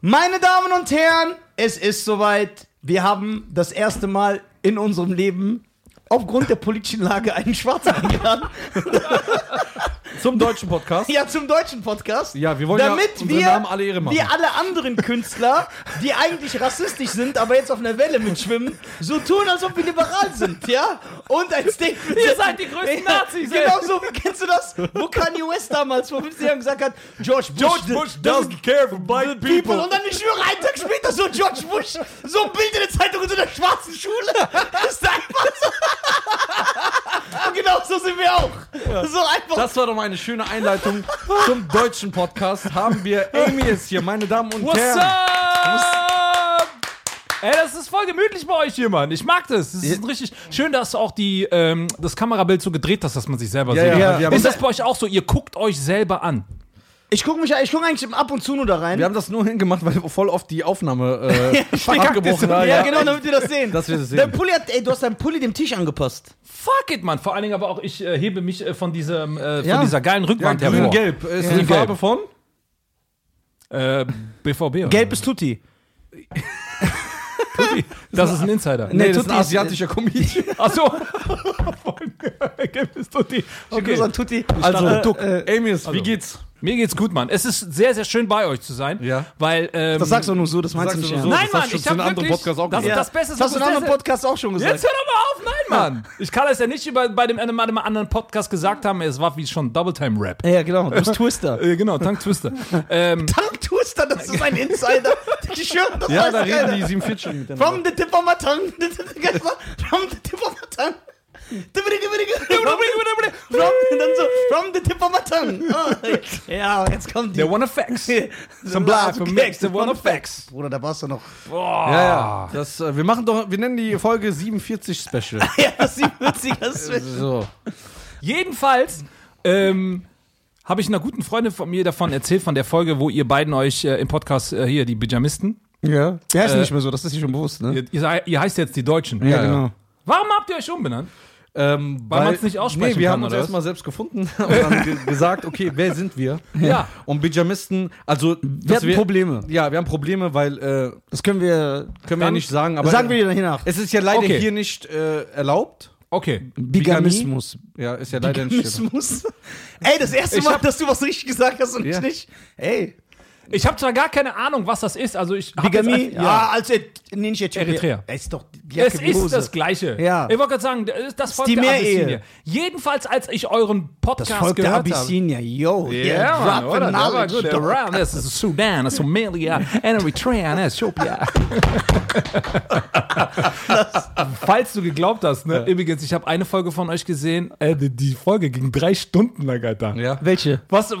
Meine Damen und Herren, es ist soweit. Wir haben das erste Mal in unserem Leben aufgrund der politischen Lage einen Schwarzen eingeladen. Zum deutschen Podcast. ja, zum deutschen Podcast. Ja, wir wollen damit ja unsere wir, Namen alle Ehre machen. wir alle anderen Künstler, die eigentlich rassistisch sind, aber jetzt auf einer Welle mitschwimmen, so tun, als ob wir liberal sind, ja? Und ein Statement. Ihr seid die größten Nazis, ey. Genau so, kennst du das? Wo Kanye West damals vor 15 Jahren gesagt hat, George Bush, doesn't care for white People. Und dann, ich schwöre, einen Tag später so George Bush, so ein Bild in der Zeitung in so einer schwarzen Schule. Das ist einfach so. Und genau so sind wir auch. So einfach. Das war doch mal eine schöne Einleitung zum deutschen Podcast. Haben wir Amy ist hier, meine Damen und What's Herren. up? Ey, das ist voll gemütlich bei euch hier, Mann. Ich mag das. Das ist richtig schön, dass du auch die, ähm, das Kamerabild so gedreht hast, dass man sich selber Ja, sieht. ja, wir haben- Ist das bei euch auch so? Ihr guckt euch selber an. Ich gucke mich, ich gucke eigentlich ab und zu nur da rein. Wir haben das nur hingemacht, weil wir voll oft die Aufnahme äh, abgebrochen ja, haben. genau, damit wir das sehen. Dass wir das sehen. Äh. Dein Pulli hat, ey, du hast deinen Pulli dem Tisch angepasst. Fuck it, Mann. Vor allen Dingen aber auch, ich äh, hebe mich äh, von, diesem, äh, von Ja. dieser geilen Ja, Rückwand hervor. Grün-Gelb ist die Grün-Gelb. Farbe von? Äh, BVB. oder? Gelb ist Tutti. Das ist ein Insider. Nee, das Tutti ist ein ist- asiatischer Comedian. Achso. Gelb ist Tutti. Grüß Okay. an Tutti. Also, Äh, Duck, äh, Amius, wie geht's? Mir geht's gut, Mann. Es ist sehr, sehr schön bei euch zu sein. Ja. Weil, ähm, das sagst du nur so, das meinst du sagst nicht du nur ernst. so. also das hast Nein, Mann, du schon ich zu habe einem anderen wirklich. Podcast auch das ist gesagt. das Beste. Das hast du in was einem wir- anderen Podcast auch schon gesagt. Jetzt hör doch mal auf, nein, Mann. Ich kann das ja nicht über, bei dem einem, einem anderen Podcast gesagt haben. Es war wie schon Double Time Rap. Ja, genau, du bist Twister. Äh, genau, Tank Twister. ähm, Tank Twister, das ist ein Insider. Ich schwöre, das Ja, weiß da keiner. reden die 47 schon miteinander. From the tip of my tongue. From the tip of my tongue. From, dann so, from the tip of my tongue. Oh, ja, jetzt kommt die. they want facts. Some Blatt black mix, they want facts. Bruder, da warst du noch. Boah. Ja, ja. Das, äh, wir machen doch, wir nennen die Folge 47 Special. Ja, das ist die 40er So. Jedenfalls ähm, habe ich einer guten Freundin von mir davon erzählt, von der Folge, wo ihr beiden euch äh, im Podcast äh, hier, die Pyjamisten, Ja, der heißt Äh, nicht mehr so, das ist dir schon bewusst, ne? ihr, ihr, sei- ihr heißt jetzt die Deutschen. Ja, genau. Warum habt ihr euch umbenannt? Ähm, Weil man's nicht aussprechen wir kann, haben uns oder was? erstmal selbst gefunden und dann ge gesagt, okay, wer sind wir? Ja. Und Pyjamisten, also Wir hatten Probleme. Ja, wir haben Probleme, weil äh, können Das können wir. wir ja nicht sagen, aber äh, Aber sagen wir dir dann nach. es ist ja leider Okay. hier nicht äh, erlaubt. Okay. Bigamismus. Ja, ist ja leider nicht. Bigamismus. Ey, das erste Ich Mal, hab- dass du was richtig gesagt hast und Ja. ich nicht. Ey, Ich habe zwar gar keine Ahnung, was das ist. Also ich hab Bigamie. jetzt- ja. Ja, als Ah, also, Et- nee, nicht Äthiopien. Eritrea. Es ist doch die Es Jacke wie ist Hose. das Gleiche. Ja. Ich wollte gerade sagen, das ist das Volk die der Meerehe. Abyssinie. Jedenfalls, als ich euren Podcast Das Volk der gehört Abyssinier, yo. habe. Ja, drop Mann, the oder? Der war knowledge, gut. Der dog. Round, Das ist Sudan, das ist Somalia, and Eritrea, and Ethiopia. Falls du geglaubt hast, ne? Übrigens, ich habe eine Folge von euch gesehen. Äh, die- die Folge ging drei Stunden lang, Alter. Ja. Welche? Was?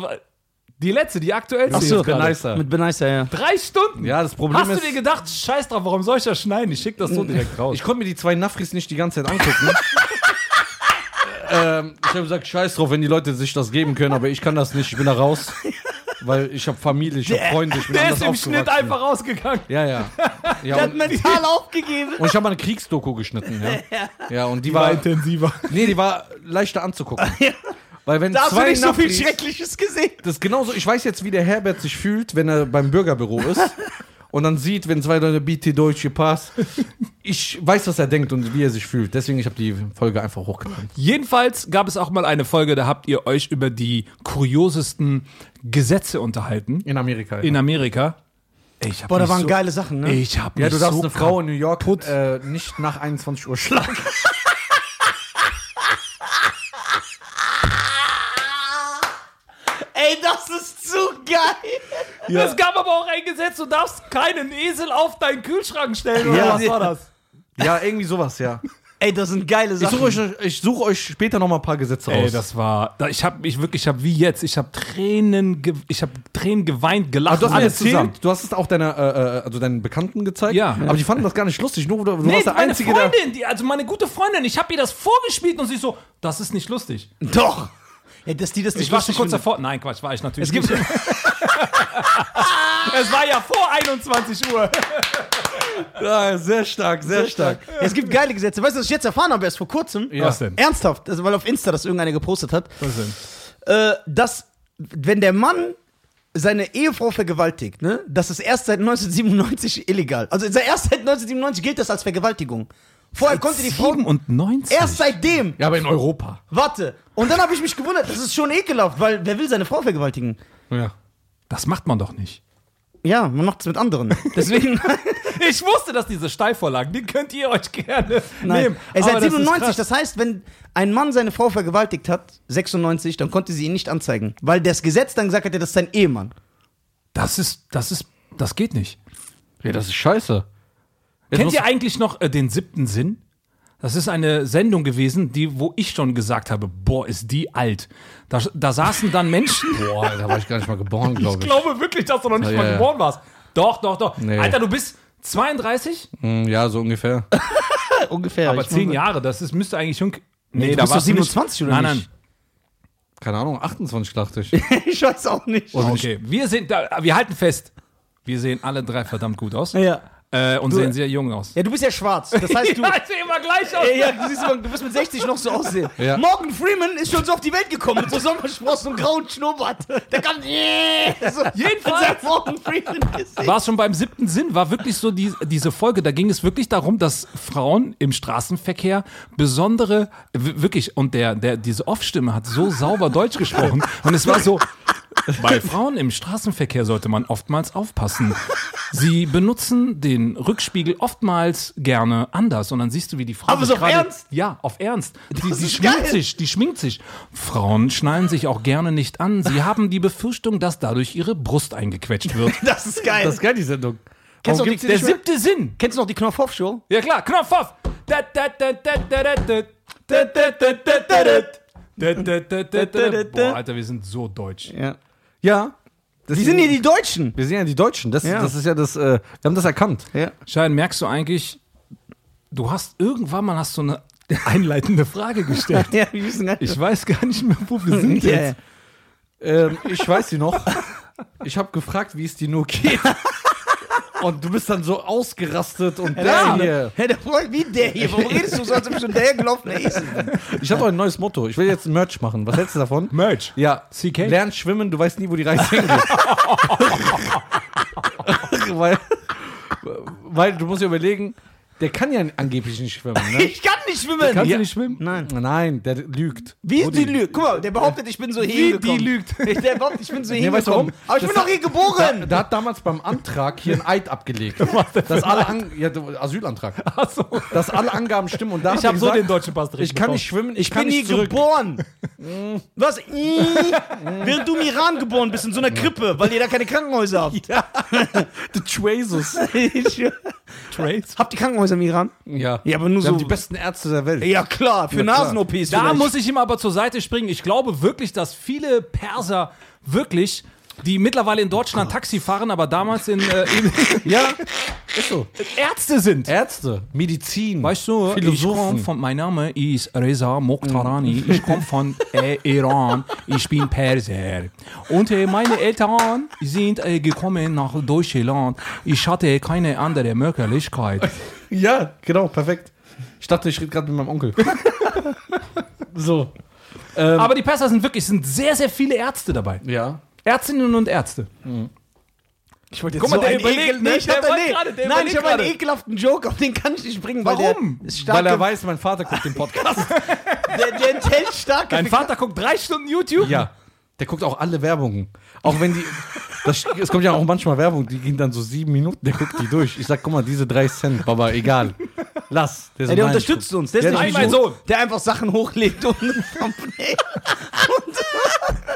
Die letzte, die aktuellste. Ach so, jetzt gerade. Beneister. Mit Beneister, ja. Drei Stunden? Ja, das Problem Hast ist. du dir gedacht, scheiß drauf, warum soll ich das schneiden? Ich schick das so direkt raus. Ich konnte mir die zwei Nafris nicht die ganze Zeit angucken. ähm, ich habe gesagt, scheiß drauf, wenn die Leute sich das geben können, aber ich kann das nicht, ich bin da raus. Weil ich habe Familie, ich habe Freunde, ich bin Der anders ist im Schnitt aufgewachsen. einfach rausgegangen. Ja, ja. ja Der hat und, mental aufgegeben. und ich habe mal eine Kriegsdoku geschnitten, ja. Ja, und die, war. intensiver. Nee, die war leichter anzugucken. Weil wenn Da hast du zwei nicht so viel Nafris- Schreckliches gesehen. Das ist genauso, ich weiß jetzt, wie der Herbert sich fühlt, wenn er beim Bürgerbüro ist und dann sieht, wenn zwei Leute BT Deutsche Pass. Ich weiß, was er denkt und wie er sich fühlt. Deswegen, ich habe die Folge einfach hochgenommen. Jedenfalls gab es auch mal eine Folge, da habt ihr euch über die kuriosesten Gesetze unterhalten In Amerika. in Amerika. Ey, Ich hab Boah, da mich waren so, geile Sachen, ne? Ich hab ja, mich du darfst so eine Frau in New York äh, nicht nach 21 Uhr schlagen. Ey, das ist zu geil. Ja. Es gab aber auch ein Gesetz, du darfst keinen Esel auf deinen Kühlschrank stellen. Oder Ja. was war das? ja, irgendwie sowas, ja. Ey, das sind geile Ich Sachen. suche euch, ich suche euch später nochmal ein paar Gesetze raus. Ey, das war, da, ich habe mich wirklich, ich habe wie jetzt, ich habe Tränen, ge, ich habe Tränen geweint, gelacht, Ach, du hast mir alles zusammen. erzählt, du hast es auch deiner, äh, äh, also deinen Bekannten gezeigt. Ja. Aber die fanden das gar nicht lustig. Nur, du du Nee, warst der meine Einzige, der. Freundin, die, also meine gute Freundin, ich habe ihr das vorgespielt und sie so, das ist nicht lustig. Doch. Ja, dass die das nicht Ich war schon lustig kurz findet. davor. Nein, Quatsch, war ich natürlich. Es gibt, nicht. es war ja vor 21 Uhr. Ja, sehr stark, sehr stark. es gibt geile Gesetze. Weißt du, was ich jetzt erfahren habe, erst vor kurzem? Ja. Was denn? Ernsthaft, also weil auf Insta das irgendeiner gepostet hat, Was denn? äh, dass, wenn der Mann seine Ehefrau vergewaltigt, ne? Das ist erst seit 1997 illegal. Also seit- erst seit 1997 gilt das als Vergewaltigung. Vorher konnte die Frau. 97? Erst seitdem. Ja, aber in Europa. Warte. Und dann habe ich mich gewundert, das ist schon ekelhaft, weil wer will seine Frau vergewaltigen? Ja. Das macht man doch nicht. Ja, man macht's mit anderen. Deswegen. Ich wusste, dass diese Steilvorlagen, die könnt ihr euch gerne Nein. nehmen. Er ist Aber seit das ist 97, krass. das heißt, wenn ein Mann seine Frau vergewaltigt hat, 96, dann konnte sie ihn nicht anzeigen. Weil das Gesetz dann gesagt hätte, das ist sein Ehemann. das ist, das ist, das geht nicht. Ja, das ist scheiße. Jetzt Kennt muss- ihr eigentlich noch äh, den siebten Sinn? Das ist eine Sendung gewesen, die, wo ich schon gesagt habe, boah, ist die alt. Da, da saßen dann Menschen. Boah, da war ich gar nicht mal geboren, glaube Ich ich. glaube wirklich, dass du noch nicht Ja, mal ja. geboren warst. Doch, doch, doch. Nee. Alter, du bist 32? Hm, ja, so ungefähr. Ungefähr. Aber ich- 10 Jahre, das ist, müsste eigentlich schon. Nee, du bist doch 27 nicht. oder nein, nicht? Keine Ahnung, 28 dachte ich. Ich weiß auch nicht. Nein, okay. Wir, sind, da, wir halten fest, wir sehen alle drei verdammt gut aus. Ja. Äh, und sehen sehr jung aus. Ja, du bist ja schwarz. Das heißt, du. Ja, ich sehe immer gleich aus. Ey, ja, du, siehst immer, du wirst mit 60 noch so aussehen. Ja. Morgan Freeman ist schon so auf die Welt gekommen mit so Sommersprossen und grauen Schnurrbart. Der kann yeah, so Jedenfalls. unser Morgan Freeman gesehen. war es schon beim siebten Sinn, war wirklich so die, diese Folge, da ging es wirklich darum, dass Frauen im Straßenverkehr besondere, w- wirklich, und der, der, diese Off-Stimme hat so sauber Deutsch gesprochen und es war so, bei Frauen im Straßenverkehr sollte man oftmals aufpassen. Sie benutzen den Rückspiegel oftmals gerne anders und dann siehst du, wie die Frau. Aber sich so auf gerade- Ernst? Ja, auf Ernst. Die, Das die ist schminkt geil. sich, die schminkt sich. Frauen schnallen sich auch gerne nicht an. Sie haben die Befürchtung, dass dadurch ihre Brust eingequetscht wird. Das ist geil. Das ist geil, die Sendung. Kennst du Warum die- gibt's die der nicht mehr? Sieb- Siebte Sinn. Kennst du noch die Knopfhoff-Show? Ja klar, Knopf auf. Da, da, da, da, da, da, da. Da, da, da, da, da, da. Da, da, da, da, da, da. Boah, Alter, wir sind so deutsch. Ja. Ja. Das Die sind hier die Deutschen. wir sind ja die Deutschen. Das, Ja. das ist ja das. Äh, wir haben das erkannt. Ja. Schein, merkst du eigentlich, du hast irgendwann mal hast du eine einleitende Frage gestellt. Ja, wir wissen gar nicht. Ich weiß gar nicht mehr, wo wir sind Ja, jetzt. ja. Ähm, ich weiß sie noch. Ich habe gefragt, wie es dir nur geht. Und du bist dann so ausgerastet und der hier. Hä, der Freund, wie der hier? Warum redest du so, als ob ich schon der gelaufene Esel Ich habe auch ein neues Motto. Ich will jetzt ein Merch machen. Was hältst du davon? Merch. Ja, CK. Lern schwimmen, du weißt nie, wo die Reise hingeht. weil, weil du musst ja überlegen, der kann ja angeblich nicht schwimmen, bin? ne? Ich kann nicht schwimmen. Kannst ja. du nicht schwimmen? Nein. Nein, der lügt. Wie die lügt. Guck mal, der behauptet, ich bin so hier die lügt. Der behauptet, ich bin so Nee, hier weißt du warum? gekommen. Aber ich bin Das- doch hier geboren. Der hat damals beim Antrag hier einen Eid abgelegt. Dass alle an, ja, du- Asylantrag. Ach so. Dass alle Angaben stimmen und da hat Ich er habe so gesagt, den deutschen Pass direkt Ich kann bekommen. nicht schwimmen, ich, Ich kann bin hier nicht zurück. geboren. Was? Mm. Während du im Iran geboren bist, in so einer Krippe, weil ihr da keine Krankenhäuser habt. The Traces. Ich- Trace. habt ihr Krankenhäuser im Iran? Ja. Ja, aber nur Wir so- haben die besten Ärzte der Welt. Ja, klar, für Ja, klar. Nasen-OPs. Da vielleicht. muss ich ihm aber zur Seite springen. Ich glaube wirklich, dass viele Perser wirklich, die mittlerweile in Deutschland Taxi fahren, aber damals in, äh, in Ja, ist so. Ärzte sind. Ärzte, Medizin, Weißt du, ich komm Philosophen. von, mein Name ist Reza Mokhtarani, ich komme von äh, Iran, ich bin Perser. Und äh, meine Eltern sind äh, gekommen nach Deutschland. Ich hatte keine andere Möglichkeit. Ja, genau, perfekt. Ich dachte, ich rede gerade mit meinem Onkel. so. Aber die Perser sind wirklich, sind sehr, sehr viele Ärzte dabei. Ja. Ärztinnen und Ärzte. Ich wollte jetzt Guck mal, der einen überlegt, Ekel- ne? Nee, ich hab Der da, wollte nee. gerade, der Nein, ich überlegt habe einen gerade. ekelhaften Joke, auf den kann ich nicht bringen. Weil Warum? Der, ist starke, Weil er weiß, mein Vater guckt den Podcast. der, der enthält starke Dein Vater guckt drei Stunden YouTube? ja. Der guckt auch alle Werbungen. Auch wenn die. Das, es kommt ja auch manchmal Werbung, die gehen dann so sieben Minuten, der guckt die durch. Ich sag, guck mal, diese drei Cent, Baba, egal. Lass. Ja, so, der nein, unterstützt uns. Der ist Ja, nicht nein, wie mein du, Sohn. Der einfach Sachen hochlädt und Thumbnail. Und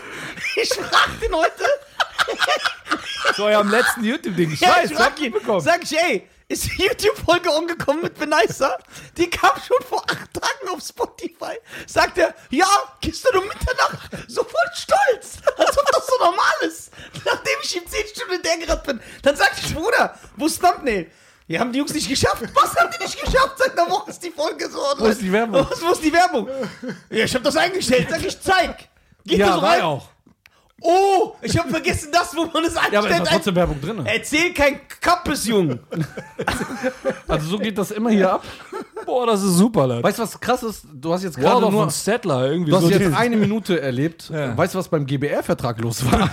ich frag den heute. Zu eurem letzten YouTube-Ding. Ich weiß, ich ich frag hab ihn. mitbekommen. Sag ich, ey, ist die YouTube-Folge umgekommen mit Benicer? Die kam schon vor acht Tagen auf Spotify. Sagt er, ja, gestern um Mitternacht. So voll stolz. Als ob das so normal ist. Nachdem ich ihm zehn Stunden hinterhergerannt bin. Dann sag ich, Bruder, wo ist Thumbnail? Wir haben die Jungs nicht geschafft. Was haben die nicht geschafft? Seit einer Woche ist die Folge so online. Wo ist die Werbung? Was, wo ist die Werbung? Ja, ich hab das eingestellt. Sag ich, zeig. Geht da Ja, so war rein. auch. Oh, ich hab vergessen das, wo man es einstellt. Ja, aber es war Ein- trotzdem Werbung drin. Erzähl kein Kappes, Junge. Also so geht das immer hier ab. Boah, das ist super, Leute. Weißt du, was krass ist? Du hast jetzt Gerade gerade nur. von Settler irgendwie Du hast so. jetzt eine Minute erlebt. Ja. Weißt du, was beim GBR-Vertrag los war?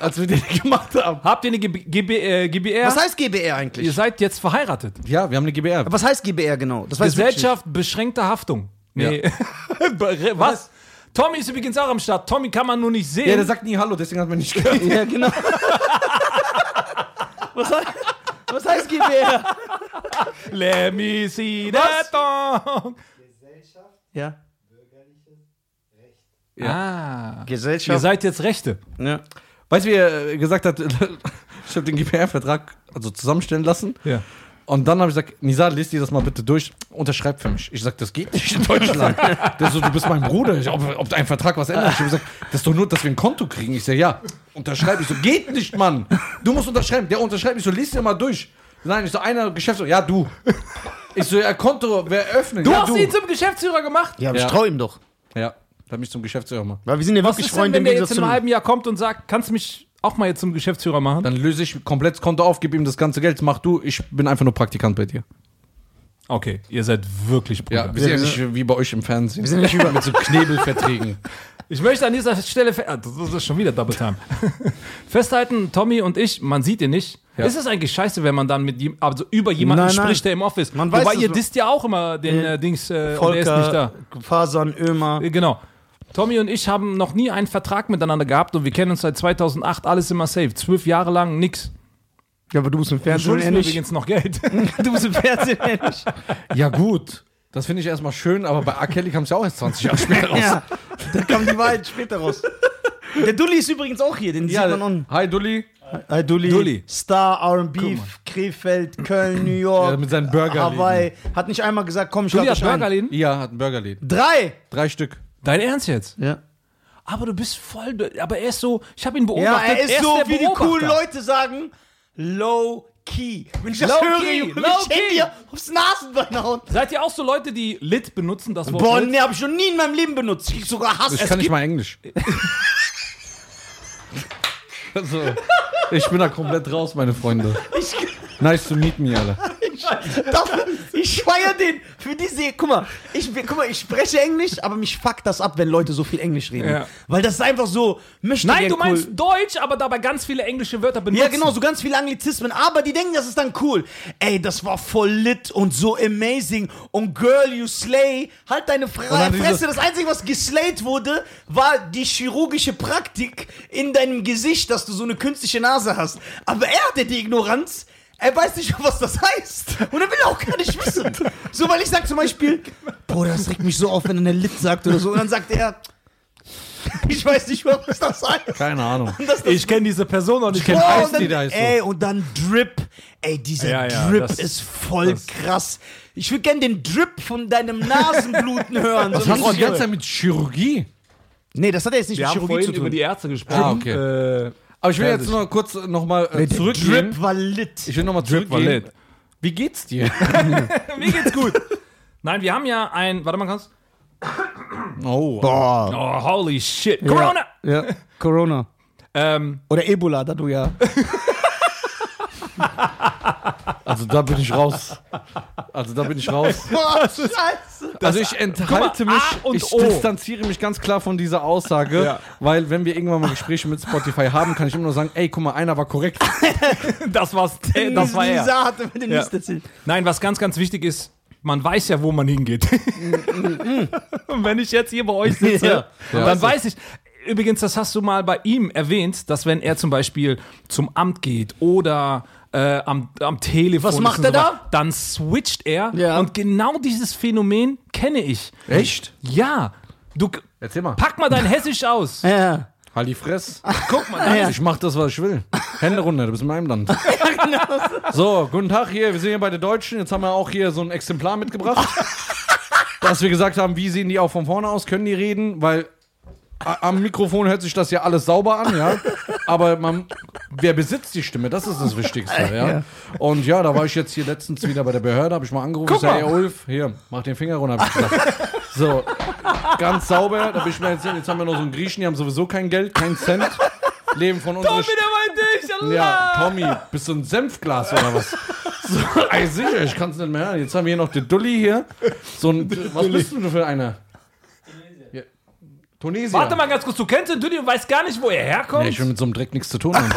als wir den gemacht haben. Habt ihr eine GB, GB, äh, GBR? Was heißt GBR ihr eigentlich? seid jetzt verheiratet. Ja, wir haben eine GBR. Was heißt GBR genau? Das weiß ich wirklich Gesellschaft beschränkter Haftung. Nee. Bere- Was? Tommy ist übrigens auch am Start. Tommy kann man nur nicht sehen. ja, der sagt nie Hallo, deswegen hat man nicht gehört. nicht. Ja, genau. was, heißt, was heißt GBR? Let me see that dog. Ja. Ja. Ah. Ihr Gesellschaft. seid jetzt Rechte. ja. Weißt du, wie er äh, gesagt hat, ich habe den GPR-Vertrag also zusammenstellen lassen. Ja. Und dann habe ich gesagt, Nisa, lest dir das mal bitte durch, unterschreib für mich. Ich sag, das geht nicht in Deutschland. Der so, du bist mein Bruder, ich, ob, ob ein Vertrag was ändert. Ich habe gesagt, das ist doch nur, dass wir ein Konto kriegen. Ich sage, ja, unterschreib. Ich so, geht nicht, Mann. Du musst unterschreiben. Der unterschreibt. Ich so, lest dir mal durch. Nein, ich so, einer Geschäftsführer, ja, du. Ich so, ja, Konto, wer öffnet? Du ja, hast ihn zum Geschäftsführer gemacht. ja, aber Ja. ich treu ihm doch. Ja, da mich zum Geschäftsführer gemacht. Weil wir sind ja Was wirklich ist denn, Freunde wenn im der Gegensatz jetzt in zu. einem halben Jahr kommt und sagt, kannst du mich auch mal jetzt zum Geschäftsführer machen? Dann löse ich komplett das Konto auf, gebe ihm das ganze Geld, mach du, ich bin einfach nur Praktikant bei dir. Okay, ihr seid wirklich Bruder. Ja, wir sind ja nicht wie bei euch im Fernsehen. Wir sind nicht über mit so Knebelverträgen. Ich möchte an dieser Stelle, fe- ah, das ist schon wieder Double Time, festhalten, Tommy und ich, man sieht ihn nicht. Ja. Ist es eigentlich scheiße, wenn man dann mit ihm, also über jemanden Nein, nein. spricht, der im Office? Man Wobei weiß es ihr so- disst ja auch immer den äh, Dings, äh, und er ist nicht da. Volker, Fasan, Ömer. Äh, Genau. Tommy und ich haben noch nie einen Vertrag miteinander gehabt und wir kennen uns seit 2008 alles immer safe. Zwölf Jahre lang nix. Ja, aber du bist im Du Fernsehen schuldest mir ähnlich. übrigens noch Geld. Du bist im Fernsehen ähnlich. Ja, gut. Das finde ich erstmal schön, aber bei R. Kelly kam es ja auch erst 20 Jahre später raus. Ja, da kam die Wahrheit später raus. Der Dulli ist übrigens auch hier, den sieht man an. Hi, Dulli. Hi, Dulli. Dulli. Star, R&B, Krefeld, Köln, New York, Ja, mit seinen Burgerläden. Hawaii. Hat nicht einmal gesagt, komm, ich lade Julia dich ein. Burgerlin. Ja, hat ein Burgerläden. Drei. Drei Stück. Dein Ernst jetzt? Ja. Aber du bist voll. Aber er ist so. Ich habe ihn Ja, beobachtet. er ist so, der wie die Beobachter. coolen Leute sagen, low key. Wenn ich das Low höre, key, Junge, low ich hätte key. dir aufs Nasenbein hauen. Seid ihr auch so Leute, die lit benutzen? Das Wort Boah, lit? ne, hab ich noch nie in meinem Leben benutzt. Ich sogar hasse Ich es. kann nicht gibt- mal Englisch. also, ich bin da komplett raus, meine Freunde. Nice to meet me, alle. Dafür, ich feier den für diese. Guck mal, ich, guck mal, ich spreche Englisch, aber mich fuckt das ab, wenn Leute so viel Englisch reden. Ja. Weil das ist einfach so. Möchte Nein, der du cool. meinst Deutsch, aber dabei ganz viele englische Wörter benutzen. Ja, genau, so ganz viele Anglizismen, aber die denken, das ist dann cool. Ey, das war voll lit und so amazing und girl, you slay. Halt deine Fra dann diese- Fresse, das Einzige, was geslayt wurde, war die chirurgische Praktik in deinem Gesicht, dass du so eine künstliche Nase hast. Aber er hatte die Ignoranz. Er weiß nicht, was das heißt. Und er will auch gar nicht wissen. So, weil ich sag zum Beispiel, Bruder, das regt mich so auf, wenn er lit sagt oder so. Und dann sagt er, ich weiß nicht, was das heißt. Keine Ahnung. Und das, das Ich kenne diese Person und ich kenn- kenne. Boah, Eis, und dann, die da ist so. Ey, und dann Drip. Ey, dieser Ja, ja, Drip das- ist voll das- krass. Ich würde gern den Drip von deinem Nasenbluten hören. Was So hast du eine die ganze Story. Zeit mit Chirurgie? nee, das hat ja jetzt nicht Wir mit haben Chirurgie zu vorhin tun. über die Ärzte gesprochen. Ah, okay. Äh, Aber ich will Ja, jetzt das- noch kurz nochmal äh, Der zurückgehen. Drip war lit. Ich will nochmal war zurückgehen. lit. Wie geht's dir? mir geht's gut. Nein, wir haben ja ein. Warte mal ganz. Oh. Boah. Oh, holy shit. Corona! Ja, Corona. Ähm, Oder Ebola, da du ja. Also da bin ich raus. Also da bin ich raus. Boah, scheiße. Also ich enthalte Guck mal, mich, A und ich O. distanziere mich ganz klar von dieser Aussage, Ja. weil wenn wir irgendwann mal Gespräche mit Spotify haben, kann ich immer nur sagen, ey, guck mal, einer war korrekt. das war's. Äh, das war er. Lisa hatte mir den Mist erzählt. Nein, was ganz, ganz wichtig ist, man weiß ja, wo man hingeht. Und wenn ich jetzt hier bei euch sitze, Ja. also- dann weiß ich. Übrigens, das hast du mal bei ihm erwähnt, dass wenn er zum Beispiel zum Amt geht oder äh, am, am Telefon. Was ist macht und er so da? weiter, Dann switcht er. Ja. Und genau dieses Phänomen kenne ich. Echt? Ja. Du k- Erzähl mal. pack mal dein Hessisch aus. Ja. Halli Fress. Guck mal. Ja. Ich mach das, was ich will. Hände runter, du bist in meinem Land. So, guten Tag hier, wir sind hier bei den Deutschen. Jetzt haben wir auch hier so ein Exemplar mitgebracht, dass wir gesagt haben, wie sehen die auch von vorne aus, können die reden, weil a- am Mikrofon hört sich das ja alles sauber an, ja. Aber man, wer besitzt die Stimme, das ist das Wichtigste, ja. Und ja, da war ich jetzt hier letztens wieder bei der Behörde, habe ich mal angerufen, ich sag, mal. hey Ulf, hier, mach den Finger runter, hab ich gesagt. So, ganz sauber, da bin ich mir jetzt hin, jetzt haben wir noch so einen Griechen, die haben sowieso kein Geld, keinen Cent. Leben von unserer Wieder meinte ich. Allah. ja, Tommy, bist du ein Senfglas oder was? So, ey, sicher, ich kann's nicht mehr hören. Jetzt haben wir hier noch den Dulli hier. So ein, was bist du denn für einer? Ja. Tunesien. Warte mal ganz kurz, du kennst den Dünni und weißt gar nicht, wo er herkommt? Nee, ich will mit so einem Dreck nichts zu tun haben.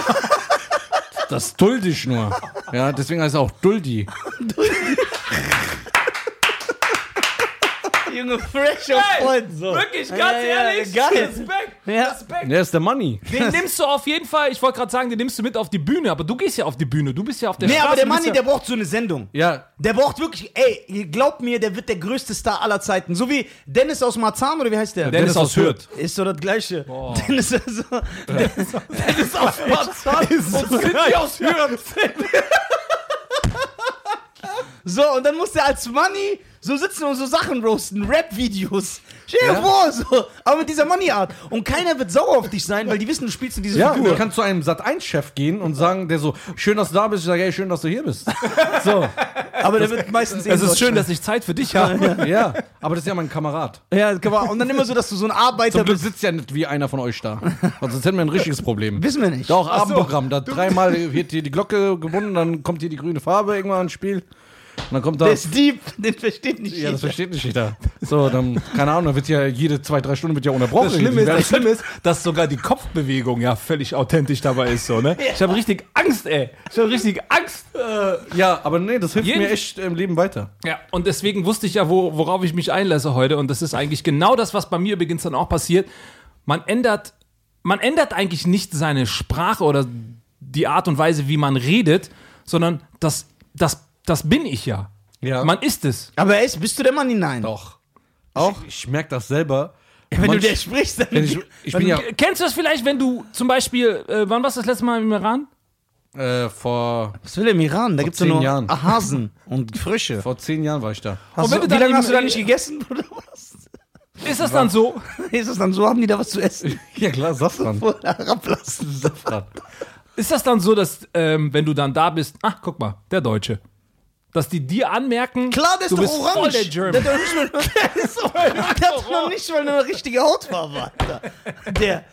Das dulde ich nur. Ja, deswegen heißt es auch Duldi. Junge, fresh auf Ey, Point. So. Wirklich, ganz Ja, ja, ja, ehrlich, geil. Respekt, Ja. Respekt. Der ist der Money. Den nimmst du auf jeden Fall, ich wollte gerade sagen, den nimmst du mit auf die Bühne, aber du gehst ja auf die Bühne, du bist ja auf der Nee, Straße. aber der du bist Manni, ja, der braucht so eine Sendung. Ja, Der braucht wirklich, ey, glaubt mir, der wird der größte Star aller Zeiten. So wie Dennis aus Marzahn, oder wie heißt der? Dennis aus Hürth. Ist so das Gleiche. Dennis, also, Dennis, Dennis aus Marzahn. Ist so, Sinti aus Hürth. so, und dann muss der als Money so sitzen und so Sachen roasten, Rap-Videos. Stell dir Ja. vor, so. Aber mit dieser Money-Art. Und keiner wird sauer auf dich sein, weil die wissen, du spielst in diese Ja, und Figur. dann kannst du einem Sat1-Chef gehen und sagen, der so, schön, dass du da bist. Ich sage, ey, schön, dass du hier bist. So, aber der wird meistens eh Es ist Deutsch schön, sein. dass ich Zeit für dich habe. ja. Aber das ist ja mein Kamerad. Ja, kann man- und dann immer so, dass du so ein Arbeiter Zum Glück bist. sitzt ja nicht wie einer von euch da. Also, sonst hätten wir ein richtiges Problem. Wissen wir nicht. Doch, Abendprogramm. Da dreimal wird hier die Glocke gebunden, dann kommt hier die grüne Farbe irgendwann ins Spiel. Und dann kommt da. Der ist Dieb, den versteht nicht Ja, das jeder. versteht nicht jeder. So, dann, keine Ahnung, dann wird ja jede zwei, drei Stunden wird ja unterbrochen. Das Schlimme, ist, Wer- das Schlimme ist, dass sogar die Kopfbewegung ja völlig authentisch dabei ist. So, ne? Ich habe richtig Angst, ey. Ich habe richtig Angst. Äh, ja, aber nee, das hilft Jeden- mir echt im Leben weiter. Ja, und deswegen wusste ich ja, wo, worauf ich mich einlasse heute. Und das ist eigentlich genau das, was bei mir übrigens dann auch passiert. Man ändert, man ändert eigentlich nicht seine Sprache oder die Art und Weise, wie man redet, sondern das, das, das bin ich ja. Ja. Man ist es. Aber ey, bist du der Manni? Nein. Doch. Auch? Ich, ich merke das selber. Wenn Manch- du der sprichst, dann. wenn ich, ich bin ja K- Kennst du das vielleicht, wenn du zum Beispiel, äh, wann warst du das letzte Mal im Iran? äh, vor, Was will der im Iran? Da gibt's doch zehn nur Jahren. Hasen und Frösche. vor zehn Jahren war ich da. Hast Und wenn du, du wie dann lange im- hast du da nicht gegessen, oder was? Ist das dann so? Ist das dann so? Haben die da was zu essen? Ja klar, Safran. Oder herablassen? Safran. Ist das dann so, dass ähm, wenn du dann da bist, ach guck mal, der Deutsche, dass die dir anmerken, Klar, der ist du doch bist voll orange. der Der German. hat doch nicht mal, der ist doch, der hat noch nicht mal eine richtige Hautfarbe, Alter. Der.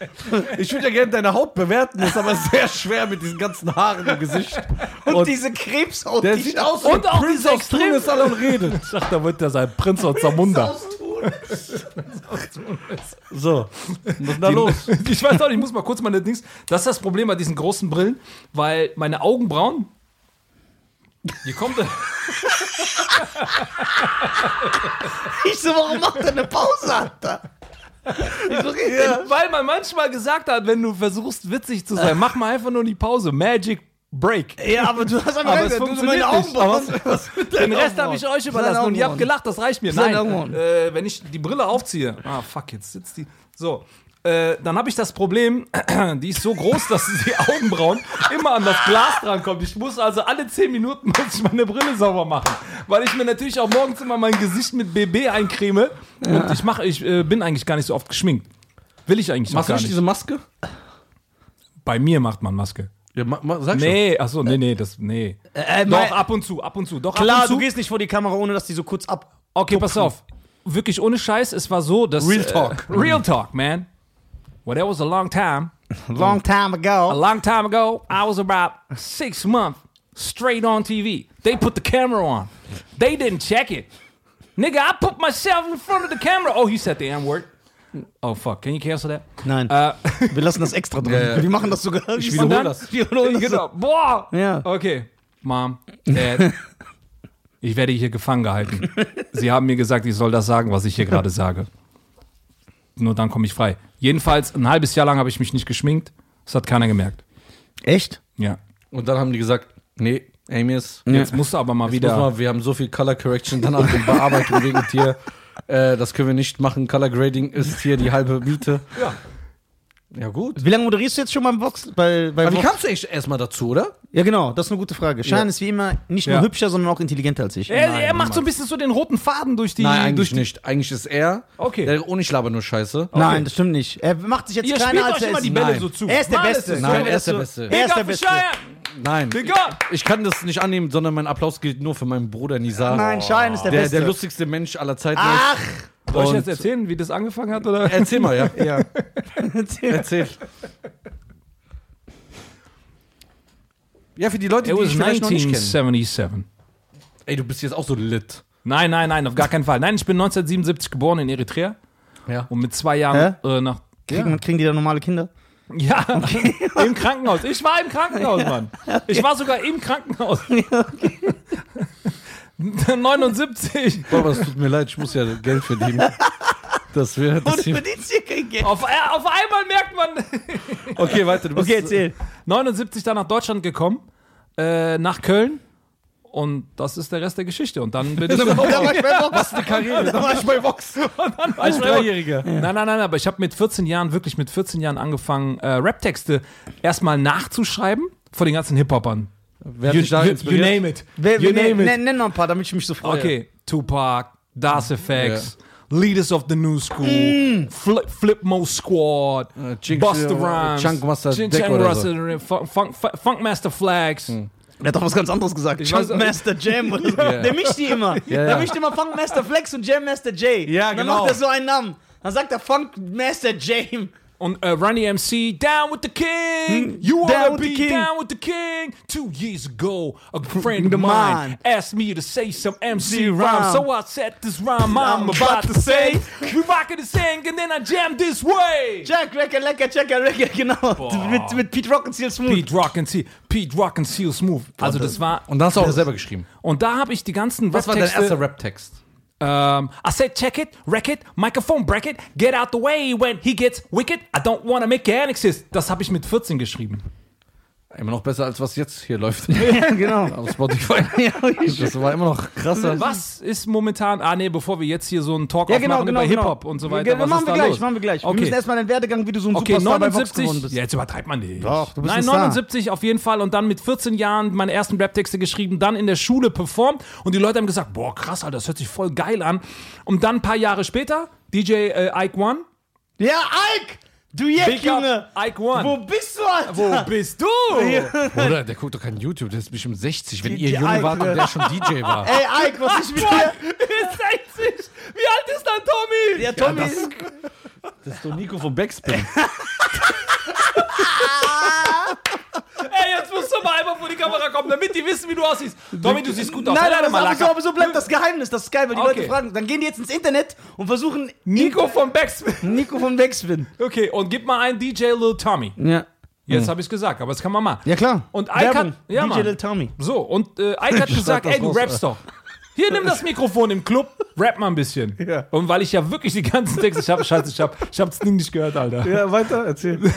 Ich würde ja gerne deine Haut bewerten, ist aber sehr schwer mit diesen ganzen Haaren im Gesicht. Und, diese Krebshaut, der die sieht da- aus Und auch diese extrem- Tunis, Alter, und redet. Ach, da wird der sein Prinz aus Zamunda. aus Tun. So, was ist denn da los? Ich weiß auch nicht, ich muss mal kurz meine Dings. Das ist das Problem bei diesen großen Brillen, weil meine Augenbrauen. Hier kommt er. Ich so, warum macht er eine Pause, Alter? Ich so, ja. Weil man manchmal gesagt hat, wenn du versuchst, witzig zu sein, mach mal einfach nur die Pause. Magic Break. ja, aber du hast einfach Aber gesagt, es du so funktioniert meine nicht. Augenbrauen. Aber Was mit Den deinen Rest habe Augenbrauen? ich euch Seine überlassen und ihr habt Augenbrauen. gelacht, das reicht mir. Seine Nein, Augenbrauen. äh, wenn ich die Brille aufziehe, ah fuck, jetzt sitzt die. So, äh, dann habe ich das Problem, die ist so groß, dass die Augenbrauen immer an das Glas drankommt. Ich muss also alle 10 Minuten muss ich meine Brille sauber machen, weil ich mir natürlich auch morgens immer mein Gesicht mit BB eincreme und ich mache, ich äh, bin eigentlich gar nicht so oft geschminkt. Will ich eigentlich auch Machst du gar nicht nicht. diese Maske? Bei mir macht man Maske. Ja, ma, ma, sag schon. Nee, achso, nee, nee, das, nee. Äh, Doch, mein- ab und zu, ab und zu. Doch, ab Klar, und zu. du gehst nicht vor die Kamera, ohne dass die so kurz ab. Okay, pass auf. Wirklich ohne Scheiß, es war so, dass. Real talk. Äh, real Talk, man. Well, that was a long time. Long time A ago. long time ago, I was about six months straight on TV. They put the camera on. They didn't check it. Nigga, I put myself in front of the camera. Oh, he said the N word. Oh, fuck. Can you cancel that? Nein, Äh, wir lassen das extra drin. ja. Wir machen das sogar. Ich wiederhole dann, das. Wir wiederholen das. genau. Boah. Ja. Okay. Mom, Dad, ich werde hier gefangen gehalten. Sie haben mir gesagt, ich soll das sagen, was ich hier gerade sage. Nur dann komme ich frei. Jedenfalls, ein halbes Jahr lang habe ich mich nicht geschminkt. Das hat keiner gemerkt. Echt? Ja. Und dann haben die gesagt, nee, Amos, Jetzt musst du aber mal Wieder. wieder. Mal, wir haben so viel Color Correction danach in Bearbeitung wegen dir. Äh, das können wir nicht machen. Color Grading ist hier die halbe Miete. Ja. Ja, gut. Wie lange moderierst du jetzt schon beim Vox? Bei, bei Aber wie Vox? kamst du echt erstmal dazu, oder? Ja, genau, das ist eine gute Frage. Schein Ja. ist wie immer nicht nur Ja. hübscher, sondern auch intelligenter als ich. er, er Nein, macht so ein bisschen so den roten Faden durch die. Nein, eigentlich durch die, nicht. Eigentlich ist er. Okay. Der ohne ich laber nur Scheiße. Nein, das stimmt nicht. Er macht sich jetzt Ihr spielt kleiner euch als er immer ist. die Bälle Nein. so zu. Er ist der Mann, Beste. das Nein, So, er ist der so- Beste. Er ist der Digga, Beste. Fischeier. Nein. Digga. Ich kann das nicht annehmen, sondern mein Applaus gilt nur für meinen Bruder Nizar. Oh. Nein, Schein ist der, der, Beste. der lustigste Mensch aller Zeiten. Ach, Soll ich Und- jetzt erzählen, wie das angefangen hat? Oder? Erzähl mal, ja. ja. Erzähl. Ja, für die Leute, It die was ich vielleicht noch nicht kennen. 1977. Ey, du bist jetzt auch so lit. Nein, nein, nein, auf gar keinen Fall. Nein, ich bin 1977 geboren in Eritrea. Ja. Und mit zwei Jahren äh, nach. Kriegen, kriegen die da normale Kinder? Ja, im Krankenhaus. Ich war im Krankenhaus, Mann. Ich war sogar im Krankenhaus. 79. Boah, es tut mir leid, ich muss ja Geld verdienen. Das wäre. Und Das hier- verdienst hier kein Geld. Auf, äh, auf einmal merkt man. okay, weiter. Du bist, Okay, erzähl. 79 dann nach Deutschland gekommen, äh, nach Köln. Und das ist der Rest der Geschichte. Und dann bin ich. Da war ich bei Bob. Was eine Karriere. Da war ich bei Vox. Als Dreijähriger. Nein, nein, nein, aber ich habe mit 14 Jahren, wirklich mit 14 Jahren angefangen, äh, Rap-Texte erstmal nachzuschreiben vor den ganzen Hip-Hopern. Wer hat dich da inspiriert? name it. Wer- you wer- name it. ne- nenn, nenn noch ein paar, damit ich mich so freue. Okay, Tupac, Das Effects, Leaders of the New School, Mm. Fli- Flipmo Squad, Äh, Jinx, Busta äh, Rhymes, Chunkmaster Jin- Deck uh, Chunk oder Russell, Funk- Funk- Funk- Funkmaster Flex. Der hat doch was ganz anderes gesagt. weiß- Chunkmaster Jam. Oder so. Der mischt die immer. Ja, Der ja. mischt immer Funkmaster Flex und Jam Master J. Ja, Dann genau. macht er so einen Namen. Dann sagt er Funkmaster Jam. Und äh, Runny MC, Down with the King, you Mm. Down wanna with the be King. down with the King. Two years ago, a friend The of mine man. asked me to say some MC The rhyme, rhyme. so I said this rhyme I'm, about to say. We rockin' the sing and then I jam this way. Jack, Racker, Lecker, Checker, Racker, genau. Mit, mit Pete Rock und Seal Smooth. Pete Rock and Seal, Pete Rock and Seal Smooth. Also das war Und da hast du auch selber geschrieben. Und da habe ich die ganzen Was war dein Rap-Texte, erster Rap-Text? Ähm, I said check it, wreck it, microphone break it, get out the way when he gets wicked. I don't wanna make exist. Das habe ich mit 14 geschrieben. Immer noch besser, als was jetzt hier läuft. Ja, genau. Auf Spotify. Das war immer noch krasser. Was ist momentan? Ah nee, bevor wir jetzt hier so einen Talk Ja, aufmachen genau, genau. über genau. Hip-Hop und so weiter. Ja, was machen ist wir da gleich, los? machen wir gleich. Wir Okay. müssen erstmal den Werdegang, wie du so ein Okay, Superstar bei Vox 79. geworden bist. Ja, jetzt übertreibt man nicht. Doch, du bist Nein, ein Star. 79 auf jeden Fall und dann mit 14 Jahren meine ersten Rap-Texte geschrieben, dann in der Schule performt und die Leute haben gesagt, boah, krass, Alter, das hört sich voll geil an. Und dann ein paar Jahre später, DJ äh, Ike One. Ja, Ike! Du Jack, Big up, Junge! Ike One. Wo bist du, Alter? Wo bist du? Oder der guckt doch kein YouTube, der ist bestimmt 60, wenn Die- ihr die jung wart alte- und der schon DJ war. Ey, Ike, was ist mit dir? Ist 60. Wie alt ist dann Tommy? Ja, Tommy. das- Das ist doch Nico von Backspin. Ey, jetzt musst du mal einfach vor die Kamera kommen, damit die wissen, wie du aussiehst. Tommy, du siehst gut aus. nein, nein, das, mal aber, so, locker. aber so bleibt das Geheimnis. Das ist geil, weil die Okay. Leute fragen. Dann gehen die jetzt ins Internet und versuchen Nico vom Backspin. Nico von Backspin. Okay, und gib mal einen DJ Lil Tommy. Ja. Jetzt habe ich gesagt, aber das kann man mal. Hm. Ja, klar. Und Ike Werbung. hat- ja, DJ Mann. Lil Tommy. So, und äh, Ike hat gesagt, das ey, du raus, rappst doch. Hier, nimm das Mikrofon im Club, rap mal ein bisschen. Ja. Und weil ich ja wirklich die ganzen Texte, ich hab, scheiße, ich hab, ich hab das Ding nicht gehört, Alter. Ja, weiter, erzähl.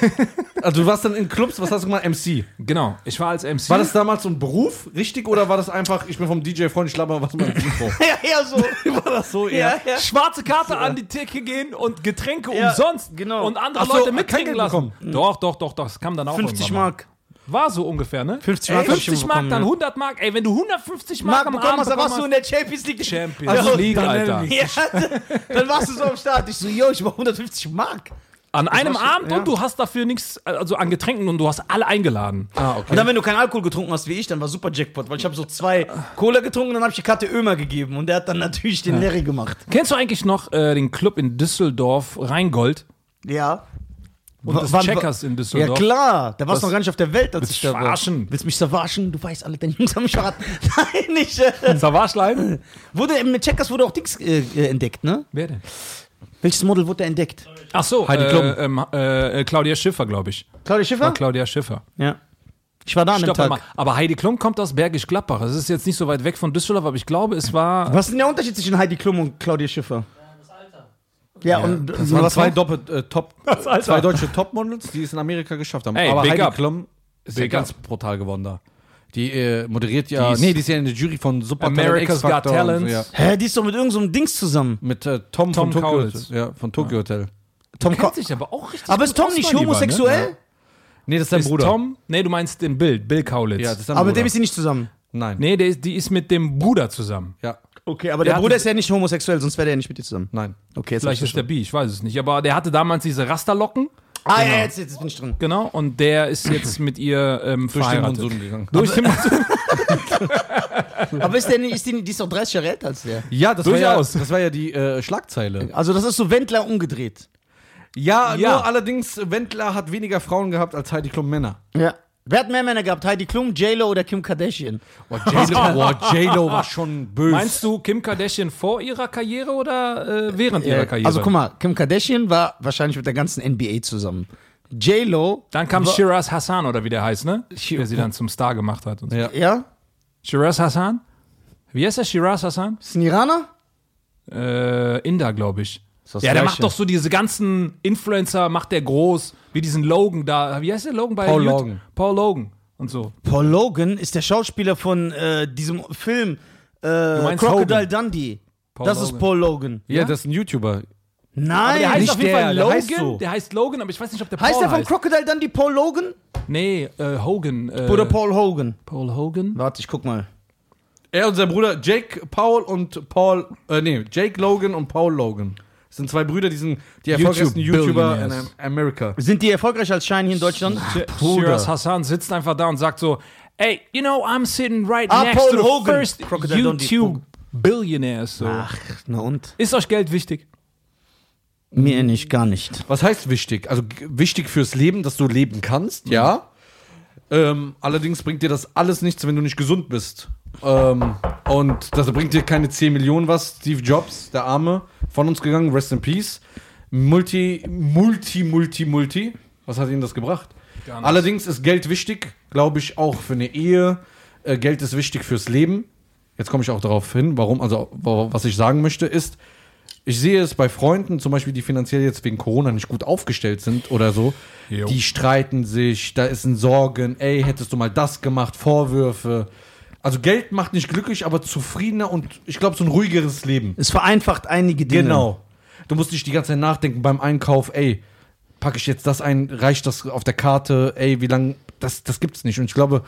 Also du warst dann in Clubs, was hast du gemacht? MC. Genau, ich war als MC. War das damals so ein Beruf, richtig? Oder war das einfach, ich bin vom DJ-Freund, ich laber was in meinem Mikro? ja, ja, so. War das so ja, ja. schwarze Karte an die Theke gehen und Getränke Ja, umsonst genau. und andere Ach so, Leute kein mitkriegen Geld lassen. Hm. Doch, doch, doch, doch, das kam dann auch 50 irgendwann mal. Mark. War so ungefähr, ne? 50 Mark Ey, hab ich 50 Mark bekommen, dann ja. 100 Mark. Ey, wenn du 150 Mark Mark am bekommen Abend hast, dann warst du in bekommen der Champions League. Champions Ja, League, dann- Alter. Ja, dann warst du so am Start. Ich so, yo, ich brauch 150 Mark. an einem Abend ja. und du hast dafür nichts, also an Getränken und du hast alle eingeladen. Ah, okay. Und dann, wenn du keinen Alkohol getrunken hast wie ich, dann war super Jackpot, weil ich habe so zwei Cola getrunken und dann habe ich die Karte Ömer gegeben und der hat dann natürlich den Larry gemacht. Kennst du eigentlich noch äh, den Club in Düsseldorf, Rheingold? Ja. Und das Checkers in Ja Düsseldorf? klar, da warst du noch gar nicht auf der Welt, als Willst ich du da war. verarschen? Willst du mich verarschen? Du weißt alle, deine Jungs haben mich verraten. Nein, nicht. Äh, Savage wurde, mit Checkers wurde auch Dings äh, äh, entdeckt, ne? Wer denn? Welches Model wurde da entdeckt? Ach so, Heidi Klum. äh, ähm, äh, äh, Claudia Schiffer, glaube ich. Claudia Schiffer? War Claudia Schiffer. ja. Ich war da an dem Stopp Tag. mal. Aber Heidi Klum kommt aus Bergisch Gladbach. Es ist jetzt nicht so weit weg von Düsseldorf, aber ich glaube, es war. Was ist denn der Unterschied zwischen Heidi Klum und Claudia Schiffer? Ja, das Alter. Ja, und das und waren was zwei war doppelt äh, Top, Alter. zwei deutsche Topmodels, die es in Amerika geschafft haben. Ey, Aber big Heidi up. Klum ist ja Big ganz up. brutal geworden da. Die äh, moderiert ja, Die ist- nee, die ist ja in der Jury von Super America's Got Talent. ja. Hä, die ist doch mit irgendeinem so einem Dings zusammen. Mit äh, Tom, von Tom Tokyo, Kaulitz. Hotel. Ja, von Tokyo Hotel. Tom Ko- Kennt sich aber auch richtig. Aber ist Tom nicht homosexuell? Nee, das ist dein ne? Ist Bruder. Tom? Nee, du meinst den Bill, Bill Kaulitz. Ja, das ist dein Aber mit Bruder. dem ist sie nicht zusammen. Nein. nee, der ist, die ist mit dem Bruder zusammen. Ja, Okay, aber Ja, der Bruder das- ist ja nicht homosexuell, sonst wäre der ja nicht mit dir zusammen. nein. Okay, jetzt Vielleicht hab ich ist der Bi, ich weiß es nicht. Aber der hatte damals diese Rasterlocken, verstanden. Ah, ja, jetzt, jetzt bin ich drin. genau, und der ist jetzt mit ihr ähm, Durch den verheiratet. Also, Monsun gegangen. Durch den Monsun. Aber ist der nicht, ist die, die ist doch 30 Jahre älter als der. Ja, das Durchaus. war ja, das war ja die äh, Schlagzeile. Also das ist so Wendler umgedreht. Ja, Ja. nur allerdings, Wendler hat weniger Frauen gehabt als Heidi Klum Männer. Ja. Wer hat mehr Männer gehabt? Heidi Klum, J-Lo oder Kim Kardashian? Boah, J-Lo boah, J-Lo war schon böse. Meinst du Kim Kardashian vor ihrer Karriere oder äh, während ihrer Karriere? Also guck mal, Kim Kardashian war wahrscheinlich mit der ganzen NBA zusammen. J-Lo, Dann kam Shiraz Hassan oder wie der heißt, ne? Shi- Der sie dann zum Star gemacht hat. Und so. Ja. ja? Shiraz Hassan? Wie heißt der Shiraz Hassan? Ist ein Iraner? Äh, Inder, glaube ich. das Ja, der Gleiche. macht doch so diese ganzen Influencer, macht der groß, wie diesen Logan da. Wie heißt der Logan bei Paul YouTube? Logan. Paul Logan und so. Paul Logan ist der Schauspieler von äh, diesem Film äh, meinst Crocodile Dundee. Paul das Logan. ist Paul Logan. Ja, das ist ein YouTuber. Nein, Der heißt nicht auf jeden der, Fall der Logan. heißt so. Der heißt Logan, aber ich weiß nicht, ob der Heißt Paul der von heißt. Crocodile Dundee Paul Logan Nee, äh, Hogan. Äh, oder Paul Hogan? Paul Hogan? Warte, ich guck mal. Er und sein Bruder Jake Paul und Paul, äh, nee, Jake Logan und Paul Logan. Das sind zwei Brüder, die sind die erfolgreichsten YouTuber in Billionaires. Amerika. Sind die erfolgreich als Shine hier in Deutschland? Shiraz Hassan sitzt einfach da und sagt so, hey, you know, I'm sitting right Ah, next Paul to the Hogan. first Crocodile Dundee. YouTube Billionaires. So. Ach, na und? Ist euch Geld wichtig? Mir nicht, gar nicht. Was heißt wichtig? Also g- wichtig fürs Leben, dass du leben kannst, ja. Mhm. Ähm, allerdings bringt dir das alles nichts, wenn du nicht gesund bist. Ähm, und das bringt dir keine 10 Millionen was. Steve Jobs, der Arme, von uns gegangen, rest in peace. Multi, multi, multi, multi. Was hat ihnen das gebracht? Gar nichts. Allerdings ist Geld wichtig, glaube ich, auch für eine Ehe. Äh, Geld ist wichtig fürs Leben. Jetzt komme ich auch darauf hin, warum, also wa- was ich sagen möchte, ist, ich sehe es bei Freunden, zum Beispiel, die finanziell jetzt wegen Corona nicht gut aufgestellt sind oder so. Jo. Die streiten sich, da ist ein Sorgen, ey, hättest du mal das gemacht, Vorwürfe. Also Geld macht nicht glücklich, aber zufriedener und ich glaube, so ein ruhigeres Leben. Es vereinfacht einige Dinge. Genau. Du musst nicht die ganze Zeit nachdenken beim Einkauf, ey, packe ich jetzt das ein, reicht das auf der Karte, ey, wie lange, das, das gibt's nicht. Und ich glaube,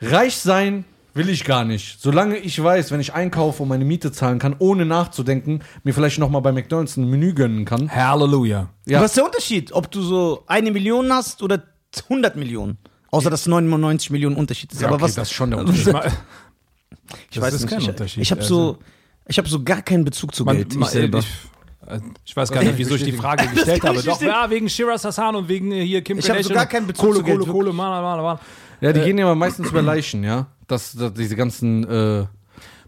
reich sein will ich gar nicht. Solange ich weiß, wenn ich einkaufe und meine Miete zahlen kann, ohne nachzudenken, mir vielleicht nochmal bei McDonalds ein Menü gönnen kann. Halleluja. Ja. Was ist der Unterschied, ob du so eine Million hast oder 100 Millionen? Außer dass 99 Millionen Unterschied ist. Ja, Aber okay, was, das ist schon der Ich Unterschied. mein- ich das weiß ist nicht. kein ich, Unterschied. Ich habe so, ich hab so gar keinen Bezug zu Man, Geld. man, ich selber. Ich, äh, ich weiß gar nicht, wieso ich die Frage gestellt kann habe. ich Doch, nicht ja, wegen Shiraz Hassan und wegen äh, hier Kim Ich hab so Kardashian. gar keinen Bezug Kohle, zu Geld, Kohle, Kohle, Mann, Mann, Mann. Ja, die gehen ja aber meistens über Leichen, ja. Das, das, diese ganzen, äh,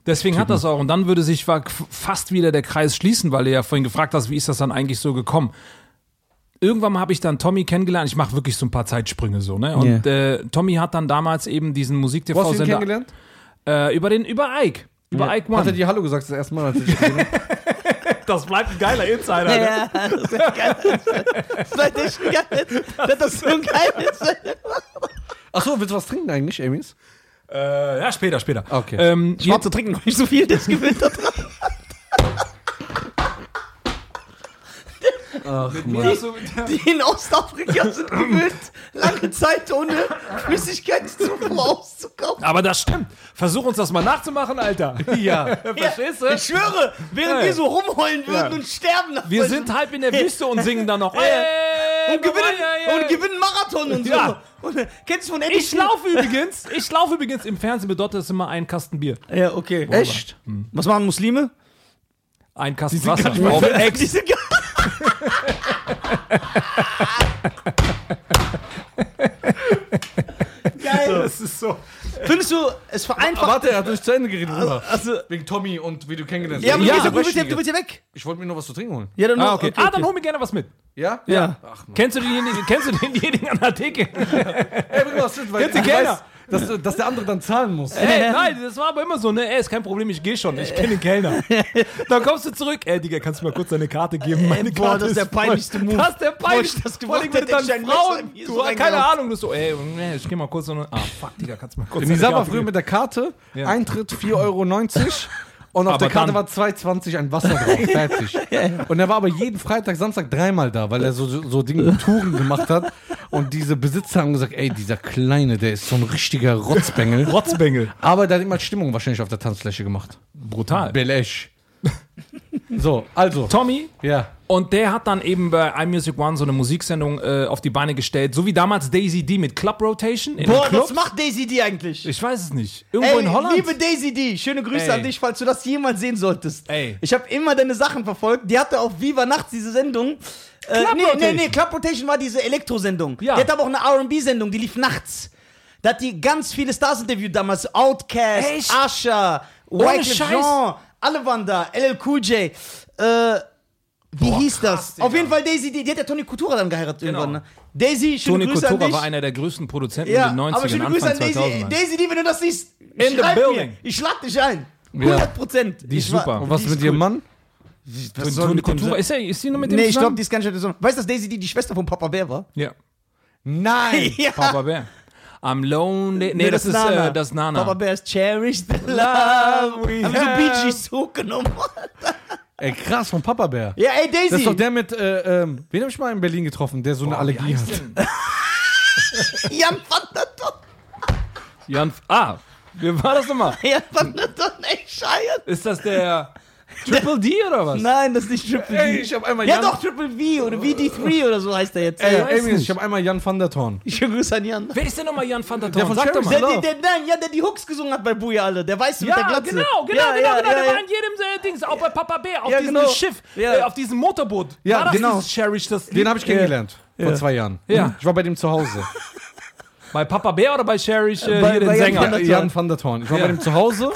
Deswegen hat das auch. Und dann würde sich fa- fast wieder der Kreis schließen, weil du ja vorhin gefragt hast, wie ist das dann eigentlich so gekommen? Irgendwann habe ich dann Tommy kennengelernt. Ich mache wirklich so ein paar Zeitsprünge so, ne? Und äh, Tommy hat dann damals eben diesen wo hast du ihn Musik-TV-Sender kennengelernt? äh, über den über Ike, über Ike Hat er One. dir Hallo gesagt das erste Mal? Als ich ihn gesehen habe? Das bleibt ein geiler Insider. ne? Ja, das ist echt geil. Das war echt geil. Das ist so ein geiles. Achso, willst du was trinken eigentlich, Amies? Äh, ja, später, später. Okay. Ähm, je- Schwarze trinken noch nicht so viel, das gewinnt da dran. Ach, Mann. Die in Ostafrika sind gewöhnt, lange Zeit ohne Flüssigkeitszufuhr auszukommen. aber das stimmt. Versuch uns das mal nachzumachen, Alter. Ja. Verstehst du? Ich schwöre, während Ja. wir so rumheulen würden Ja. und sterben nach Wir solchen- sind halb in der Wüste und singen dann noch. Äh, Ey, und gewinnen, Mama, und gewinnen Marathon und so. Ja. Und, äh, kennst du von Eddie? Ich laufe übrigens, ich laufe übrigens im Fernsehen bedeutet das immer einen Kasten Bier. Ja, okay. Echt? Hm. Was machen Muslime? Ein Kasten Wasser. mehr Auf Die Ex. sind gar Geil. Das ist so. Findest du, es Ah, vereinfacht? Warte, er hat nicht zu Ende geredet, Bruder. Also, Wegen Tommy und wie du kennengelernt ja, aber Ja, du, du willst ja, du willst ja weg. Ich wollte mir nur was zu trinken holen. Ja, dann Ah, noch- okay. ah, dann hol mir gerne was mit. Ja? Ja. Ach, Mann. Kennst du denjenigen, kennst du denjenigen an der Theke? Ey, bring mal was mit, weil Jetzt die ich Kellner. weiß, dass, dass der andere dann zahlen muss. Ähm. Ey, nein, das war aber immer so, ne? Ey, ist kein Problem, ich gehe schon. Ich kenne den Kellner. Dann kommst du zurück. Ey, Digga, kannst du mal kurz deine Karte geben? Meine Äh, boah, Karte das ist der voll. peinlichste Move. Das ist der Boah, ich peinlichste. das Vor allem, gemacht wenn hätte, du hätte ich dann ein Messer in Frauen, mir so du, keine reingehauen. Ahnung, du so, ey, nee, ich geh mal kurz so, ne? Ah, fuck, Digga, kannst du mal kurz Die deine war Karte früher geben? mit der Karte, Ja. Eintritt 4,90 Euro und auf Aber der Karte dann- war 2,20 ein Wasser drauf, fertig. Und er war aber jeden Freitag, Samstag dreimal da, weil er so, so so Dinge, Touren gemacht hat. Und diese Besitzer haben gesagt, ey, dieser Kleine, der ist so ein richtiger Rotzbengel. Rotzbengel. Aber der hat immer Stimmung wahrscheinlich auf der Tanzfläche gemacht. Ah. Brutal. Belesch. So, also. Tommy, Ja. Und der hat dann eben bei iMusic One so eine Musiksendung äh, auf die Beine gestellt, so wie damals Daisy D mit Club Rotation in Boah, den Clubs. was macht Daisy D eigentlich? ich weiß es nicht. Irgendwo Ey, in Holland. liebe Daisy D, schöne Grüße Ey. an dich, falls du das jemals sehen solltest. Ey. Ich habe immer deine Sachen verfolgt. Die hatte auf Viva Nachts diese Sendung. Äh, Club nee, nee, nee, Rotation. Club Rotation war diese Elektrosendung. Ja. Die hatte aber auch eine R&B-Sendung, die lief nachts. dass die ganz viele Stars-Interview damals, Outcast, Echt? Asher, Ohne Wyclef Scheiß. Jean, alle waren da, LL Cool J, äh, wie hieß das? Digga. Auf jeden Fall Daisy, die, die hat ja Toni Kutura dann geheiratet irgendwann. Ne? Daisy, schöne Tony Grüße an Kotura dich. war einer der größten Produzenten ja, in den 90ern, aber schöne Anfang Grüße an Daisy. 2000 Daisy, die, wenn du das siehst, In the schreib building. Mir. Ich schlag dich ein. Ja. 100 Prozent. Die ist super. Und was mit dir, ihrem Mann? Was soll Tony mit dem Kotura, sein? ist, er, ist sie nur mit dem Nee, ich glaube, zusammen? die ist ganz schön. Weißt du, dass Daisy die, die Schwester von Papa Bär war? Ja. Nein! Ja. Papa Bär. I'm lonely. Nee, das, ist Äh, das Nana. Papa Bears cherish the love. We haben so Bee Gees hochgenommen. Ey, krass, von Papa Bär. ja, ey, Daisy. Das ist doch der mit, äh, ähm, wen habe ich mal in Berlin getroffen, der so eine Allergie hat. Jan van der Donn. Jan, ah, wer war das nochmal? Jan van der Donn, ey, Scheiße. Ist das der Triple D oder was? Nein, das ist nicht Triple V. Ey, ich hab einmal ja, Jan- doch, Triple V oder VD3 oder so heißt er jetzt. Ey, ja. ey, Mies, ich habe einmal Jan van der Torn. Schönen Grüße an Jan. Wer ist denn nochmal Jan van der Der Thorn? von Sag doch Cherries. mal. Der, der, der, nein, ja, der die Hooks gesungen hat bei Buja alle. Der weiße mit der Ja, genau, Glatze. genau, genau, Ja, ja, genau. ja, der ja. war in jedem äh, Dings, auch bei Papa Bär, auf Ja, diesem genau. Schiff, Ja. äh, auf diesem Motorboot. Ja, war das genau. dieses Cherish, das Den habe ich Lied? äh, kennengelernt. Vor zwei Jahren. Ja. Ich war bei dem zu Hause. Bei Papa Bär oder bei Cherish, äh, Bei- hier bei Jan den Sänger? van der- Torn. Jan van der Torn. Ich war Ja. bei dem zu Hause,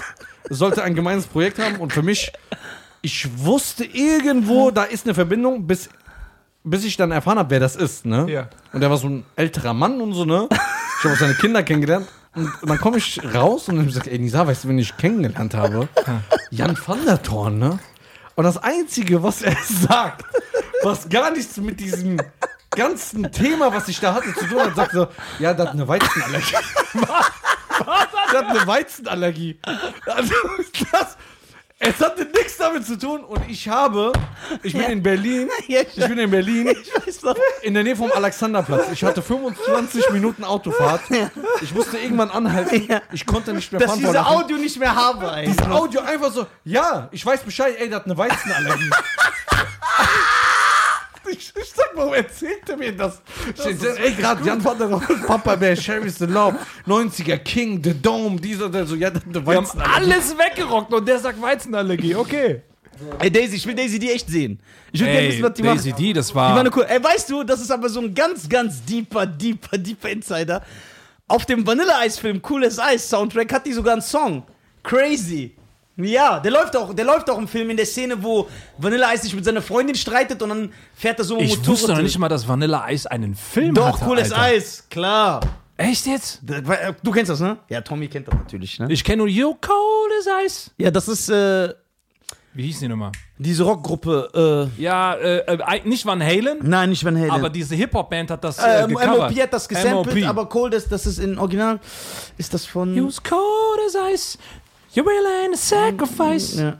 sollte ein gemeinsames Projekt haben und für mich, ich wusste irgendwo, da ist eine Verbindung, bis, bis ich dann erfahren habe, wer das ist, ne? Ja. Und der war so ein älterer Mann und so, ne? Ich habe auch seine Kinder kennengelernt. Und dann komme ich raus und dann sage ey, Nisa, weißt du, wen ich kennengelernt habe? Jan van der Torn, ne? Und das Einzige, was er sagt, was gar nichts mit diesem ganzen Thema, was ich da hatte, zu tun hat, sagt so, ja, das hat eine Weizenallergie. Das hat eine Weizenallergie. Also, das, es hatte nichts damit zu tun und ich habe, ich bin in Berlin, Ja, ich bin in Berlin, Weißt du? in der Nähe vom Alexanderplatz. Ich hatte 25 Minuten Autofahrt. Ich musste irgendwann anhalten. Ich konnte nicht mehr Dass fahren. ich vor diese lauter- Audio nicht mehr habe, ey. dieses Audio einfach so, ja, ich weiß Bescheid, ey, der hat eine Weizenallergie. Ich, ich sag, warum erzählt er mir das? Ich, das ey, gerade Jan van der Rohe, Papa Bear, Sherry's the Love, 90er King, The Dome, dieser, der so, ja, der hat eine Wir haben Weizenallergie. alles weggerockt und der sagt Weizenallergie, okay. Ey, Daisy, ich will Daisy die echt sehen. Ich will gerne wissen, was die macht. D, das Die war eine cool. Ey, weißt du, das ist aber so ein ganz, ganz deeper, deeper, deeper Insider. Auf dem Vanilla-Eis-Film Cooles Eis Soundtrack hat die sogar einen Song. Crazy. Ja, der läuft auch, der läuft auch im Film in der Szene, wo Vanilla Eis sich mit seiner Freundin streitet und dann fährt er so ein Ich wusste noch durch. nicht mal, dass Vanilla Ice einen Film Doch, hatte, cooles Alter. Eis, klar. Echt jetzt? Das war- äh, Du kennst das, ne? Ja, Tommy kennt das natürlich, ne? Ich kenne nur You Cold as Ice. Ja, das ist äh, Wie hieß die Nummer? diese Rockgruppe. Äh, Ja, äh, äh, nicht Van Halen, nein, nicht Van Halen. Ähm, aber diese Hip-Hop-Band hat das äh, äh, gecovert. MOP hat das gesampelt, M.O.P.. aber Cold ist, das ist in Original, ist das von... You's cold as ice, you're willing to sacrifice. Ja.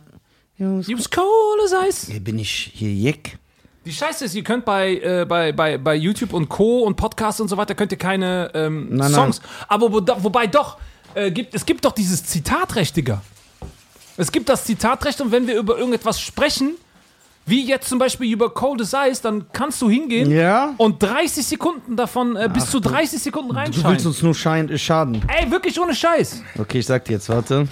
Jungs. You's cold as ice. Hier bin ich hier Jeck. Die Scheiße ist, ihr könnt bei, äh, bei, bei, bei YouTube und Co. und Podcasts und so weiter, könnt ihr keine ähm, Nein, Songs. Aber wo, wobei doch, äh, gibt, es gibt doch dieses Zitatrecht, Digga. Es gibt das Zitatrecht und wenn wir über irgendetwas sprechen, wie jetzt zum Beispiel über Cold as Ice, dann kannst du hingehen Ja? und 30 Sekunden davon, äh, bis zu 30 Sekunden Du willst reinschreiben. uns nur schein äh, schaden. Ey, wirklich ohne Scheiß. Okay, ich sag dir jetzt, warte.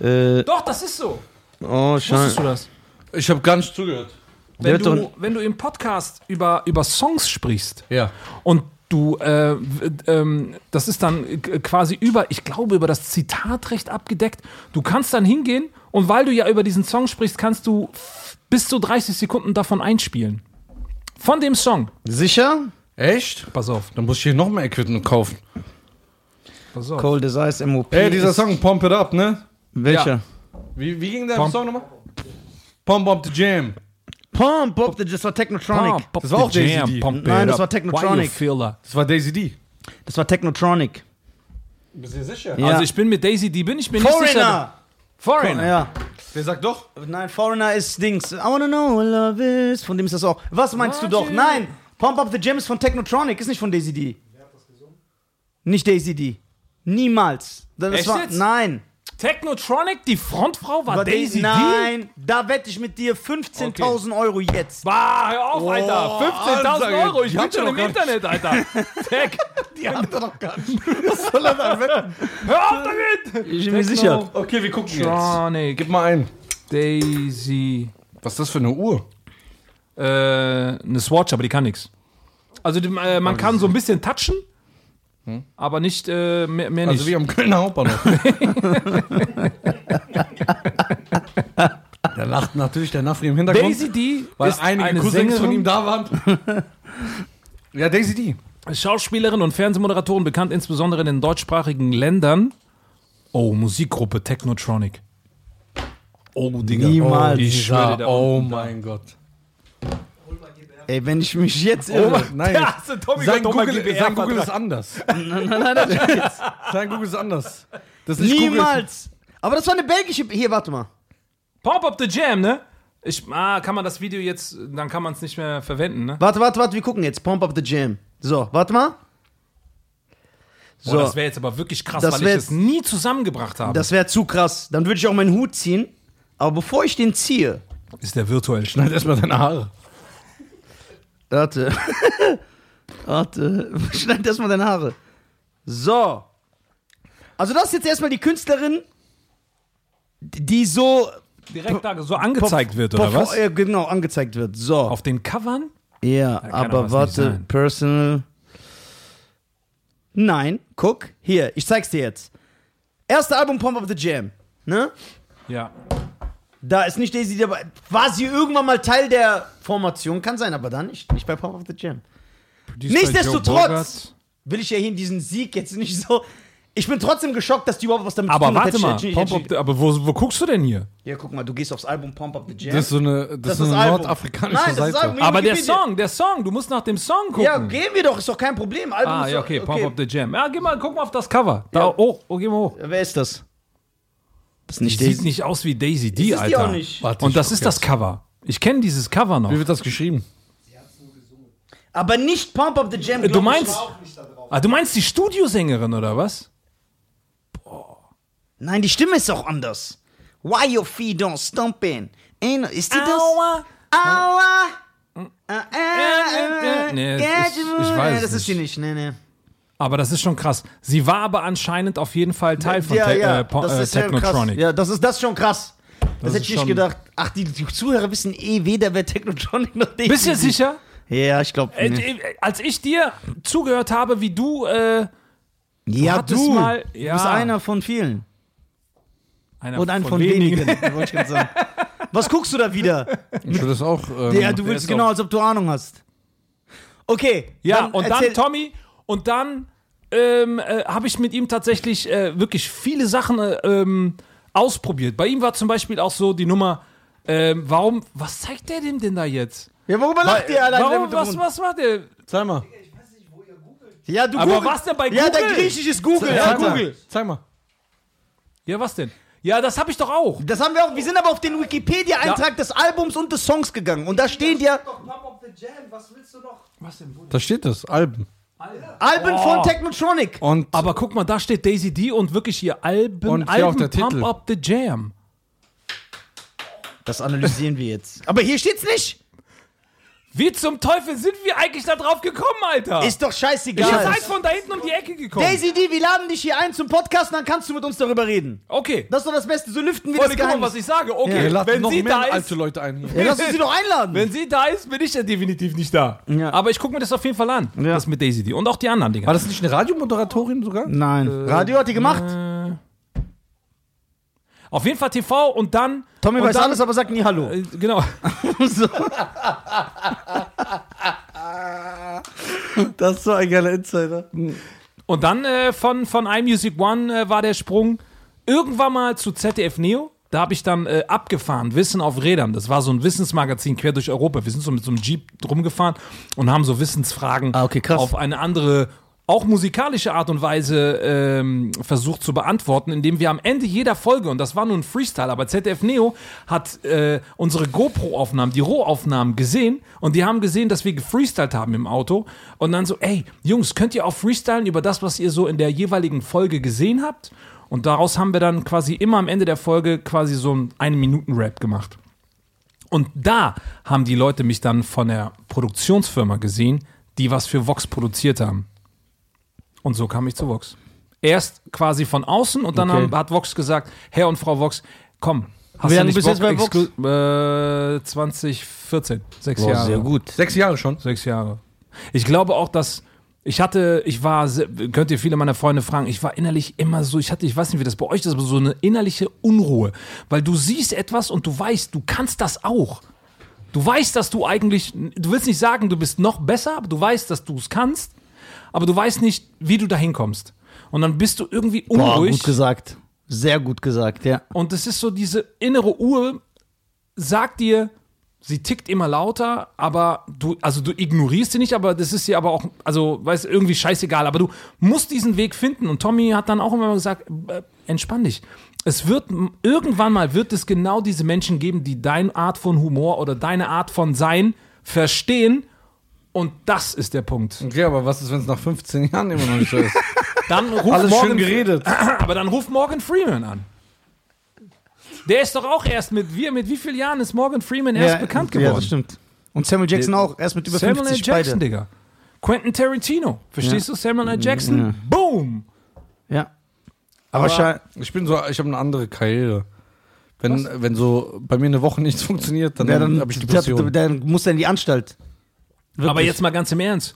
Äh, Doch, das ist so. oh, Wusstest du Schein. das? Ich habe gar nicht zugehört. Der Wenn wird du, doch- wenn du im Podcast über, über Songs sprichst Ja. und du, äh, w- ähm, das ist dann äh, quasi über, ich glaube, über das Zitatrecht abgedeckt. Du kannst dann hingehen und weil du ja über diesen Song sprichst, kannst du f- bis zu 30 Sekunden davon einspielen. Von dem Song. Sicher? Echt? Pass auf, Dann muss ich hier noch mehr Equipment kaufen. pass auf. Cold as Ice MOP. Ey, dieser ist- Song, Pump It Up, ne? Welcher? Wie, wie ging der Pump- Song nochmal? Pump Up the Jam. Pump, Pop, das war Technotronic. Ah, Pop Das war the auch Daisy Jam, D. pump it Nein, das up. war Technotronic. Why you feel that? Das war Daisy D. Das war Technotronic. Bist du sicher? Ja. Also ich bin mit Daisy D, bin ich mir nicht sicher. Foreigner! Foreigner. Ja. Der sagt doch. Nein, Foreigner ist Dings. I wanna know what love is. Von dem ist das auch. Was meinst du doch? Nein! Pump Up the Jam ist von Technotronic, ist nicht von Daisy D. Nicht Daisy D. Niemals. Das Echt war, jetzt? Nein. Technotronic, die Frontfrau war, Aber Daisy D? Nein, da wette ich mit dir 15.000 Euro jetzt. Bah, hör auf, Alter. 15.000 Ansage. Euro. Ich Die bin habt ihr schon doch im gar nicht. Internet, Alter. Tech. Die hat er doch gar nicht. Soll er dann wetten? Hör auf damit. Ich bin mir sicher. Okay, wir gucken jetzt. Tronic, Gib mal ein. Daisy. Was ist das für eine Uhr? Äh, eine Swatch, aber die kann nix. Also die, äh, man kann so ein bisschen touchen. Aber nicht, äh, mehr, mehr Hm? Also nicht. wie am Kölner Hauptbahnhof. da lacht natürlich der Nafri im Hintergrund. Daisy D weil ist einige eine Cousins Sängerin, von ihm da waren. ja, Daisy D. Schauspielerin und Fernsehmoderatorin, bekannt insbesondere in den deutschsprachigen Ländern. Oh, Musikgruppe Technotronic. Oh, Digga. Niemals. Oh, ich schwöre dir, da oh mein Gott. Ey, wenn ich mich jetzt Oh, irre. nein. Ja, also hast du Tommy sein Gott nochmal Google, GBR sein Google ist anders. sein Google ist anders. Das ist nicht Niemals. Aber das war eine belgische. Hier, warte mal. Pop Up the Jam, ne? Ich, ah, kann man das Video jetzt, dann kann man es nicht mehr verwenden, ne? Warte, warte, warte, wir gucken jetzt. Pump up the jam. So, warte mal. So, Boah, das wäre jetzt aber wirklich krass, Das weil wär ich jetzt- es nie zusammengebracht habe. das wäre zu krass. Dann würde ich auch meinen Hut ziehen. Aber bevor ich den ziehe, ist der virtuell Google. Schneid erstmal deine Haare. Warte. Warte. Schneid erstmal deine Haare. So. Also, das ist jetzt erstmal die Künstlerin, die so. direkt da so angezeigt wird, oder perfor- was? Ja, genau, angezeigt wird. So. Auf den Covern? ja, kann doch aber was nicht warte. sein. Personal. Nein, guck. Hier, ich zeig's dir jetzt. Erste Album Pump of the Jam. Ne? Ja. Da ist nicht Daisy dabei. War sie irgendwann mal Teil der Formation? Kann sein, aber dann nicht. Nicht bei Pump of the Jam. Nichtsdestotrotz will ich ja hier in diesen Sieg jetzt nicht so. Ich bin trotzdem geschockt, dass die überhaupt was damit Aber zu tun hat. warte mal, Hätte ich- Pop hätte Up ich- the, aber wo, wo guckst du denn hier? Ja, guck mal, du gehst aufs Album Pump Up the Jam. Das ist so eine, das ist so eine nordafrikanische Nein, das ist Seite. das Album. Aber der Wikipedia. Song, der Song, du musst nach dem Song gucken. Ja, gehen wir doch, ist doch kein Problem. Album ah, ist ja, doch- okay, Pop Up the Jam. Ja, geh mal, guck mal auf das Cover. Da, Ja. oh, oh, geh mal hoch. Ja, Wer ist das? Das ist nicht Die sieht Daisy. nicht aus wie Daisy D, ist Alter. die auch nicht. Warte, ich Und das guck ist das Cover. Ich kenne dieses Cover noch. Wie wird das geschrieben? Aber nicht Pump Up the Jam. glaub Äh, Du ich. meinst, ah, du meinst die Studiosängerin oder was? Nein, die Stimme ist auch anders. Why your feet don't stompin'? Ain't- Ist die das? Aua. Äh, Aua! Nee, das ist- ich weiß das es ist sie nicht, nee, nee. Aber das ist schon krass. Sie war aber anscheinend auf jeden Fall Teil von ja, Te ja, äh, Po- das äh, ist ja Technotronic. Krass. Ja, das ist das ist schon krass. Das, hätte ist ich nicht schon- gedacht. Ach, die, die Zuhörer wissen eh weder, wer Technotronic noch die. Bist du sicher? Ja, ich glaube. Äh, äh, Als ich dir zugehört habe, wie du äh, Ja, hattest du. mal- Du ja. bist einer von vielen. einer Und ein von, wenigen. wollte ich gerade sagen. Was guckst du da wieder? Ich würde das auch. Ähm, Ja, du willst ist genau, doch- als ob du Ahnung hast. Okay. Ja, und erzähl- dann Tommy und dann ähm, äh, habe ich mit ihm tatsächlich äh, wirklich viele Sachen äh, ähm, ausprobiert. Bei ihm war zum Beispiel auch so die Nummer, ähm, warum, was zeigt der dem denn da jetzt? Ja, worüber lacht ihr allein? Warum, was, was war der? Zeig mal. Ja, du Aber Google- was denn bei Ja, dein Google? griechisches Google. Ja, Zeig mal. Google. Zeig mal. Ja, was denn? Ja, das habe ich doch auch. Das haben wir auch. Wir sind aber auf den Wikipedia-Eintrag des Albums und des Songs gegangen. Und da stehen ja Was denn? Da steht das. Alben. Alben Oh. von Technotronic. Und Aber guck mal, da steht Daisy D und wirklich ihr Album, Und hier Album auch der Pump Titel. Up the Jam. Das analysieren wir jetzt. Aber hier steht's nicht. Wie zum Teufel sind wir eigentlich da drauf gekommen, Alter? Ist doch Ihr scheißegal. seid von da hinten um die Ecke gekommen. Daisy D, wir laden dich hier ein zum Podcast und dann kannst du mit uns darüber reden. Okay. Das ist doch das Beste. So lüften wir Freunde, das guck mal, was Geheimnis. ich sage. Okay, wir lassen wenn noch sie mehr da ist, alte Leute ein hier. Ja, lass uns sie doch einladen. Wenn sie da ist, bin ich ja definitiv nicht da. Ja. Aber ich gucke mir das auf jeden Fall an. Ja. Das mit Daisy D. Und auch die anderen Dinger. War das nicht eine Radiomoderatorin sogar? Nein. Äh, Radio hat die gemacht. Auf jeden Fall TV und dann. Tommy und weiß dann, alles, aber sagt nie Hallo. Äh, genau. Das ist so ein geiler Insider. Und dann äh, von, von iMusic One äh, war der Sprung irgendwann mal zu ZDF Neo. Da habe ich dann äh, abgefahren, Wissen auf Rädern. Das war so ein Wissensmagazin quer durch Europa. Wir sind so mit so einem Jeep rumgefahren und haben so Wissensfragen Ah, okay, krass. auf eine andere, auch musikalische Art und Weise ähm, versucht zu beantworten, indem wir am Ende jeder Folge, und das war nur ein Freestyle, aber ZDF Neo hat äh, unsere GoPro-Aufnahmen, die Rohaufnahmen gesehen und die haben gesehen, dass wir gefreestylt haben im Auto und dann so, ey, Jungs, könnt ihr auch freestylen über das, was ihr so in der jeweiligen Folge gesehen habt? Und daraus haben wir dann quasi immer am Ende der Folge quasi so einen Eine-Minuten-Rap gemacht. Und da haben die Leute mich dann von der Produktionsfirma gesehen, die was für Vox produziert haben. Und so kam ich zu Vox. Erst quasi von außen und dann Okay. haben, hat Vox gesagt, Herr und Frau Vox, komm, hast Wie du lange nicht bist du jetzt bei Vox? Exclu- Äh, 2014, sechs Jahre. gut. Sechs Jahre schon. Sechs Jahre. Ich glaube auch, dass Ich hatte, ich war, se- könnt ihr viele meiner Freunde fragen, ich war innerlich immer so, ich hatte, ich weiß nicht, wie das bei euch ist, aber so eine innerliche Unruhe. Weil du siehst etwas und du weißt, du kannst das auch. Du weißt, dass du eigentlich, du willst nicht sagen, du bist noch besser, aber du weißt, dass du es kannst, aber du weißt nicht, wie du da hinkommst. Und dann bist du irgendwie Boah, unruhig. gut gesagt. Sehr gut gesagt, ja. Und es ist so, diese innere Uhr sagt dir, sie tickt immer lauter, aber du, also du ignorierst sie nicht, aber das ist dir aber auch, also weißt irgendwie scheißegal, aber du musst diesen Weg finden. Und Tommy hat dann auch immer gesagt, äh, entspann dich. Es wird m- irgendwann mal wird es genau diese Menschen geben, die deine Art von Humor oder deine Art von Sein verstehen. Und das ist der Punkt. Okay, aber was ist, wenn es nach 15 Jahren immer noch nicht so ist? Dann ruf Alles morgen schön geredet. Aber dann ruf Morgan Freeman an. Der ist doch auch erst mit wir mit wie vielen Jahren ist Morgan Freeman erst ja, bekannt Ja, geworden? das stimmt. Und Samuel Jackson auch, erst mit über Samuel L. 50 Jackson, beide. Digga. Quentin Tarantino. Verstehst du? Samuel L. Jackson. Boom. Ja. Aber, scha- Ich bin so, ich habe eine andere Karriere. Wenn, wenn so bei mir eine Woche nichts funktioniert, dann, ja, dann, habe ich dann, Depressionen. dann muss er in die Anstalt. Aber jetzt mal ganz im Ernst.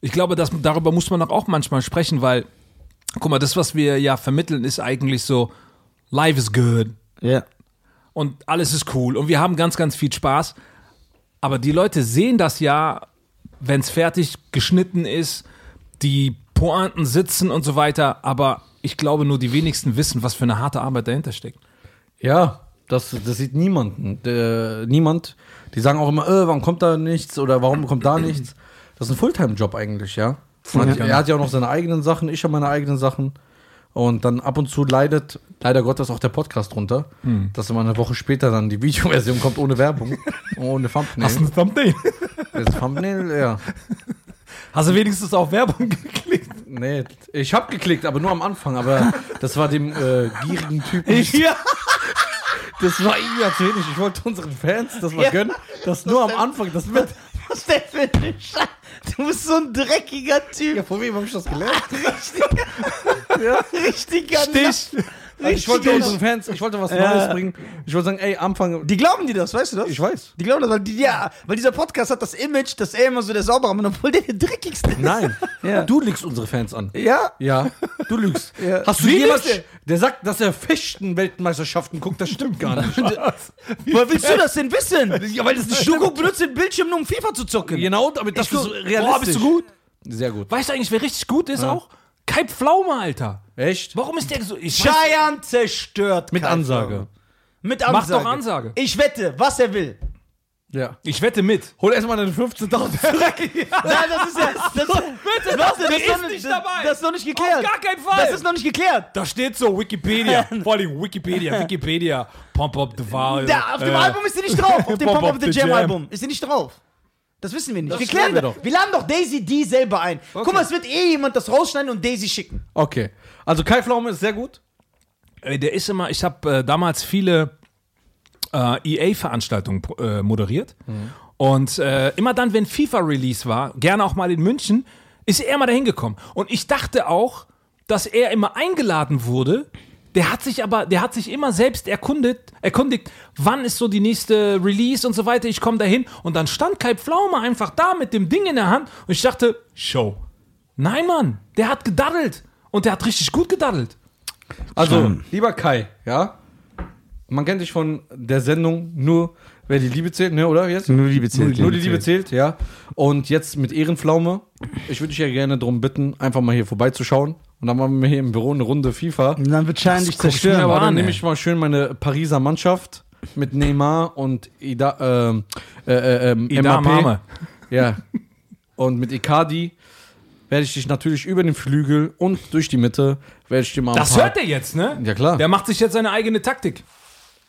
Ich glaube, dass, darüber muss man doch auch manchmal sprechen, weil, guck mal, das, was wir ja vermitteln, ist eigentlich so, life is good. Ja. und alles ist cool und wir haben ganz, ganz viel Spaß. Aber die Leute sehen das ja, wenn es fertig geschnitten ist, die Pointen sitzen und so weiter. Aber ich glaube, nur die wenigsten wissen, was für eine harte Arbeit dahinter steckt. Ja, das, das sieht niemanden. Der, niemand. Die sagen auch immer, äh, warum kommt da nichts oder warum kommt da nichts. Das ist ein Fulltime-Job eigentlich, ja. Man Hat, Ja. er hat ja auch noch seine eigenen Sachen, ich habe meine eigenen Sachen. Und dann ab und zu leidet, leider Gottes, auch der Podcast runter, dass immer eine Woche später dann die Videoversion kommt ohne Werbung, ohne Thumbnail. ein Thumbnail? Das Thumbnail, ja. Hast du wenigstens auf Werbung geklickt? Nee, ich habe geklickt, aber nur am Anfang. Aber das war dem äh, gierigen Typen. ja. das war ihm ja zu wenig. Ich wollte unseren Fans das mal Ja. gönnen. Das nur am Anfang. Das wird. Was ist der für eine Scheiße? Du bist so ein dreckiger Typ. Ja, von wem habe ich das gelernt? Richtiger Stich. Na- Also Ich wollte richtiger- unseren Fans, ich wollte was Neues bringen. Ich wollte sagen, ey, Anfang. Die glauben dir das, weißt du das? Ich weiß. Die glauben das, weil, die, ja, weil dieser Podcast hat das Image, dass er immer so der saubere Mann, obwohl der der dreckigste ist. Nein. Ja. Du lügst unsere Fans an. Ja. Ja, du lügst. Ja. Hast du Wie jemals. lügt er? Der sagt, dass er Fechten-Weltmeisterschaften guckt, das stimmt gar nicht. Woher willst du das denn wissen? Ja, weil das nicht Schoko benutzt den Bildschirm, nur um FIFA zu zocken. Genau, damit das Ich ist guck- realistisch. Boah, bist du gut? Sehr gut. Weißt du eigentlich, wer richtig gut ist auch? Kai Pflaume, Alter. Echt? Warum ist der so? Ich weiß- Cheyenne zerstört. Mit Karl Ansage. Storm. Mit Ansage. doch Ansage. Ich wette, was er will. Ja. Ich wette mit. Hol erstmal deine 15.000 zurück. Nein, das ist ja. Das, Bitte, was denn? der Das ist noch nicht das, dabei. Das ist noch nicht geklärt. Auf gar keinen Fall. Das ist noch nicht geklärt. Da steht so Wikipedia. Vor allem Wikipedia, Wikipedia. Pump up the volume. Da, auf dem Äh, Album ist sie nicht drauf. Auf dem Pop of the Jam Jam. Album ist sie nicht drauf. Das wissen wir nicht. wir klären klären wir das. doch. Wir laden doch Daisy D selber ein. Guck mal, es wird eh jemand das rausschneiden und Daisy schicken. Okay. Also Kai Pflaume ist sehr gut. Ey, Der ist immer, ich habe äh, damals viele äh, EA-Veranstaltungen pro- äh, moderiert. Und äh, immer dann, wenn FIFA-Release war, gerne auch mal in München, ist er immer dahin gekommen. Und ich dachte auch, dass er immer eingeladen wurde. Der hat sich aber, der hat sich immer selbst erkundet, erkundigt, wann ist so die nächste Release und so weiter. Ich komme dahin und dann stand Kai Pflaume einfach da mit dem Ding in der Hand und ich dachte, Show. Nein, Mann, der hat gedaddelt und der hat richtig gut gedaddelt. Also, lieber Kai, ja? Man kennt dich von der Sendung nur, wer die Liebe zählt, ne, oder? Jetzt? Nur die Liebe zählt. Nur die Liebe zählt, ja. Und jetzt mit Ehrenpflaume. Ich würde dich ja gerne darum bitten, einfach mal hier vorbeizuschauen. Und dann machen wir hier im Büro eine Runde FIFA. Und dann wird Schein dich guck ich mir zerstören. aber Aber dann Mann, nehme ey. ich mal schön meine Pariser Mannschaft mit Neymar und Ida, ähm, äh, äh, ähm, Ida Mbappé. Mame. Ja. Und mit Icardi werde ich dich natürlich über den Flügel und durch die Mitte werde ich dir mal ein Das paar- hört er jetzt, ne? Ja, klar. Der macht sich jetzt seine eigene Taktik.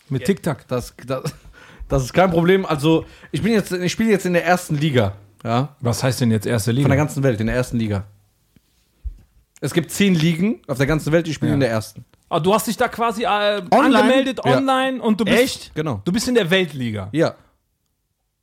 Mit Tic-Tac. Das, das, das ist kein Problem. Also, ich bin jetzt, ich spiele jetzt in der ersten Liga. Ja. Was heißt denn jetzt erste Liga? Von der ganzen Welt, in der ersten Liga. Es gibt zehn Ligen auf der ganzen Welt, ich spiele Ja. in der ersten. Ah, du hast dich da quasi äh, angemeldet Ja. online und du bist. Echt? Genau. Du bist in der Weltliga. Ja.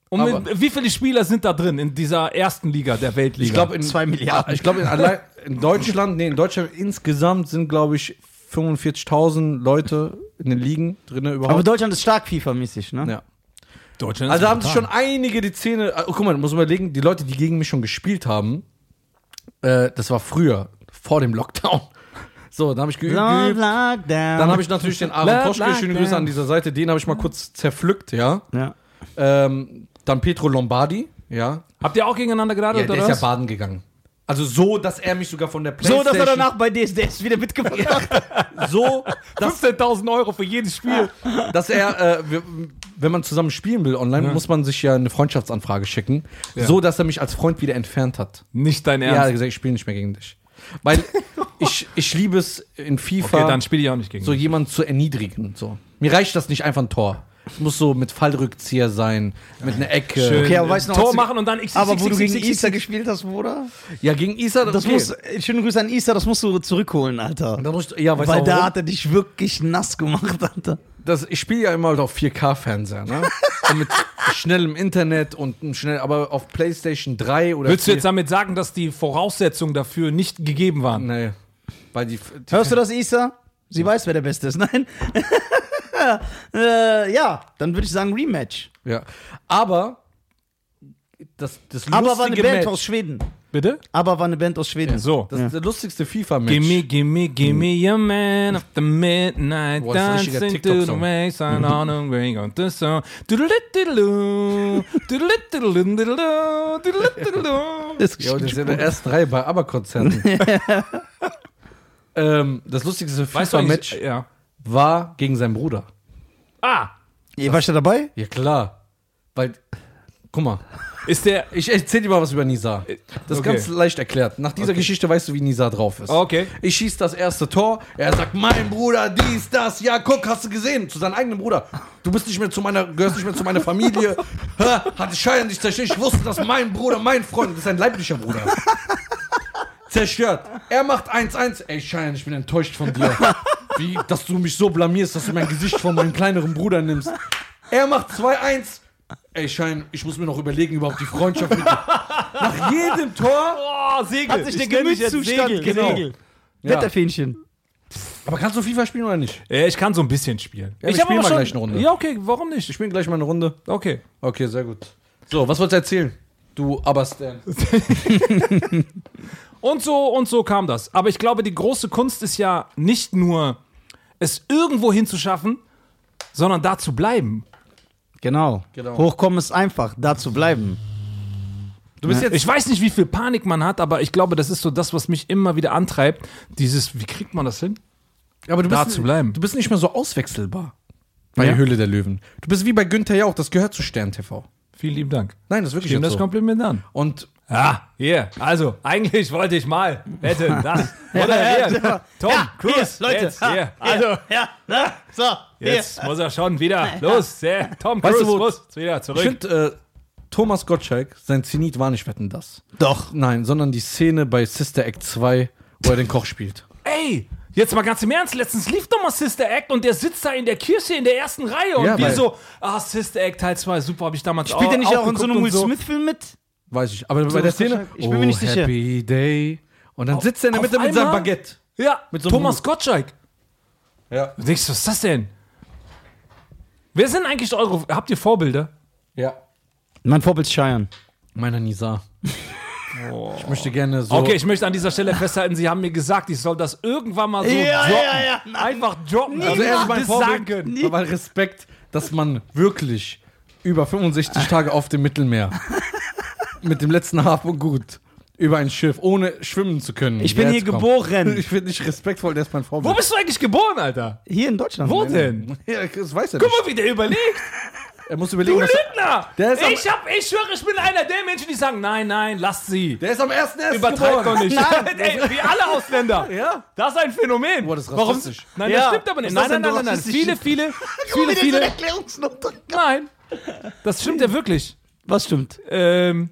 Und aber- mit, wie viele Spieler sind da drin in dieser ersten Liga der Weltliga? Ich glaube, in, ah, Zwei Milliarden. ich glaub, in, allein- in Deutschland, nee, in Deutschland insgesamt sind, glaube ich, 45.000 Leute in den Ligen drin Aber überhaupt. Deutschland ist stark FIFA-mäßig, ne? ja. Deutschland ist Also haben sich brutal. äh, schon einige die Szene. Oh, guck mal, du musst überlegen, die Leute, die gegen mich schon gespielt haben, Äh, das war früher, vor dem Lockdown. So, da habe ich geübt. Long geübt. Lockdown. Dann habe ich natürlich den Aaron Love Koschke, schöne Lockdown. Grüße an dieser Seite, den habe ich mal kurz zerpflückt, ja. Ja. Ähm, dann Petro Lombardi, ja. Habt ihr auch gegeneinander geradet, ja der oder ist ja was? baden gegangen. Also so, dass er mich sogar von der So, Playstation... dass er danach bei DSDS wieder mitgemacht hat. So, dass 15.000 Euro für jedes Spiel. dass er, äh, wir- wenn man zusammen spielen will online, muss man sich ja eine Freundschaftsanfrage schicken, so dass er mich als Freund wieder entfernt hat. Nicht dein Ja, er hat Ernst. gesagt, ich spiele nicht mehr gegen dich. Weil ich, ich liebe es in FIFA, okay, dann spiele ich auch nicht gegen so dich. jemanden zu erniedrigen. So. Mir reicht das nicht einfach ein Tor. Es muss so mit Fallrückzieher sein, mit einer Ecke. Okay, aber weißt du noch, Tor hast du- machen und dann x, x, Aber x, wo x, du x, gegen x, x, Isa gespielt hast, Bruder? Ja, gegen Isa, Das okay. muss, äh, schönen Grüße an Isa, das musst du zurückholen, Alter. Da muss ich- ja, weißt du Weil auch da warum? hat er dich wirklich nass gemacht, Alter. das, ich spiele ja immer halt auf 4K-Fernseher, ne? und mit schnellem Internet und einem schnell, aber auf PlayStation 3 oder Willst du 4 jetzt damit sagen, dass die Voraussetzungen dafür nicht gegeben waren? Nee. Weil die, die Hörst du das, Isa? Sie weiß, wer der Beste ist. Nein. äh, ja, dann würde ich sagen Rematch. Ja. Aber das, das lustige Aber war eine Band Match, aus Schweden. Bitte? Aber war eine Band aus Schweden. So. das, das lustigste Gimme, FIFA-Match. gimme, gimme your man of the midnight Boah, das ist ein richtiger dancing to the TikTok-Song. waves and on the way on the song. Doodle-diddle-doo, doodle-diddle-diddle-doo, doodle-diddle-doo. Das Ja, das sind ja erst drei bei ABBA-Konzerten. ähm, das lustigste Weißt du, FIFA-Match ich- ja. war gegen seinen Bruder. Ah, Ihr warst ja dabei? Ja, klar. Weil, guck mal, ist der. ich erzähl dir mal was über Nisa. Das ist Äh, Okay. ganz leicht erklärt. Nach dieser Geschichte weißt du, wie Nisa drauf ist. Okay. Ich schieß das erste Tor. Er sagt, mein Bruder, dies, das. Ja, guck, hast du gesehen? Zu seinem eigenen Bruder. Du bist nicht mehr zu meiner, gehörst nicht mehr zu meiner Familie. Ha, Hat die Schein dich zerstört. Ich wusste, dass mein Bruder, mein Freund, das ist ein leiblicher Bruder. Zerstört. Er macht 1-1. Ey, Schein, ich bin enttäuscht von dir. Wie, dass du mich so blamierst, dass du mein Gesicht von meinem kleineren Bruder nimmst. Er macht 2-1. Ey, Schein, ich muss mir noch überlegen, überhaupt die Freundschaft mit dir. Nach jedem Tor Oh, Segel. Hat sich der Ich nenn mich jetzt Gemütszustand Segel, genau. Segel. Ja. Wetterfähnchen. Aber kannst du FIFA spielen oder nicht? Äh, Ich kann so ein bisschen spielen. Ja, wir hab spielen aber mal gleich eine Runde. Ja, okay, warum nicht? Ich spiele gleich mal eine Runde. Okay. Okay, sehr gut. So, was wolltest du erzählen? Du Abastan. Und so und so kam das. Aber ich glaube, die große Kunst ist ja nicht nur, es irgendwo hinzuschaffen, sondern da zu bleiben. Genau. Genau. Hochkommen ist einfach, da zu bleiben. Du bist jetzt. Ich weiß nicht, wie viel Panik man hat, aber ich glaube, das ist so das, was mich immer wieder antreibt. Dieses, wie kriegt man das hin? aber du da zu bleiben. Du bist nicht mehr so auswechselbar. Bei Ja. Höhle der Löwen. Du bist wie bei Günther Jauch, das gehört zu Stern TV. Vielen lieben Dank. Nein, das ist wirklich Nehmen jetzt das so. Kompliment an. Und Ja, Ah, hier. Also, eigentlich wollte ich mal wetten, das. Ja, Oder ja. genau. hier. Tom, Ah, hier, Cruise, Leute. Jetzt, ha, hier. hier, also, ja, na, so, jetzt muss er schon wieder. Los, der Tom Weißt Cruise du, wo- muss wieder zurück. ich finde, äh, Thomas Gottschalk, sein Zenit war nicht wetten das. hier. Doch. Nein, sondern die Szene bei Sister Act 2, wo er den Koch spielt. Ey, jetzt mal ganz im Ernst, letztens lief doch mal Sister Act und der sitzt da in der Kirche in der ersten Reihe und Ja, wir weil- so, ah, Sister Act Teil 2, super, habe ich damals Spielt er nicht auch in geguckt so einem und Will Smith-Film mit? Weiß ich. Aber bei der Szene. Oh, Gottschalk, ich bin mir nicht sicher. Happy Day. Und dann sitzt er in der auf Mitte mit seinem einmal? Baguette. Ja, Mit mit so so einem Thomas Hut. Gottschalk. Ja. Du denkst, was ist das denn? Wer sind eigentlich eure, habt ihr Vorbilder? Ja. Mein Vorbild ist Cheyenne. Meiner Nisa. Ich möchte gerne so. Okay, ich möchte an dieser Stelle festhalten, sie haben mir gesagt, ich soll das irgendwann mal so Ja, droppen. ja, ja, nein. Einfach droppen. also er ist mein das Vorbild, sagen. aber Respekt, dass man wirklich über 65 Tage auf dem Mittelmeer mit dem letzten Hafen und gut über ein Schiff, ohne schwimmen zu können. Ich bin hierher hier zu kommen. geboren. Ich finde nicht respektvoll, der ist mein Wo Vorbild. bist du eigentlich geboren, Alter? Hier in Deutschland. Wo denn? Ja, das weiß er Guck nicht. mal, wie der überlegt. Er muss überlegen, Du was er, Lügner! Der ist am- ich, hab, ich schwöre, ich bin einer der Menschen, die sagen, nein, nein, lasst sie. Der ist am 1.1. Übertreibt doch geboren. nicht. Ey, wie alle Ausländer. Ja. Das ist ein Phänomen. Boah, das ist Warum? rassistisch. Nein, Ja. das stimmt aber Was nicht. Nein, ist nein, das denn nein, nein, nein. rassistisch? Viele, viele, viele, viele. Erklärungsnote. Nein. Das stimmt ja wirklich. Was stimmt? Ähm,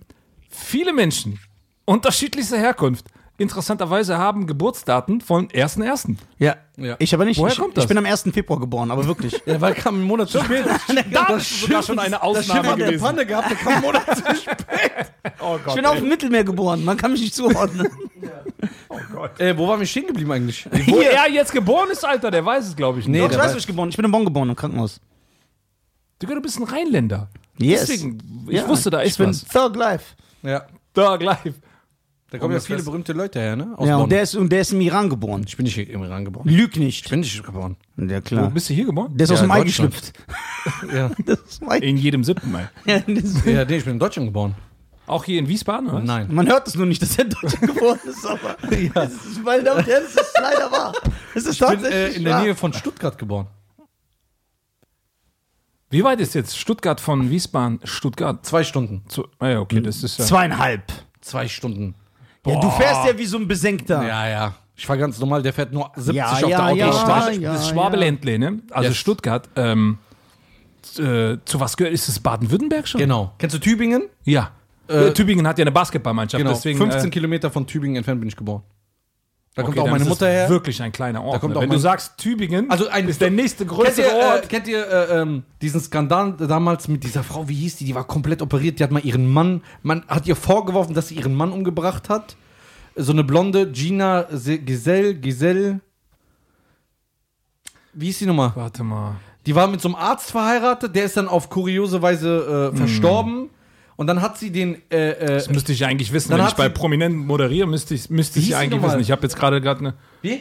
viele Menschen unterschiedlichster Herkunft interessanterweise haben Geburtsdaten von 1.1. Ja. Ja. Ich aber nicht. Woher ich, kommt das? Ich bin am 1. Februar geboren, aber wirklich. Der war kam einen Monat zu spät. Da ist sogar schon eine der Ausnahme gewesen. Panne gehabt, der kam einen Monat zu spät. Oh Gott, Ich bin auf dem Mittelmeer geboren, man kann mich nicht zuordnen. Äh, wo waren wir stehen geblieben eigentlich? Wo er jetzt geboren ist, Alter, der weiß es, glaube ich. Nee, nicht. ich der weiß, weiß- wo ich geboren bin. Ich bin in Bonn geboren, im Krankenhaus. Digga, du bist ein Rheinländer. Yes. Deswegen, ich wusste, da ist Ich bin was. Thug Life. Ja. Dog Live. Da kommen ja viele fest- berühmte Leute her, ne? Aus Ja, Bonn. und der, ist, und der ist im Iran geboren. ich bin nicht hier im Iran geboren. Lüg nicht. Ich bin nicht geboren. Ja, Wo klar. bist du hier geboren? Der ist aus Ja, dem Ei Deutschland. geschlüpft. Ja. Das ist mein- In jedem siebten Mal. Ja, das- ja, nee, ich bin in Deutschland geboren. Auch hier in Wiesbaden, oder? Nein. Man hört es nur nicht, dass er in Deutschland geboren ist, aber es ist, meine Damen und Herren, es ist leider wahr. Es ist Ich bin tatsächlich äh, in der Ah. wahr. Nähe von Stuttgart geboren. Wie weit ist jetzt Stuttgart von Wiesbaden? Stuttgart Zwei Stunden. zu. Ah ja, okay, das ist ja. Zweieinhalb. Zwei Stunden. Ja, du fährst ja wie so ein Ah. Besenkter. Ja, ja. Ich fahre ganz normal, der fährt nur 70 Ja, auf ja, der Autobahn. ja. Das ja, ja. Schwabeländle, ne? Also Yes. Stuttgart. Ähm, äh, zu was gehört? Ist es Baden-Württemberg schon? Genau. Kennst du Tübingen? Ja. Äh, Tübingen hat ja eine Basketballmannschaft, Genau. deswegen. 15 äh, Kilometer von Tübingen entfernt bin ich geboren. Da okay, kommt auch dann meine ist es Mutter her. Wirklich ein kleiner Ort. kommt ne? auch Wenn du mein- sagst Tübingen, Also ein- ist der nächste Kennt größere ihr, äh, Ort. kennt ihr äh, ähm, diesen Skandal damals mit dieser Frau, wie hieß die? Die war komplett operiert. Die hat mal ihren Mann, man hat ihr vorgeworfen, dass sie ihren Mann umgebracht hat. So eine blonde Gina Se- Gesell, Gesell. Wie hieß die nochmal? Warte mal. Die war mit so einem Arzt verheiratet, der ist dann auf kuriose Weise äh, verstorben. Und dann hat sie den. Äh, äh, Hm. Das müsste ich eigentlich wissen. Dann Wenn hat ich bei sie- Prominenten moderiere, müsste ich müsste ich hieß sie eigentlich nochmal? wissen. Ich habe jetzt gerade gerade eine. wie?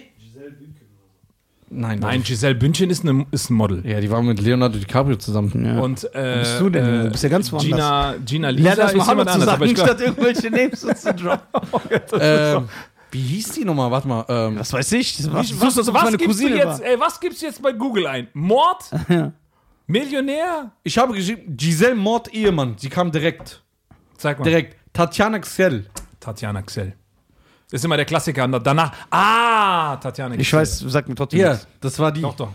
Nein, Nein, Giselle Bündchen ist, eine, ist ein Model. Ja, die war mit Leonardo DiCaprio zusammen. Und, äh, Wo bist du denn? Du bist ja ganz woanders. Gina, Gina Lisa Lern das mal ist Hallo jemand zu anders. Aber sagen, ich glaub, statt irgendwelche Names zu droppen. Ähm, wie hieß die nochmal? Warte mal. Ähm, Was weiß ich? Das war, ich was, wusste, dass was, es meine gibst du Cousine jetzt, jetzt? ey, was gibst du jetzt bei Google ein? Mord? Millionär? ich habe geschrieben, Giselle Mord Ehemann. Sie kam direkt. Zeig mal. Direkt. Tatjana Xell. Tatjana Xell. Ist immer der Klassiker. Und Danach. Ah, Tatjana Xell. Ich weiß, sag mir trotzdem Ja, nichts. das war die. Doch, doch.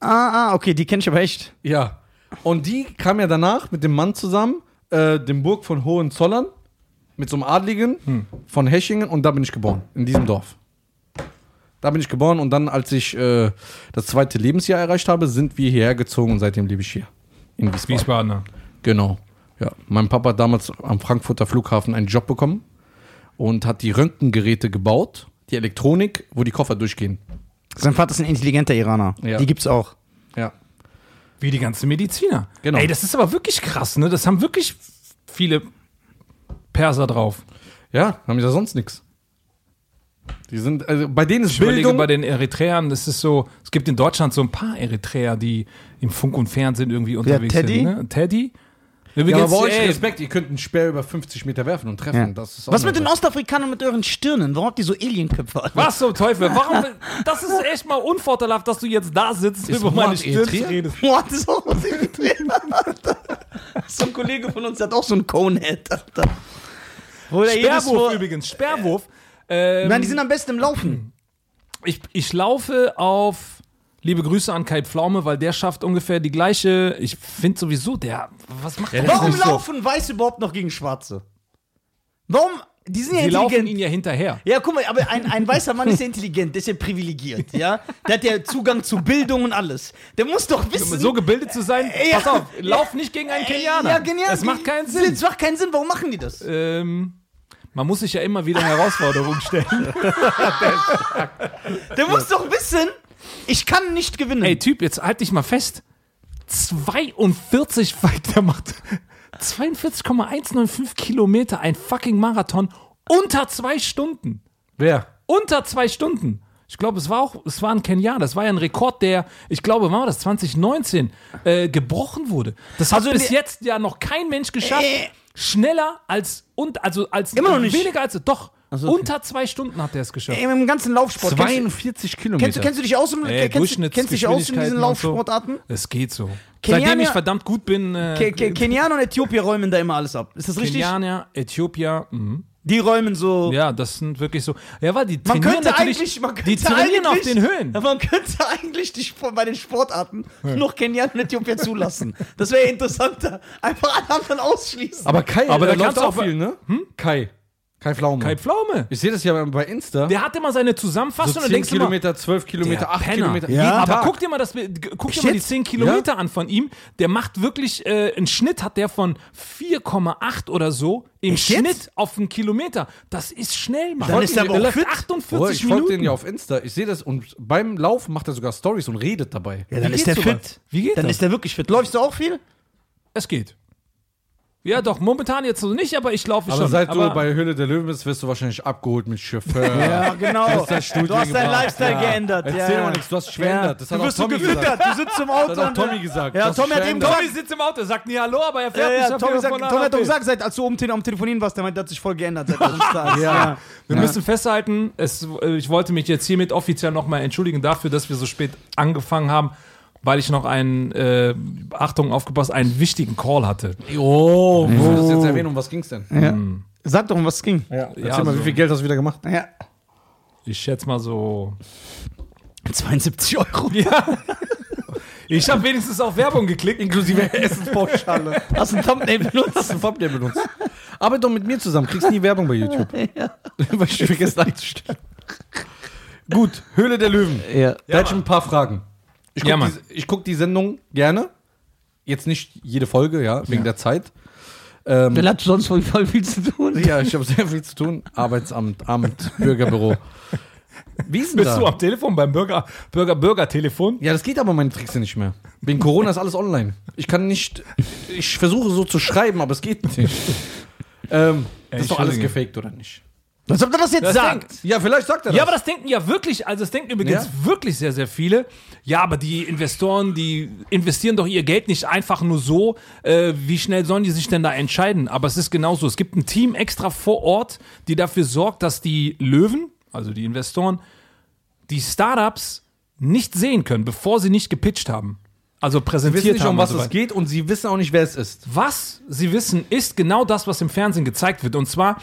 Ah, ah, okay, die kenne ich aber echt. Ja. Und die kam ja danach mit dem Mann zusammen, äh, dem Burg von Hohenzollern, mit so einem Adligen von Hechingen und da bin ich geboren, in diesem Dorf. Da bin ich geboren und dann, als ich äh, das zweite Lebensjahr erreicht habe, sind wir hierher gezogen und seitdem lebe ich hier. In Wiesbaden. Wiesbadener. Genau. Ja, mein Papa hat damals am Frankfurter Flughafen einen Job bekommen und hat die Röntgengeräte gebaut, die Elektronik, wo die Koffer durchgehen. Sein Vater ist ein intelligenter Iraner. Ja. Die gibt's auch. Ja. Wie die ganzen Mediziner. Genau. Ey, das ist aber wirklich krass, ne? Das haben wirklich viele Perser drauf. Ja, haben ja sonst nichts. Die sind, also bei denen ist Ich überlege Bildung. bei den Eritreern, das ist so, es gibt in Deutschland so ein paar Eritreer, die im Funk und Fernsehen irgendwie unterwegs Teddy? sind. Ne? Teddy? ja, Übrigens, aber bei euch ey, Respekt, ihr könnt einen Speer über 50 Meter werfen und treffen. Ja. Das ist auch Was mit den Ordnung. Ostafrikanern mit euren Stirnen? Warum habt ihr so Alienköpfe? Alter? was zum Teufel? Warum? Das ist echt mal unvorteilhaft, dass du jetzt da sitzt Ist über meine Murat Stirn Eritreer? redest. What ist auch was Eritreer, Alter. So ein Kollege von uns der hat auch so einen Conehead, Alter. Wo der jedes Sperrwurf Mal- übrigens, Sperrwurf. Ähm, Nein, die sind am besten im Laufen. ich, ich laufe auf. Liebe Grüße an Kai Pflaume, weil der schafft ungefähr die gleiche. Ich finde sowieso, der. Was macht der? Warum nicht so. laufen Weiße überhaupt noch gegen Schwarze? Warum? Die sind ja Die laufen intelligent. ihn ja hinterher. Ja, guck mal, aber ein, ein weißer Mann ist ja intelligent, der ist ja privilegiert, ja? Der hat ja Zugang zu Bildung und alles. Der muss doch wissen. Um so gebildet zu sein, Ja. pass auf, lauf nicht gegen einen Kenianer. Ja, genial. Es macht keinen Sinn. Es macht keinen Sinn, warum machen die das? Ähm, man muss sich ja immer wieder Herausforderungen stellen. Der muss doch wissen, ich kann nicht gewinnen. Ey, Typ, jetzt halt dich mal fest. 42, weil der macht 42,195 Kilometer, ein fucking Marathon, unter zwei Stunden. Wer? Unter zwei Stunden. Ich glaube, es war auch, es war ein Kenianer, das war ja ein Rekord, der, ich glaube, wann war das, 2019, äh, gebrochen wurde. Das hat Also in bis der- jetzt ja noch kein Mensch geschafft. Äh. Schneller als, und, also als, Immer noch nicht. weniger als, doch, unter zwei Stunden hat er es geschafft. Ey, im ganzen Laufsport. Kennst, du- 42 Kilometer. kennst, du- kennst du dich aus im Äh, kennst, du- kennst du dich aus in diesen Durchschnittsgeschwindigkeiten und so. Laufsportarten? Es geht so. Kenianer- Seitdem ich verdammt gut bin, äh, Ke Ke Kenianer und Äthiopier räumen da immer alles ab. Ist das richtig? Kenianer, Äthiopier, mhm. Die räumen so. ja, das sind wirklich so. Ja, weil die Man trainieren könnte natürlich, eigentlich, man könnte die trainieren auf eigentlich, den Höhen. Man könnte eigentlich die, Sp- bei den Sportarten noch Kenianer und Äthiopier zulassen. Das wäre ja interessanter. Einfach alle anderen ausschließen. aber Kai, Aber aber da da läuft kannst du auch auch- viel, ne? Kai. Kai Pflaume. Kai Pflaume, ich sehe das ja bei Insta. der hat immer seine Zusammenfassung so und 10 denkst du immer, Kilometer, 12 Kilometer, 8 Penner. Kilometer. Ja. jeden Aber aber Tag. guck dir mal, das, guck dir mal die jetzt? 10 Kilometer an von ihm. Der macht wirklich, äh, einen Schnitt hat der von 4,8 oder so im Echt jetzt? Schnitt auf einen Kilometer. Das ist schnell, Mann. Dann ist er aber auch läuft fit. Boah, 48 ich folge den Minuten. ja auf Insta. Ich sehe das und beim Laufen macht er sogar Stories und redet dabei. Ja, dann Wie ist geht der sowas? fit. Wie geht Dann das? ist der wirklich fit. Läufst du auch viel? Es geht. Ja, doch, momentan jetzt so nicht, aber ich laufe Aber schon. seit aber du bei Höhle der Löwen bist, wirst du wahrscheinlich abgeholt mit Chauffeur. Ja, genau. das Studio Du hast deinen gemacht. Lifestyle Ja. geändert. Erzähl ja. mal nichts, du hast Ja. schwendert. Das hat du auch wirst so Tommy gesagt. gefüttert. Du sitzt im Auto. Das hat auch und- Tommy gesagt. Ja, Das Tommy hat schwendert. eben gesagt, Tommy sitzt im Auto, sagt nie Hallo, aber er ja, fährt ja, nicht auf Tommy, jeden sagt, Fall Tommy nach hat doch Bild. gesagt, seit, als du um, am Telefonieren warst, der meint, der hat sich voll geändert. Seit du uns da Ja. ja. Wir müssen festhalten, es, äh, ich wollte mich jetzt hiermit offiziell nochmal entschuldigen dafür, dass wir so spät angefangen haben, weil ich noch einen, äh, Achtung, aufgepasst, einen wichtigen Call hatte. Oh, wo das jetzt erwähnen? Um was ging's denn? also Ja. Sag doch, um was es ging. Ja, Erzähl Ja, mal, so. wie viel Geld hast du wieder gemacht? Ja. Ich schätze mal so. 72 Euro. Ich habe wenigstens auf Werbung geklickt. Inklusive Essenspauschale. Hast du ein Thumbnail benutzt? Hast du ein Thumbnail benutzt? Arbeit doch mit mir zusammen, kriegst nie Werbung bei YouTube. Weil ich vergessen einzustellen. Gut, Höhle der Löwen. Ja. Da hätte ich ein paar Fragen. Ich gucke Ja, Mann. die, ich guck die Sendung gerne. Jetzt nicht jede Folge, ja, wegen der Zeit. Ähm, Dann hat sonst voll, voll viel zu tun. ja, ich habe sehr viel zu tun. Arbeitsamt, Amt, Bürgerbüro. Wie ist denn Bist da? du am Telefon beim Bürger, Bürger, Bürger Telefon? Ja, das geht aber meine Tricks nicht mehr. Wegen Corona ist alles online. Ich kann nicht. Ich versuche so zu schreiben, aber es geht nicht. ähm, das ist doch alles Entschuldige. gefaked, oder nicht? Was ob er das jetzt Das sagt? denkt- Ja, vielleicht sagt er das. Ja, aber das denken ja wirklich, also das denken übrigens Ja. wirklich sehr, sehr viele. Ja, aber die Investoren, die investieren doch ihr Geld nicht einfach nur so. Äh, wie schnell sollen die sich denn da entscheiden? Aber es ist genauso. Es gibt ein Team extra vor Ort, die dafür sorgt, dass die Löwen, also die Investoren, die Startups nicht sehen können, bevor sie nicht gepitcht haben. Also sie wissen präsentiert nicht, haben. um und was so es weiter. geht und sie wissen auch nicht, wer es ist. Was sie wissen, ist genau das, was im Fernsehen gezeigt wird. Und zwar,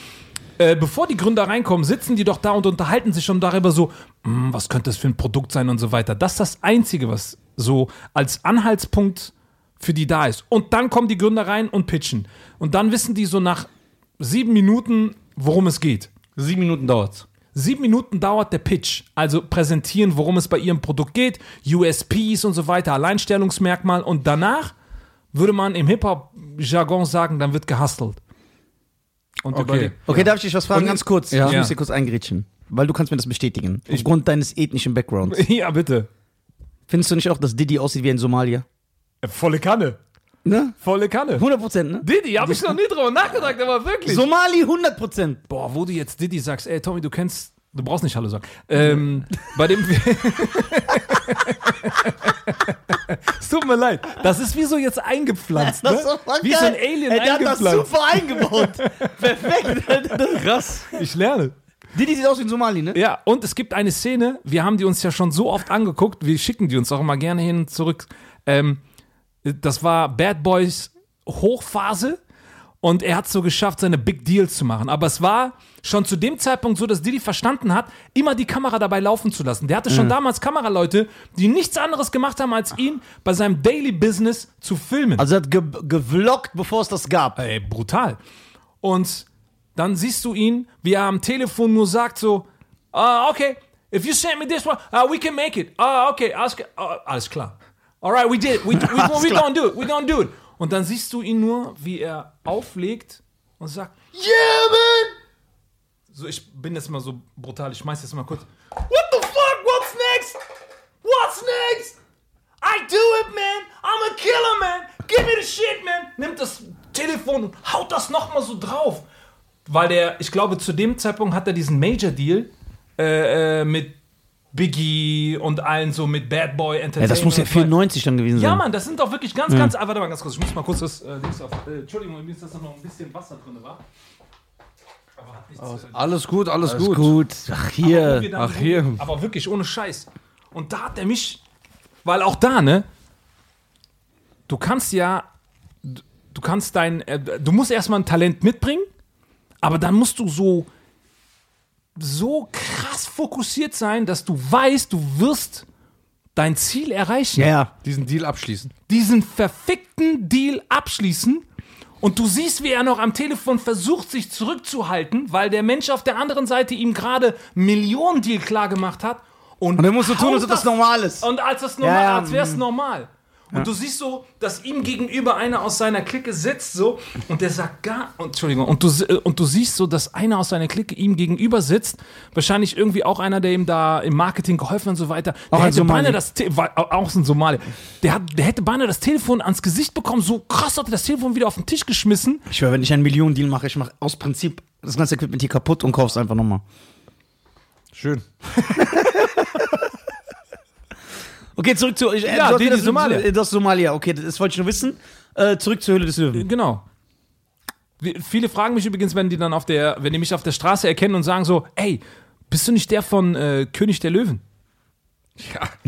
äh, bevor die Gründer reinkommen, sitzen die doch da und unterhalten sich schon darüber so, "Hm, was könnte das für ein Produkt sein und so weiter. Das ist das Einzige, was so als Anhaltspunkt für die da ist. Und dann kommen die Gründer rein und pitchen. Und dann wissen die so nach sieben Minuten, worum es geht. Sieben Minuten dauert's. Sieben Minuten dauert der Pitch, also präsentieren, worum es bei ihrem Produkt geht, USPs und so weiter, Alleinstellungsmerkmal und danach würde man im Hip-Hop-Jargon sagen, dann wird gehustelt. Und Okay. überlegt. Okay, darf ich dich was fragen? Und- ganz kurz. Ja. Ich muss dir kurz eingrätschen. Weil du kannst mir das bestätigen. Aufgrund deines ethnischen Backgrounds. Ja, bitte. Findest du nicht auch, dass Diddy aussieht wie ein Somalier? Volle Kanne. Ne? Volle Kanne. 100 Prozent, ne? Diddy, habe ich noch nie drüber nachgedacht, aber wirklich. Somali 100 Prozent. Boah, wo du jetzt Diddy sagst, ey Tommy, du kennst, du brauchst nicht Hallo sagen. Ähm, bei dem. es tut mir leid. Das ist wie so jetzt eingepflanzt, ne? Das ist doch voll Wie geil. so ein Alien Ey, der hat das eingepflanzt. super eingebaut. Perfekt. Krass. Ich lerne. Didi sieht aus wie ein Somali, ne? Ja, und es gibt eine Szene, wir haben die uns ja schon so oft angeguckt, wir schicken die uns auch immer gerne hin und zurück. Ähm, das war Bad Boys Hochphase und er hat so geschafft, seine Big Deals zu machen. Aber es war schon zu dem Zeitpunkt so, dass Diddy verstanden hat, immer die Kamera dabei laufen zu lassen. Der hatte schon damals Kameraleute, die nichts anderes gemacht haben, als ihn bei seinem Daily Business zu filmen. Also er hat ge gevloggt, bevor es das gab. Ey, brutal. Und dann siehst du ihn, wie er am Telefon nur sagt so, ah, okay, if you send me this one, ah, we can make it. Ah, okay, alles, ge- ah, alles klar. Alright, we did it. We, we, we, we gonna do it. We gonna do it. Und dann siehst du ihn nur, wie er auflegt und sagt, yeah, man! So, ich bin jetzt mal so brutal, ich schmeiß jetzt mal kurz. What the fuck? What's next? What's next? I do it, man. I'm a killer, man. Give me the shit, man. Nimmt das Telefon und haut das nochmal so drauf. Weil der, ich glaube, zu dem Zeitpunkt hat er diesen Major-Deal äh, äh, mit Biggie und allen so mit Bad Boy Entertainment. Ja, das muss ja und so weiter. 94 dann gewesen sein. Mhm. Ja, Mann, das sind doch wirklich ganz, ganz. Ah, warte mal ganz kurz, ich muss mal kurz das. Äh, Dings auf, äh, Entschuldigung, mir ist das noch ein bisschen Wasser drin, war. Aber hat nichts. äh, Alles gut, alles, Ist gut. gut. Ach, wir hier. dann Ach, so- hier. Aber wirklich, ohne Scheiß. Und da hat er mich. Weil auch da, ne? Du kannst ja. du- Du kannst dein. Äh, du musst erstmal ein Talent mitbringen, aber dann musst du so. So krass fokussiert sein, dass du weißt, du wirst dein Ziel erreichen Ja, ja. Diesen Deal abschließen. diesen verfickten Deal abschließen und du siehst, wie er noch am Telefon versucht, sich zurückzuhalten, weil der Mensch auf der anderen Seite ihm gerade Millionen-Deal klargemacht hat. Und, Und dann musst du tun, haut als ob das normal ist. Und als das normal, Ja, ja, als wäre es normal. Und du siehst so, dass ihm gegenüber einer aus seiner Clique sitzt so und der sagt gar, und- Entschuldigung, und du, si- äh, und du siehst so, dass einer aus seiner Clique ihm gegenüber sitzt, wahrscheinlich irgendwie auch einer, der ihm da im Marketing geholfen hat und so weiter. Der ein hätte Somali. beinahe das, Te- war- auch ein Somali, der, hat, der hätte beinahe das Telefon ans Gesicht bekommen, so krass hat er das Telefon wieder auf den Tisch geschmissen. Ich höre, wenn ich einen Millionen-Deal mache, ich mache aus Prinzip das ganze Equipment hier kaputt und kauf's einfach nochmal. Schön. Okay, zurück zu. Ich, Ja, du hast die- mir die das, Somalia. äh, Das Somalia, okay, das wollte ich nur wissen. Äh, zurück zur Höhle des Hm. Löwen. Genau. Wie- Viele fragen mich übrigens, wenn die dann auf der, wenn die mich auf der Straße erkennen und sagen so, ey, bist du nicht der von äh, König der Löwen?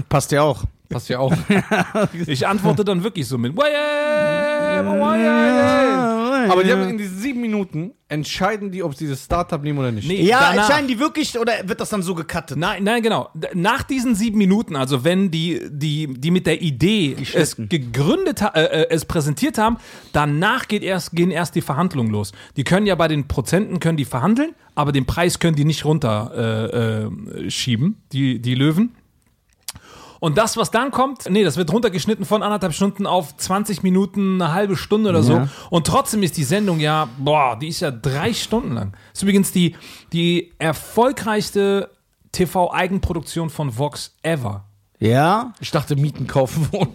Passt ja auch. Passt ja auch. Ich antworte dann wirklich so mit, "Waye, waye." Aber die haben in diesen sieben Minuten entscheiden die, ob sie das Startup nehmen oder nicht. Nee, Ja, danach. entscheiden die wirklich oder wird das dann so gecuttet? Nein, nein, genau. D- Nach diesen sieben Minuten, also wenn die, die, die mit der Idee es Geschnitten. gegründet, ha- äh, äh, es präsentiert haben, danach geht erst, gehen erst die Verhandlungen los. Die können ja bei den Prozenten können die verhandeln, aber den Preis können die nicht runter äh, äh, schieben, die, die Löwen. Und das, was dann kommt, nee, das wird runtergeschnitten von anderthalb Stunden auf 20 Minuten, eine halbe Stunde oder so. Und trotzdem ist die Sendung ja, boah, die ist ja drei Stunden lang. Ist übrigens die, die erfolgreichste TV-Eigenproduktion von Vox ever. Ja. Ich dachte, Mieten kaufen wohnen.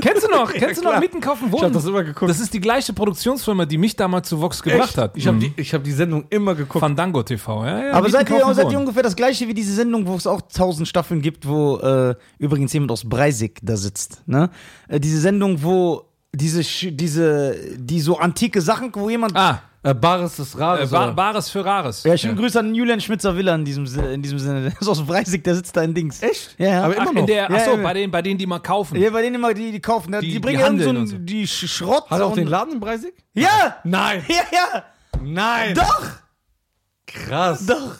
Kennst du noch? Kennst du noch klar. Mieten kaufen Ich habe wohnen? das Das, immer geguckt. ist die gleiche Produktionsfirma, die mich damals zu Vox gebracht hat. Mhm. Ich habe die, ich hab die Sendung immer geguckt. Fandango TV, ja, ja. Aber Mieten seid ihr, kaufen, seid ihr wohnen. ungefähr das gleiche wie diese Sendung, wo es auch tausend Staffeln gibt, wo äh, übrigens jemand aus Breisig da sitzt, ne? Äh, diese Sendung, wo diese, Sch- diese, die so antike Sachen, wo jemand. Ah, Äh, Bares ist äh, Rares. Bar Äh, Bares für Rares. Ja, schönen Grüße an Julian Schmitzer-Willer in diesem, Sinne- in diesem Sinne. Der ist aus Breisig, der sitzt da in Dings. Echt? Ja, ja. Aber Ach, immer in noch. der, achso, Ja, ja. bei, denen, bei denen, die mal kaufen. Ja, bei denen immer die, die kaufen. ne? Die, Die- bringen die irgend so handeln einen, und so. die Sch- Schrott. Hat er auch und- den Laden in Breisig? Ja! Nein. Ja, ja! Nein. Doch! Krass. Doch!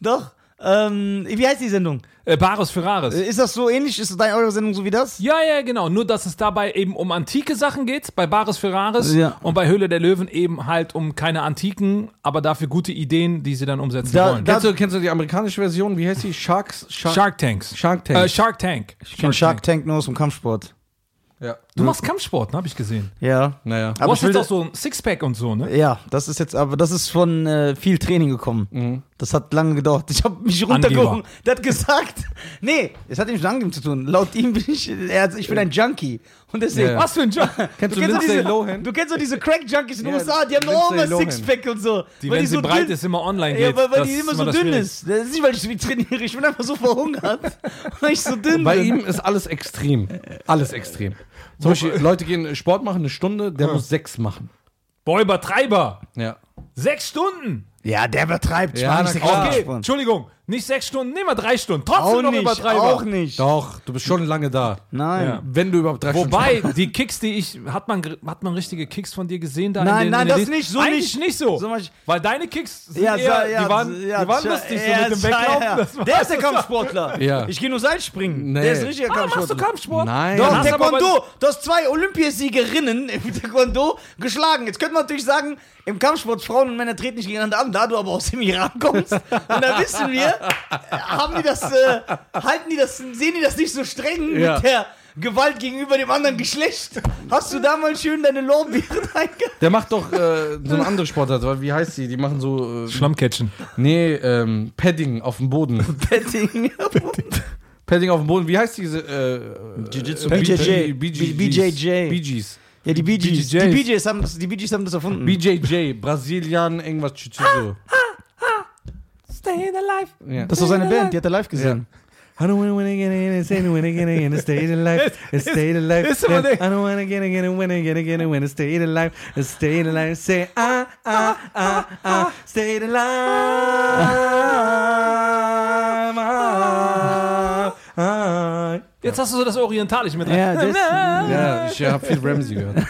Doch! Ähm, wie heißt die Sendung? Äh, Bares für Rares. Ist das so ähnlich? Ist deine eure Sendung so wie das? Ja, ja, genau. Nur, dass es dabei eben um antike Sachen geht, bei Bares Ferraris Ja. und bei Höhle der Löwen eben halt um keine antiken, aber dafür gute Ideen, die sie dann umsetzen Da- wollen. da- Kennst du, kennst du die amerikanische Version? Wie heißt die? Sharks? Shark, Shark Tanks. Shark Tank. Äh, Shark Tank. Ich kenne Shark Tank nur aus dem Kampfsport. ja. Du machst Kampfsport, ne, habe ich gesehen. Ja. Naja. Aber Aber ich du hast will- auch so ein Sixpack und so, ne? Ja, das ist jetzt, aber das ist von äh, viel Training gekommen. Das hat lange gedauert. Ich habe mich runtergehoben. Angeber. Der hat gesagt, nee, es hat nichts mit Angeben zu tun. Laut ihm bin ich, er hat, ich bin ein Junkie. Und deswegen, Ja. Was für ein Job. Kennst du, so Lindsay diese, Lohan? Du kennst so diese Crack-Junkies in den Ja, USA, die haben Lindsay auch immer Lohan. Sixpack und so. Die, wenn sie so breit dünn- ist, immer online Ja, geht. weil, weil Das die immer ist so das dünn Schwierige. ist. Das ist nicht, weil ich so viel trainiere. Ich bin einfach so verhungert, weil ich so dünn Bei bin. ihm ist alles extrem. Alles extrem. Zum Beispiel, Leute gehen Sport machen eine Stunde, der muss sechs machen. Boah, Übertreiber. Ja. Sechs Stunden. Ja, der übertreibt. Ich Ja, war na nicht klar. Okay, okay. Entschuldigung. Nicht sechs Stunden, nehmen wir drei Stunden. Trotzdem Auch noch nicht, Übertreiber. auch nicht. Doch, du bist schon lange da. Nein. Ja. Wenn du überhaupt drei Stunden- Wobei, die Kicks, die ich. Hat man, gr- hat man richtige Kicks von dir gesehen? Da Nein, in den, nein, in das den Dings? nicht, so Eigentlich nicht. nicht so. So mach ich- weil deine Kicks, sind Ja, eher, ja, ja, die waren, ja, die waren tja, lustig, so ja, mit dem tja, Weglaufen. ja. Das war- Der ist der Kampfsportler. Ja. Ich gehe nur Seilspringen. Nee. Der ist richtiger ah, machst du Kampfsportler. Kampfsport? Nein. Dann Doch, hast du aber bei- Taekwondo. Du hast zwei Olympiasiegerinnen im Taekwondo geschlagen. Jetzt könnte man natürlich sagen, im Kampfsport Frauen und Männer treten nicht gegeneinander an, da du aber aus dem Iran kommst. Und da wissen wir, äh, haben die das, äh, halten die das, sehen die das nicht so streng Ja. mit der Gewalt gegenüber dem anderen Geschlecht. Hast du da mal schön deine Lorbeeren eingegangen? Der macht doch äh, so eine andere Sportart. aber Wie heißt die? Die machen so. Äh, Schlammcatchen. nee, ähm, Padding auf dem Boden. Petting. Padding auf dem Boden. Wie heißt diese? Äh, Jiu-Jitsu. BJJ. BJJ. BJs. Ja, die Bee Gees. Die BJs. Bee Gees haben das, die Bee Gees haben das Hm. erfunden. BJJ. Brasilian, irgendwas. Jiu-Jitsu. Staying alive. Ja. Das ist doch seine Band, die hat er live gesungen. I don't wanna get in and stay when I get in and stay alive, and stay alive. Ist aber der- I don't wanna get in and when I get in when I stay alive, and stay alive. Say ah ah ah ah, stay alive. Ah, ah. Jetzt hast du so das Orientalische mit rein. Ja, das- Ja, ich hab viel Ramsey gehört.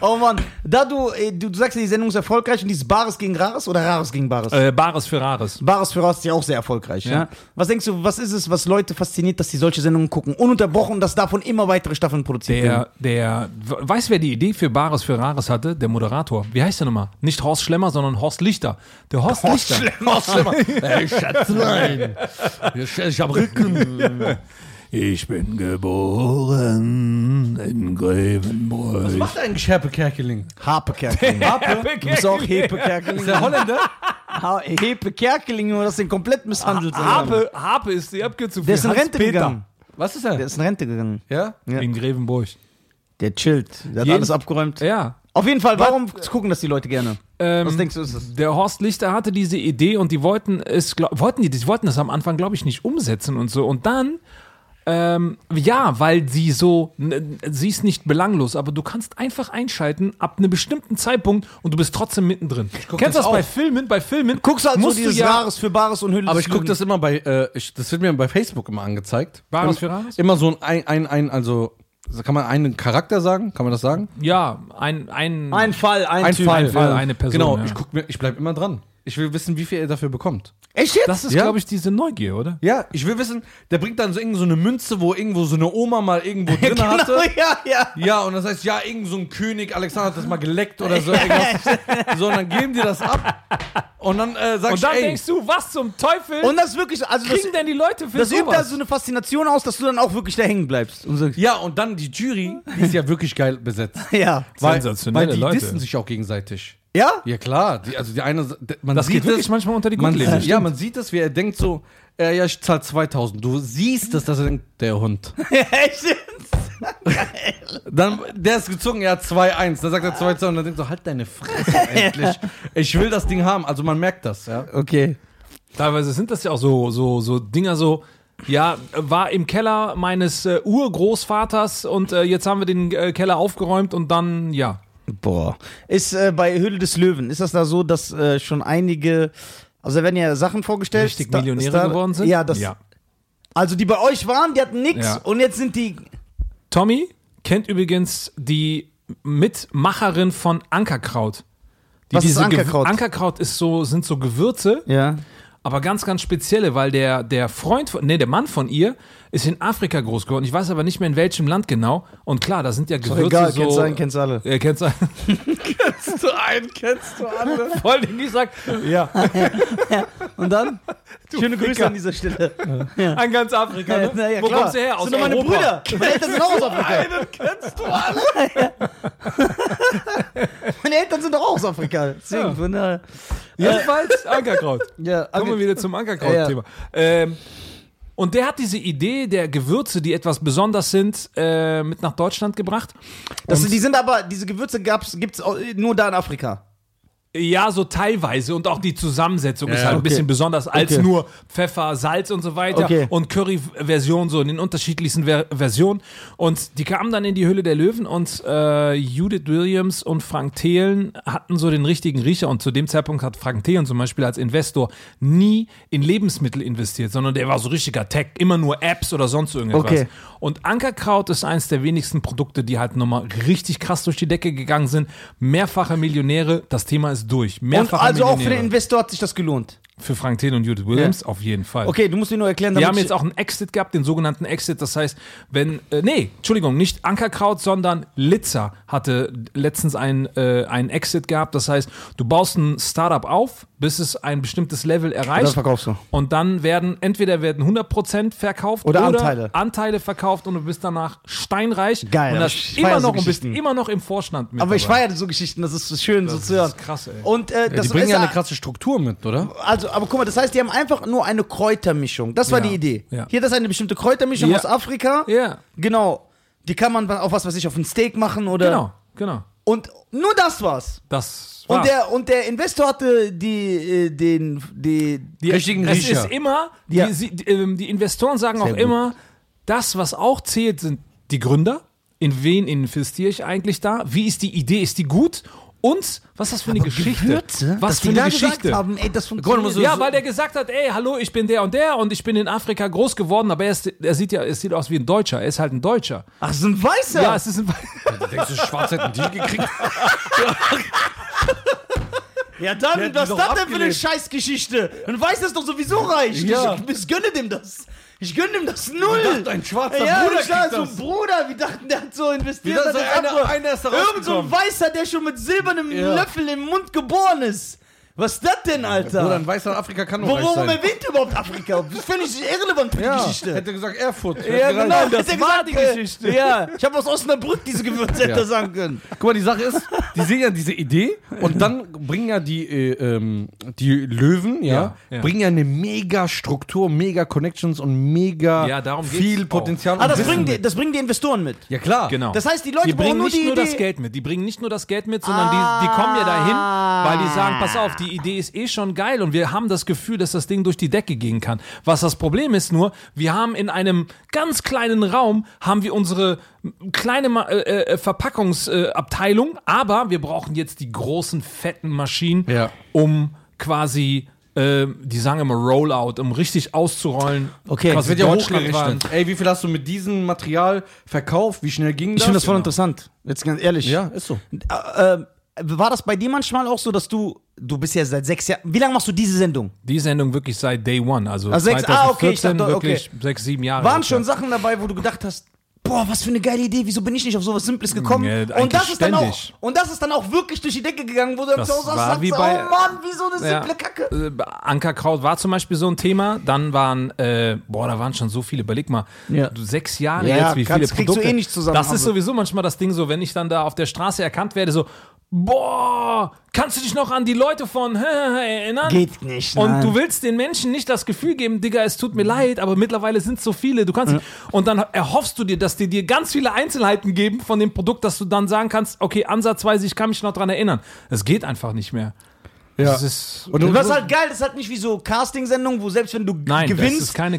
Oh Mann, da du, äh, du, du sagst ja, die Sendung ist erfolgreich und die ist Bares gegen Rares oder Rares gegen Bares? Äh, Bares für Rares. Bares für Rares ist ja auch sehr erfolgreich. Ja. Was denkst du, was ist es, was Leute fasziniert, dass die solche Sendungen gucken? Ununterbrochen und dass davon immer weitere Staffeln produziert werden. Der, der, weiß wer die Idee für Bares für Rares hatte? Der Moderator. Wie heißt der nochmal? Nicht Horst Schlemmer, sondern Horst Lichter. Der Horst, Lichter. Schlimmer. Hey, Schätzlein. Ich hab Rücken. Ich bin geboren in Grevenbräu. Macht eigentlich Herpe Kerkeling. Harpe Kerkeling. Harpe? Du bist auch Hepe Kerkeling. Ist der Holländer? Ha Hepe Kerkeling, Junge, das ist den komplett misshandelt. Alter. Harpe, Harpe ist die Abkürzung für Der ist in Hans Rente Peter. gegangen. Was ist Der er? ist in Rente gegangen. Ja? Ja. In Grevenburg. Der chillt. Der hat Jeden- alles abgeräumt. Ja. Auf jeden Fall, warum gucken das die Leute gerne? Ähm, Was denkst du, ist es? Der Horst Lichter hatte diese Idee und die wollten es, glaub, wollten die, die wollten das am Anfang, glaube ich, nicht umsetzen und so. Und dann, ähm, ja, weil sie so, n- sie ist nicht belanglos, aber du kannst einfach einschalten ab einem bestimmten Zeitpunkt und du bist trotzdem mittendrin. Kennst du das das bei auch. halt Filmen? Bei Filmen Guckst du also musst dieses du ja, Rares für Bares und Hülles Aber ich gucke Lügen? das immer bei, äh, ich, das wird mir bei Facebook immer angezeigt. Wahres Im- für Wahres? Immer so ein, ein, ein, also, kann man einen Charakter sagen? Kann man das sagen? ja, ein, ein, Ein Fall, ein, Ein Typ. Fall, ein Fall, eine Person, Genau, ja. ich guck mir, ich bleib immer dran. Ich will wissen, wie viel er dafür bekommt. Echt jetzt? das ist, Ja. glaube ich, diese Neugier, oder? Ja, ich will wissen, der bringt dann so irgend so eine Münze, wo irgendwo so eine Oma mal irgendwo drin genau, hatte. ja, ja. Ja, und das heißt, ja, irgend so ein König, Alexander hat das mal geleckt oder so. irgendwas. so, und dann geben die das ab. Und dann äh, sag Und dann ich, ey, denkst du, was zum Teufel Und das wirklich, also das, kriegen denn die Leute für das übt da sowas? so eine Faszination aus, dass du dann auch wirklich da hängen bleibst. Und sagst, ja, und dann die Jury, die ist ja wirklich geil besetzt. ja. Weil, Sensationelle weil die Leute. dissen sich auch gegenseitig. Ja? Ja klar, die, also die eine, man Das sieht geht wirklich es, manchmal unter die man, Gutleser. ja, man sieht es, wie er denkt so, äh, ja, ich zahl 2000. Du siehst es, dass er denkt, der Hund. Echt? Dann, der ist gezogen, ja, 2-1. Dann sagt er 2-2 und dann denkt so, halt deine Fresse endlich. Ich will das Ding haben. Also man merkt das, ja. Okay. Teilweise sind das ja auch so, so, so Dinger so. Ja, war im Keller meines äh, Urgroßvaters und äh, jetzt haben wir den äh, Keller aufgeräumt und dann, ja. Boah. Ist äh, bei Höhle des Löwen, ist das da so, dass äh, schon einige, also da werden ja Sachen vorgestellt. Richtig Sta- Millionäre Star- geworden sind? Ja, das, also die bei euch waren, die hatten nichts Ja. und jetzt sind die, Tommy kennt übrigens die Mitmacherin von Ankerkraut. Die Was ist diese Gew- Ankerkraut? Ankerkraut ist so, sind so Gewürze, ja. aber ganz, ganz spezielle, weil der, der Freund, von, nee, der Mann von ihr ist in Afrika groß geworden. Ich weiß aber nicht mehr in welchem Land genau. Und klar, da sind ja Gewürze Egal, so. kennst du einen, kennst du alle. Äh, kennst du einen? Kennst du einen, kennst du andere? Vor allen Dingen, ich sag, Und dann? Schöne Grüße an dieser Stelle. An ganz Afrika, ne? Na ja, Wo klar. kommst du her? Aus sind doch meine Europa. Brüder. Meine Eltern sind auch aus Afrika. Einen kennst du alle? Meine Eltern sind doch auch aus Afrika. Deswegen, Ja. von daher. Jedenfalls Ankerkraut. Ja, Kommen wir okay. wieder zum Ankerkraut-Thema. Ähm, und der hat diese Idee der Gewürze, die etwas besonders sind, äh, mit nach Deutschland gebracht. das, die sind aber, diese Gewürze gab's, gibt's auch nur da in Afrika. Ja, so teilweise. Und auch die Zusammensetzung ist halt ein okay. bisschen besonders als Okay. nur Pfeffer, Salz und so weiter. Okay. Und Curry-Version, so in den unterschiedlichsten Ver Versionen. Und die kamen dann in die Höhle der Löwen und äh, Judith Williams und Frank Thelen hatten so den richtigen Riecher. Und zu dem Zeitpunkt hat Frank Thelen zum Beispiel als Investor nie in Lebensmittel investiert, sondern der war so richtiger Tech, immer nur Apps oder sonst irgendetwas. Okay. Und Ankerkraut ist eins der wenigsten Produkte, die halt nochmal richtig krass durch die Decke gegangen sind. Mehrfache Millionäre, das Thema ist durch. Und Mehrfache also auch für Millionäre. den Investor hat sich das gelohnt. Für Frank Thiel und Judith Williams auf jeden Fall. Okay, du musst mir nur erklären, Wir damit haben ich- jetzt auch einen Exit gehabt, den sogenannten Exit. Das heißt, wenn, äh, nee, Entschuldigung, nicht Ankerkraut, sondern Litzer hatte letztens einen, äh, einen Exit gehabt. Das heißt, du baust ein Startup auf, bis es ein bestimmtes Level erreicht. dann verkaufst du. Und dann werden, entweder werden 100% verkauft Oder Anteile. Anteile verkauft und du bist danach steinreich. Geil, Und, aber das ich feier immer so noch, und bist Geschichten. immer noch im Vorstand mit. Aber ich dabei. feiere so Geschichten, das ist so schön so zu hören. ist krass, ey. Und äh, das die bringen ist ja eine krasse Struktur mit, oder? also, aber guck mal, das heißt, die haben einfach nur eine Kräutermischung. Das war Ja, die Idee. ja. Hier das ist eine bestimmte Kräutermischung Ja. aus Afrika. Ja, Genau. Die kann man auf was weiß ich, auf ein Steak machen oder. genau, genau. Und nur das war's. Das Und war's. der, und der Investor hatte die, äh, den, die, Die, Richtigen es Riecher. ist immer, die, Ja. sie, die, ähm, die Investoren sagen auch gut. immer, das, was auch zählt, sind die Gründer. In wen investiere ich eigentlich da? Wie ist die Idee? Ist die gut? Und was ist das für eine Geschichte? Gewürze, was dass für die eine da Geschichte? Gesagt haben, ey, das Gordon muss funktioniert. so- ja, weil der gesagt hat, ey, hallo, ich bin der und der und ich bin in Afrika groß geworden, aber er, ist, er sieht ja, er sieht aus wie ein Deutscher, er ist halt ein Deutscher. Ach, so ein Weißer. Ja, es ist ein, Da denkst du, Schwarz hat einen Deal gekriegt. Ja, dann, hätten was die ist das doch denn für eine abgelehnt. Scheißgeschichte? Dann weiß das doch sowieso reich. Ja. Ich, ich gönne dem das. Ich gönne dem das null. dachte, ein schwarzer ja, Bruder ich dachte, kriegt so ein das. Bruder, wir dachten, der hat so Wie investiert. das hat so jetzt einer, abgeholt. einer ist da Irgend so ein rausgekommen. Weißer, der schon mit silbernem Ja. Löffel im Mund geboren ist. Was ist das denn, Oder Alter? ein weißer Afrika kann nur reich Warum sein. erwähnt er überhaupt Afrika? Das finde ich irrelevant für die Ja, Geschichte. hätte gesagt Erfurt. Ja, Hätte gereicht. genau, das Hätte war gesagt, die äh, Geschichte. Ja, ich habe aus Osnabrück diese Gewürzhändler Ja. sagen können. Guck mal, die Sache ist, die sehen ja diese Idee und dann bringen ja die, äh, ähm, die Löwen, ja, Ja, ja. bringen ja eine mega Struktur, mega Connections und mega Ja, darum geht's viel auch. Potenzial. Ah, und das Wissen bringen, die, mit. das bringen die Investoren mit. Ja, klar. Genau. Das heißt, die Leute die brauchen bringen nur nicht die nur Idee. das Geld mit. Die bringen nicht nur das Geld mit, sondern die, die kommen ja dahin, weil die sagen, pass auf, die Idee ist eh schon geil und wir haben das Gefühl, dass das Ding durch die Decke gehen kann. Was das Problem ist nur, wir haben in einem ganz kleinen Raum haben wir unsere kleine Ma- äh, äh, Verpackungsabteilung, äh, Abteilung, aber wir brauchen jetzt die großen fetten Maschinen, Ja. um quasi äh, die sagen immer Rollout, um richtig auszurollen. Okay, quasi Das wird ja deutschlandweit. hochgerechnet. Ey, wie viel hast du mit diesem Material verkauft? Wie schnell ging das? Genau. Ich finde das voll interessant. Jetzt ganz ehrlich. Ja, ist so. Äh, äh, war das bei dir manchmal auch so, dass du, du bist ja seit sechs Jahren, wie lange machst du diese Sendung? Die Sendung wirklich seit Day One, also, Ah, sechs- ah, okay, ich 2014, dachte, okay. wirklich sechs, sieben Jahre. Waren schon Sachen dabei, wo du gedacht hast, boah, was für eine geile Idee, wieso bin ich nicht auf sowas Simples gekommen? Ja, und, eigentlich das ist dann auch, ständig. und das ist dann auch wirklich durch die Decke gegangen, wo du Das zu Hause war sagst, wie oh bei- Mann, wie so eine Ja. simple Kacke. Äh, Ankerkraut war zum Beispiel so ein Thema. Dann waren, äh, boah, da waren schon so viele. Überleg mal, Ja. du, sechs Jahre Ja, jetzt, wie kannst- viele kriegst du Produkte. eh nicht zusammen, das ist also. sowieso manchmal das Ding so, wenn ich dann da auf der Straße erkannt werde, so, boah, kannst du dich noch an die Leute von erinnern? Geht nicht, Und nein. Mhm. du willst den Menschen nicht das Gefühl geben, Digga, es tut mir leid, aber mittlerweile sind so viele. Du kannst und dann erhoffst du dir, dass die dir ganz viele Einzelheiten geben von dem Produkt, dass du dann sagen kannst, okay, ansatzweise, ich kann mich noch dran erinnern. Es geht einfach nicht mehr. Ja. Das ist und du, Und was halt geil, das ist halt nicht wie so Castingsendungen, wo selbst wenn du Nein, das gewinnst, ist keine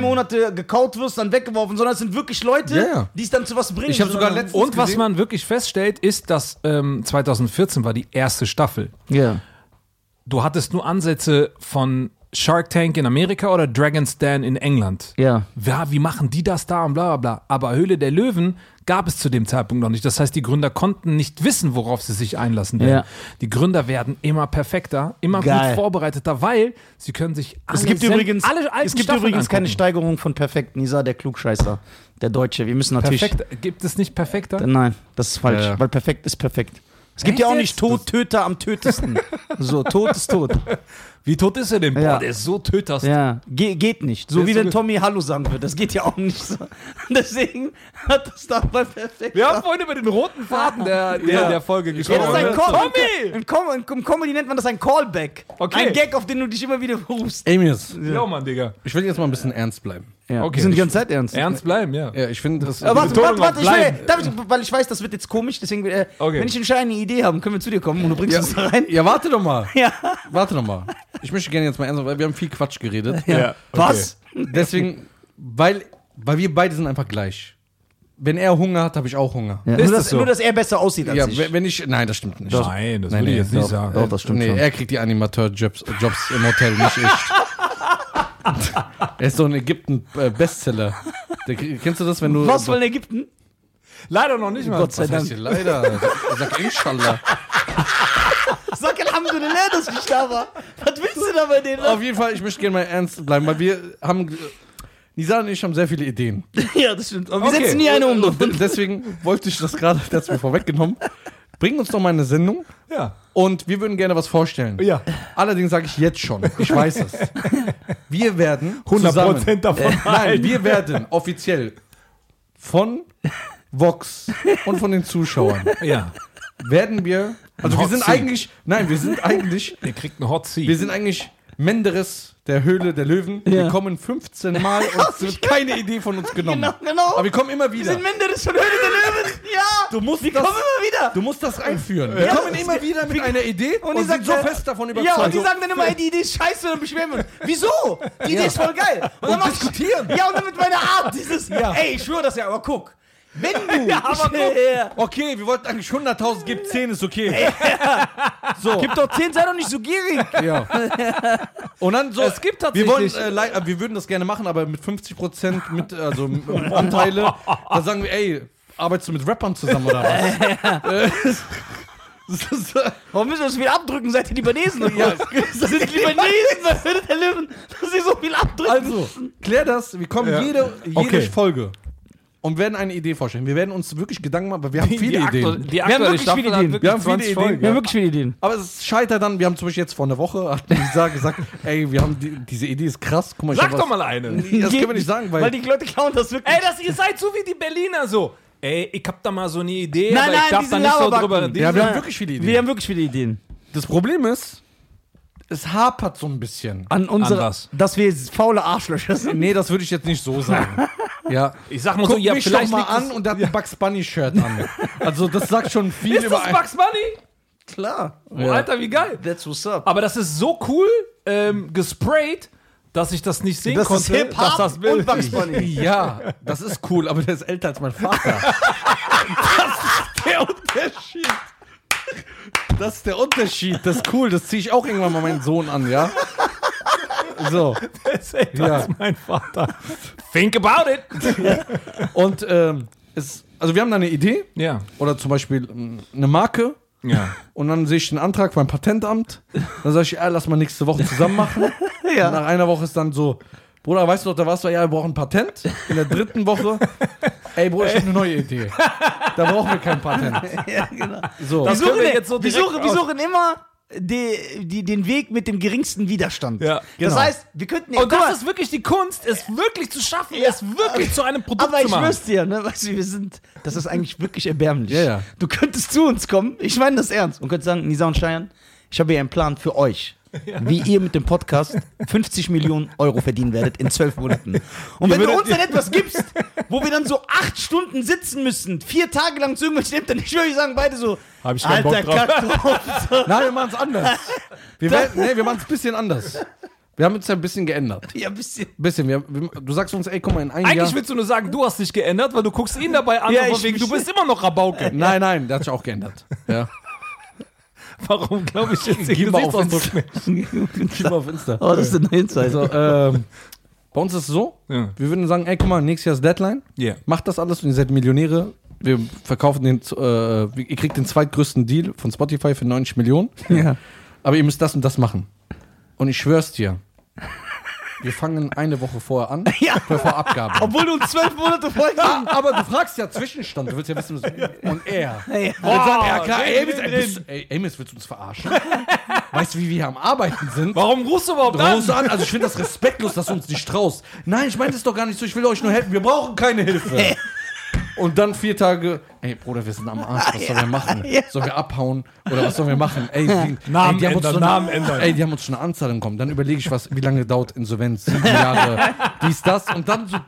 drei Monate gekaut wirst, dann weggeworfen, sondern es sind wirklich Leute, Ja, ja. die es dann zu was bringen. Ich hab sogar Sondern- letztens- Und was gesehen? man wirklich feststellt, ist, dass ähm, 2014 war die erste Staffel. Ja. Du hattest nur Ansätze von Shark Tank in Amerika oder Dragon's Den in England. Ja. ja. Wie machen die das da und bla bla bla. Aber Höhle der Löwen gab es zu dem Zeitpunkt noch nicht. Das heißt, die Gründer konnten nicht wissen, worauf sie sich einlassen Ja. werden. Die Gründer werden immer perfekter, immer Geil. gut vorbereiteter, weil sie können sich alle Es gibt Sen- übrigens, alle alten es gibt Staffeln übrigens keine angucken. Steigerung von Perfekt. Nisa, der Klugscheißer, der Deutsche. Wir müssen natürlich. Perfekt. Gibt es nicht perfekter? Nein, das ist falsch, Ja, ja. weil perfekt ist perfekt. Es gibt Echt ja auch jetzt? nicht Tod, Töter am tötesten. so, Tod ist tot. Wie tot ist er denn? Ja. Boah, der ist so töterst. Ja, ge geht nicht. So ist wie so wenn ge- Tommy Hallo sagen würde. Das geht ja auch nicht so. Deswegen hat das da bei perfekt. Wir haben vorhin über den roten Faden der, der, der Folge gesprochen. Ja, das ist ein Call. Tommy! Im, Com Im Com- Comedy nennt man das ein Callback. Okay. Ein Gag, auf den du dich immer wieder berufst. Amius, Ja, Mann, Digga. ich will jetzt mal ein bisschen ernst bleiben. Ja, Okay. Wir sind die ganze Zeit ernst. Ernst bleiben, ja. Ja, ich finde das. Äh, warte, Betonung warte, auf warte, ich will, bleiben. darf ich, weil ich weiß, das wird jetzt komisch, deswegen, äh, Okay. wenn ich eine scheine Idee habe, können wir zu dir kommen und du bringst uns da rein. ja, warte doch mal. Ja. Warte doch mal. Ich möchte gerne jetzt mal ernst, weil wir haben viel Quatsch geredet. Was? Deswegen, weil, weil wir beide sind einfach gleich. Wenn er Hunger hat, habe ich auch Hunger. Ja. Ist Nur, das dass, so? nur, dass er besser aussieht als Ja, ich. wenn wenn ich. Nein, das stimmt nicht. Nein, das will ich jetzt nicht sagen. Doch, das stimmt nee, schon. er kriegt die Animateur-Jobs Jobs im Hotel, nicht ich. er ist so ein äh, Ägypten-Bestseller. Kennst du das, wenn du. Was von Ägypten? Leider noch nicht mal. Gott sei Was heißt Dank. hier leider? Sag Inshallah. Sag Alhamdulillah, dass ich nicht da war. Was willst du da bei denen? Auf jeden Fall, ich möchte gerne mal ernst bleiben, weil wir haben. Nisa und ich haben sehr viele Ideen. Ja, das stimmt. Aber wir Okay. setzen nie eine um. du. Und deswegen wollte ich das gerade, der hat's mir vorweggenommen. Bring uns doch mal eine Sendung Ja. und wir würden gerne was vorstellen. Ja. Allerdings sage ich jetzt schon, ich weiß es. Wir werden 100% zusammen, Äh, davon. Nein, wir werden offiziell von Vox und von den Zuschauern Ja. werden wir, also wir Hot sind Seat. eigentlich, nein, wir sind eigentlich, Ihr kriegt einen Hot Seat. wir sind eigentlich Menderes der Höhle der Löwen. Wir kommen 15 Mal und es wird keine Idee von uns genommen. Genau, genau. Aber wir kommen immer Wir wieder. sind Menderes von Höhle der Löwen. Ja. Du musst, Komm das, immer wieder. du musst das einführen. Wir Ja. kommen immer wieder mit einer Idee und, die sagt, sind so äh, fest davon überzeugt. Ja, und die sagen dann immer, ey, die Idee ist scheiße und beschweren wir uns. Wieso? Die Idee ist voll geil. Und dann mach ich- diskutieren. Ja, und dann mit meiner Art dieses, ey, ich schwöre das ja, aber guck. Wenn du. ja, aber guck. Okay, wir wollten eigentlich 100.000, gib 10, ist okay. So. Gib doch 10, sei doch nicht so gierig. Ja. Und dann so. Es gibt wir, wollen, tatsächlich- äh, lei- äh, wir würden das gerne machen, aber mit 50% mit, also m- Anteile, da sagen wir, ey, arbeitest du mit Rappern zusammen oder was? Äh, das ist, äh, Warum müssen wir das wieder abdrücken? Seid ihr Libanesen? oder was? Das sind Libanesen, was würde der Löwen, dass sie so viel abdrücken? also, klär das, wir kommen jede, jede Okay. Folge. und werden eine Idee vorstellen. Wir werden uns wirklich Gedanken machen, aber wir haben viele die aktu- Ideen. die haben aktuelle wirklich viele Staffel hat Wir Ideen. wirklich haben viele 20 Ideen. Folgen. Wir haben wirklich viele Ideen. Aber es scheitert dann, wir haben zum Beispiel jetzt vor einer Woche hat Lisa gesagt, ey, wir haben die, diese Idee ist krass, guck mal, ich Sag hab doch was- mal eine. Das können wir nicht sagen, weil, Weil die Leute klauen das wirklich. Ey, das, ihr seid so wie die Berliner so. Ey, ich hab da mal so eine Idee, Nein, aber nein, ich darf diese da nicht so Laberbacken. drüber ja, wir Ja. haben wirklich viele Ideen. Wir haben wirklich viele Ideen. das Problem ist, es hapert so ein bisschen. Äh, An unserer, was? dass wir faule Arschlöcher sind. Nee, das würde ich jetzt nicht so sagen. Ja. Ich sag mal so, Guck ja, mich doch vielleicht mal liegt es- an und der hat ein Bugs Bunny Shirt an. Also das sagt schon viel Ist über das ein- Bugs Bunny? Klar. Oh, Alter, wie geil. That's what's up. Aber das ist so cool ähm, gesprayt, dass ich das nicht sehen Das ist konnte. Äh, Hip-Hop dass das Bild und Bugs Bunny. Ja, das ist cool, aber der ist älter als mein Vater. Das ist der Unterschied. Das ist der Unterschied. Das ist cool. Das ziehe ich auch irgendwann mal meinen Sohn an, ja? So. ist älter Ja. als mein Vater. Think about it. Und ähm, es, also wir haben da eine Idee Ja. oder zum Beispiel ähm, eine Marke Ja. und dann sehe ich einen Antrag beim Patentamt. Dann sage ich, ja, lass mal nächste Woche zusammen machen. Und nach einer Woche ist dann so, Bruder, weißt du noch, da warst du, ja, wir brauchen ein Patent. In der dritten Woche, ey, Bruder, ich habe eine neue Idee. Da brauchen wir kein Patent. Ja, genau. So. Wir Das können suchen, wir jetzt so wir direkt suchen, wir raus- suchen immer die, die, den Weg mit dem geringsten Widerstand. Ja, Oh, genau. Das heißt, wir könnten ja, Und guck mal, das ist wirklich die Kunst, es wirklich zu schaffen, es wirklich zu einem Produkt aber zu ich machen. schwör's dir, ne, weißt du, wir sind, das ist eigentlich wirklich erbärmlich. Ja, ja. Du könntest zu uns kommen, ich meine das ernst, und könntest sagen, Nisa und Scheiern, ich habe hier einen Plan für euch, wie ihr mit dem Podcast 50 Millionen Euro verdienen werdet in 12 Monaten. Und wenn du würdet- uns dann etwas gibst, wo wir dann so acht Stunden sitzen müssen, vier Tage lang zu irgendwelchen Ämtern, ich würde sagen, beide so, Hab ich keinen alter Bock drauf. Kakao. Nein, wir machen es anders. Wir, werden- nee, wir machen es ein bisschen anders. Wir haben uns ja ein bisschen geändert. Ja, ein bisschen. Bisschen. Wir, wir, du sagst uns, ey, guck mal, in einem Eigentlich Jahr. willst du nur sagen, du hast dich geändert, weil du guckst ihn dabei an, Ja, und von ich- wegen, du bist immer noch Rabauke. Nein, nein, der hat sich auch geändert. Ja. Warum glaube ich jetzt den Gib mal auf Gesichtsausdruck nicht? Gib mal auf Insta. Oh, das ist ein Insight. Also, ähm, bei uns ist es so, Ja. wir würden sagen, ey, guck mal, nächstes Jahr ist Deadline. Ja. Macht das alles und ihr seid Millionäre. Wir verkaufen den, äh, ihr kriegt den zweitgrößten Deal von Spotify für 90 Millionen. Ja. Aber ihr müsst das und das machen. Und ich schwör's dir, wir fangen eine Woche vorher an, Ja. bevor Abgabe. Obwohl du uns zwölf Monate vorher Ah, aber du fragst ja Zwischenstand, du willst ja wissen, was und er. Hey. Und dann, ja klar, reden, ey, Amis, ey, reden, bist, ey, Amis, willst du uns verarschen? weißt du, wie wir am Arbeiten sind? Warum rufst du überhaupt Du rufst an? an, also ich finde das respektlos, dass du uns nicht traust. Nein, ich meine das doch gar nicht so, ich will euch nur helfen, wir brauchen keine Hilfe. Und dann vier Tage, ey Bruder, wir sind am Arsch, was sollen wir machen? Sollen wir abhauen oder was sollen wir machen? Ey, die, Namen ey, die haben ändern, uns so Namen ändern. eine, ey, die haben uns schon eine Anzahl bekommen. Dann überlege ich, was, wie lange dauert Insolvenz, sieben Jahre, dies, das und dann so.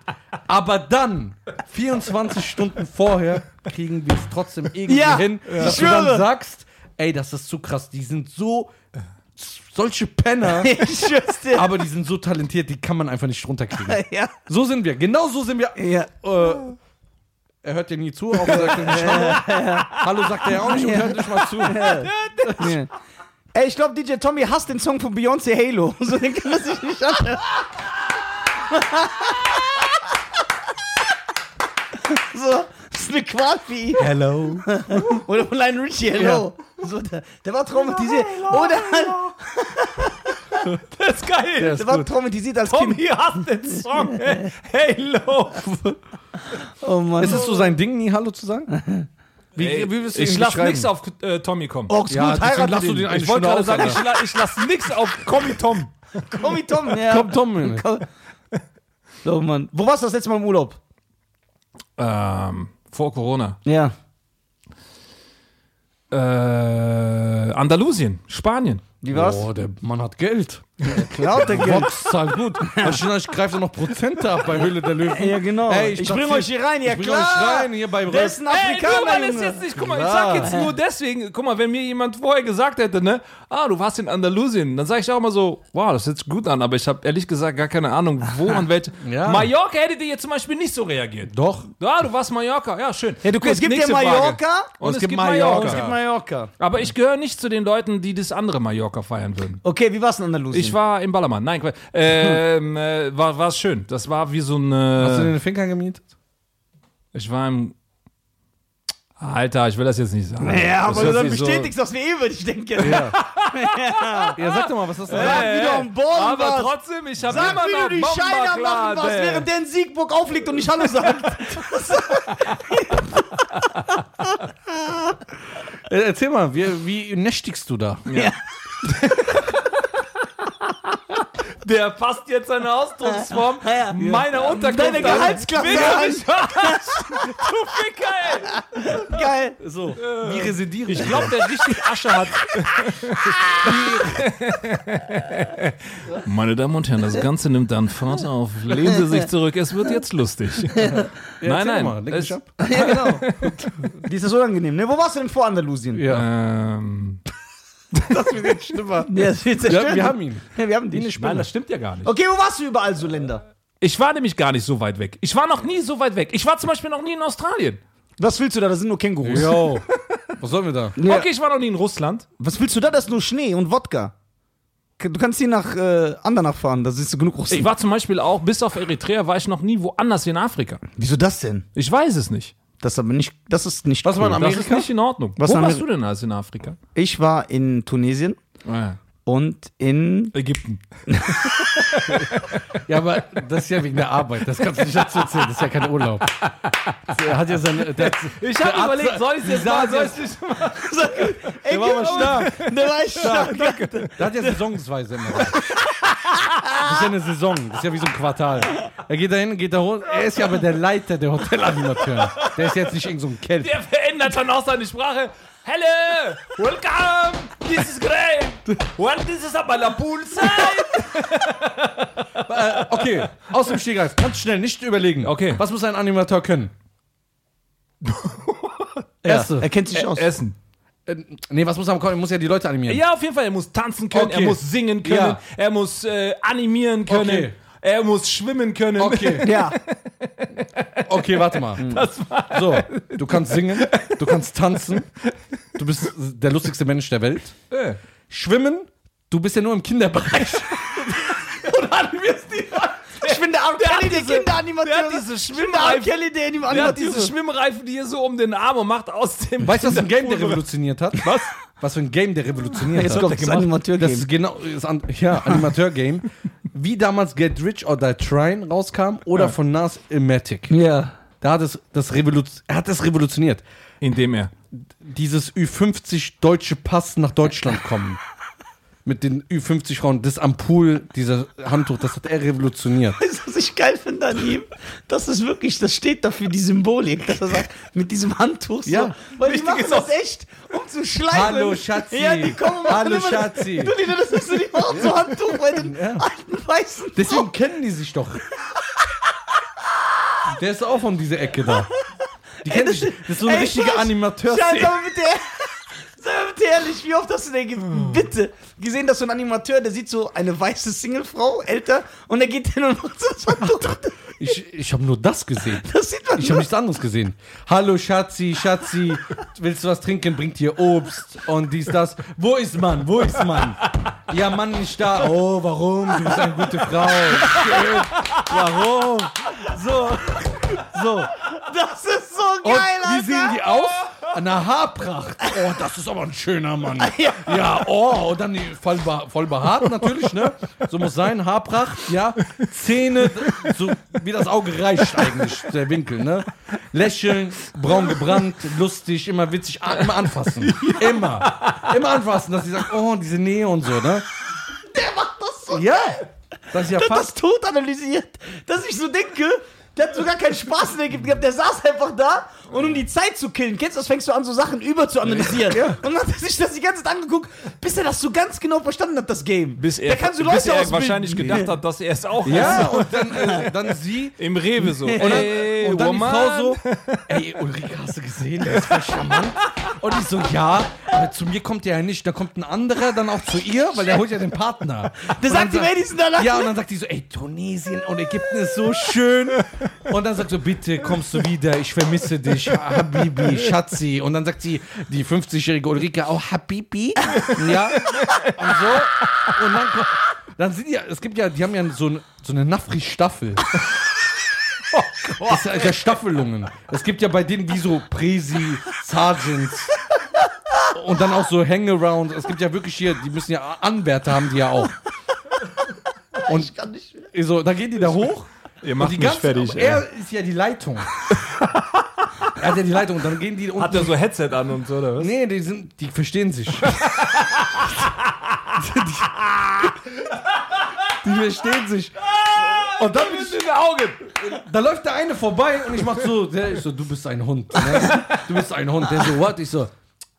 Aber dann, 24 Stunden vorher, kriegen wir es trotzdem irgendwie Ja, hin, ja. dass ich du dann schwöre. sagst, ey, das ist zu krass, die sind so, solche Penner. Ich schwör's dir. Aber die sind so talentiert, die kann man einfach nicht runterkriegen. Ja. So sind wir, genau so sind wir. Ja. Äh, er hört dir nie zu, auch sagt er nicht Hallo. Hallo sagt er ja auch nicht und hört nicht mal zu. Ey, ich glaube, DJ Tommy hasst den Song von Beyoncé Halo. So den kann er sich nicht anhören. so, das ist eine Qual für ihn. Hello. Oder von Lionel Richie, hello. So, der, der war traumatisiert. Oder halt, Das ist geil. Der ist der war gut. traumatisiert als Kind. Tommy hasst den Song. Halo. Oh Mann. Ist es so sein Ding, nie Hallo zu sagen? Wie, Ey, wie willst du ich ihn lass beschreiben? nichts auf äh, Tommy kommen. Oh, ist Ja, gut, deswegen heirate lass du den. den ich eigentlich wollte schon gerade aus, sagen, ich, Alter. la ich lass nichts auf Kommi Tom. Tommy Tom, ja. Komm, Tom. Komm. Oh Mann. Wo warst du das letzte Mal im Urlaub? Ähm, vor Corona. Ja. Äh, Andalusien, Spanien. Wie war's? Oh, der Mann hat Geld. Klar, der Geld. Box zahlt gut. Wahrscheinlich greift er noch Prozente ab bei Höhle der Löwen. Ja, genau. Ey, ich ich bring platzier- euch hier rein, ja ich bring klar. euch rein hier bei Der ist ein Ey, nur Afrikaner, weil es Junge. jetzt nicht, guck mal, ich sag jetzt nur deswegen, guck mal, wenn mir jemand vorher gesagt hätte, ne, ah, du warst in Andalusien, dann sage ich auch mal so, wow, das hört sich gut an, aber ich habe ehrlich gesagt gar keine Ahnung, wo und welche. Ja. Mallorca hätte dir jetzt zum Beispiel nicht so reagiert. Doch. Ja, du warst Mallorca, ja, schön. Ja, du, Gut, es gibt ja nächste Mallorca Frage. und es gibt Mallorca. Es gibt Mallorca. Aber ich gehöre nicht zu den Leuten, die das andere Mallorca feiern würden. Okay, wie war's in Andalusien? Ich war im Ballermann. Nein, Quatsch. ähm, äh, war war schön. Das war wie so Hast du eine. den Finger gemietet? Ich war im. Alter, ich will das jetzt nicht sagen. Ja, Das aber du hört dann sich so- bestätigst, dass wir eh würde ich denke. Ja, sag doch mal, was hast du Sag da? Ey, wieder am Boden aber was. trotzdem, ich habe Sag, immer wie noch du die Scheiner machen was, Bombaklade. während der in Siegburg aufliegt und nicht Hallo sagt. Äh, erzähl mal, wie, wie nächtigst du da? Der passt jetzt seine Ausdrucksform meiner Unterkunft. Deine an. Gehaltsklasse Will er an. mich verarschen? Du Ficker, ey. Geil. So, wie residiere ich? Ich glaube, der richtig Asche hat. Meine Damen und Herren, das Ganze nimmt dann Fahrt auf. Lehnen Sie sich zurück, es wird jetzt lustig. nein, nein. Mal, leg es, mich ab. Ja, genau. Die ist das unangenehm, ne? Wo warst du denn vor Andalusien? Ja. ähm, Ja, das wird ja, zerstört. wir haben ihn. Ja, wir haben dich. nein, das stimmt ja gar nicht. Okay, wo warst du überall so Länder? Ich war nämlich gar nicht so weit weg. Ich war noch nie so weit weg. Ich war zum Beispiel noch nie in Australien. Was willst du da? Da sind nur Kängurus. Yo, was sollen wir da? Okay, ich war noch nie in Russland. Was willst du da? Das ist nur Schnee und Wodka. K- Du kannst hier nach äh, Andernach fahren, da siehst du genug Russen. Ich war zum Beispiel auch, bis auf Eritrea, war ich noch nie woanders in Afrika. Wieso das denn? Ich weiß es nicht. Das ist aber nicht, das ist nicht Was war in Das ist Amerika? nicht in Ordnung. Was Wo haben warst wir- Ah, du denn als in Afrika? Ich war in Tunesien und in Ägypten. Ja, aber das ist ja wegen der Arbeit. Das kannst du nicht dazu erzählen. Das ist ja kein Urlaub. Er hat ja seine. Der, Ich habe überlegt, soll ich es jetzt machen, soll ich es nicht der war mal stark. Da war ich stark. Der hat ja saisonsweise immer. was. Das ist ja eine Saison. Das ist ja wie so ein Quartal. Er geht da hin, geht da hoch. Er ist ja aber der Leiter der Hotelanimateure. Der ist jetzt nicht irgend so ein Kelch. Der verändert dann auch seine Sprache. Hello, welcome, this is great. What this is about la poolside? Okay, aus dem Stegreif. Ganz schnell, nicht überlegen. Okay. Was muss ein Animateur können? Erste. Er kennt sich äh, aus. Essen. Nee, was muss er am Kopf? Er muss ja die Leute animieren. Ja, auf jeden Fall. Er muss tanzen können, er Okay. muss singen können, Ja. er muss äh, animieren können, Okay. er muss schwimmen können. Okay, ja, okay, warte mal. so, du kannst singen, du kannst tanzen, du bist der lustigste Mensch der Welt. Äh. Schwimmen, du bist ja nur im Kinderbereich. ich bin der R. Kelly, der diese- Kinderanimateur. der hat diese ich bin der R. Schwimmreifen- Kelly, der Er hat Animateur. diese Schwimmreifen, die er so um den Arm und macht aus dem. Weißt du, was für ein Game der revolutioniert hat? Was? Was für ein Game der revolutioniert Jetzt äh, hat? kommt das gemacht. Das Animateur-Game. ist genau, ist an, ja, Animateur-Game. Wie damals Get Rich or Die Tryin' rauskam oder von Nas Ematic. Ja. Da hat es, das Revolution, er hat es revolutioniert. Indem er. Dieses Ü50 deutsche Pass nach Deutschland kommen. Mit den Ü50 Frauen, das am Pool, dieser Handtuch, das hat er revolutioniert. Weißt du, was ich geil finde an ihm? Das ist wirklich, das steht dafür die Symbolik, dass er sagt, mit diesem Handtuch so. Ja. genau. Weil die Wichtig machen ist das auch- echt, um zu schleifen. Hallo, Schatzi. Ja, die kommen und machen Hallo, immer das- Schatzi. Du, Lina, das ist so, die machen so Handtuch bei den alten Weißen. Deswegen kennen die sich doch. Der ist auch von dieser Ecke da. Die kennen sich. Das ist so ein Ey, richtiger Scheiß. Animateur. Scheiß, aber bitte, sei mal bitte ehrlich, wie oft hast du denn ge Oh. bitte gesehen, dass so ein Animateur, der sieht so eine weiße Singlefrau, älter, und er geht hin und macht so das Handtuch. Ich, ich habe nur das gesehen. Das sieht man Ich habe nur. nichts anderes gesehen. Hallo Schatzi, Schatzi, willst du was trinken? Bringt dir Obst und dies, das. Wo ist Mann? Wo ist Mann? Ja, Mann nicht da. Oh, warum? Du bist eine gute Frau. Schön. Warum? So, so. Das ist so Und geil, wie sehen Alter. die aus? Eine Haarpracht. Oh, das ist aber ein schöner Mann. Ja, oh, und dann die voll, be- voll behaart natürlich, ne? So muss sein, Haarpracht, ja. Zähne, so wie das Auge reicht eigentlich, der Winkel, ne? Lächeln, braun gebrannt, lustig, immer witzig, a- immer anfassen. Immer. Immer anfassen, dass sie sagt, oh, diese Nähe und so, ne? Der macht das so Ja. Das ist ja Der hat das fast. tot analysiert, dass ich so denke, der hat sogar keinen Spaß mehr gehabt. Der saß einfach da und um die Zeit zu killen, kennst du das, fängst du an, so Sachen über zu analysieren. Und dann hat er sich das die ganze Zeit angeguckt, bis er das so ganz genau verstanden hat, das Game. Bis er, der kann so bis Leute er ausbilden. wahrscheinlich gedacht hat, dass er es auch Ja, und dann, äh, dann sie Im Rewe so. Und dann, Ey, und dann die woman. Frau so, ey, Ulrike, hast du gesehen? Der ist voll charmant. Und ich so, ja, aber zu mir kommt der ja nicht. Da kommt ein anderer dann auch zu ihr, weil der holt ja den Partner. Der Und sagt die dann wenigsten danach. ja, und dann sagt die so, ey, Tunesien und Ägypten ist so schön. Und dann sagt so, bitte kommst du wieder, ich vermisse dich, Habibi, Schatzi. Und dann sagt sie, die 50-jährige Ulrike, auch Habibi. Ja. Und so. Und dann, ko- dann sind ja, es gibt ja, die haben ja so, ein, so eine Nafri-Staffel. Oh Das ist ja Staffelungen. Es gibt ja bei denen wie so Presi, Sergeants und dann auch so Hangaround. Es gibt ja wirklich hier, die müssen ja Anwärter haben, die ja auch. Und so, da gehen die da hoch. Ihr Und macht die mich ganzen, fertig, aber ey. er ist ja die Leitung. er hat ja die Leitung. Und dann gehen die unten. Hat er so Headset an und so, oder was? nee, die, sind, die verstehen sich. die, die verstehen sich. Und dann bin ich in den Augen. da läuft der eine vorbei und ich mach so, der ich so, du bist ein Hund. Ne? Du bist ein Hund. Der so, what? Ich so,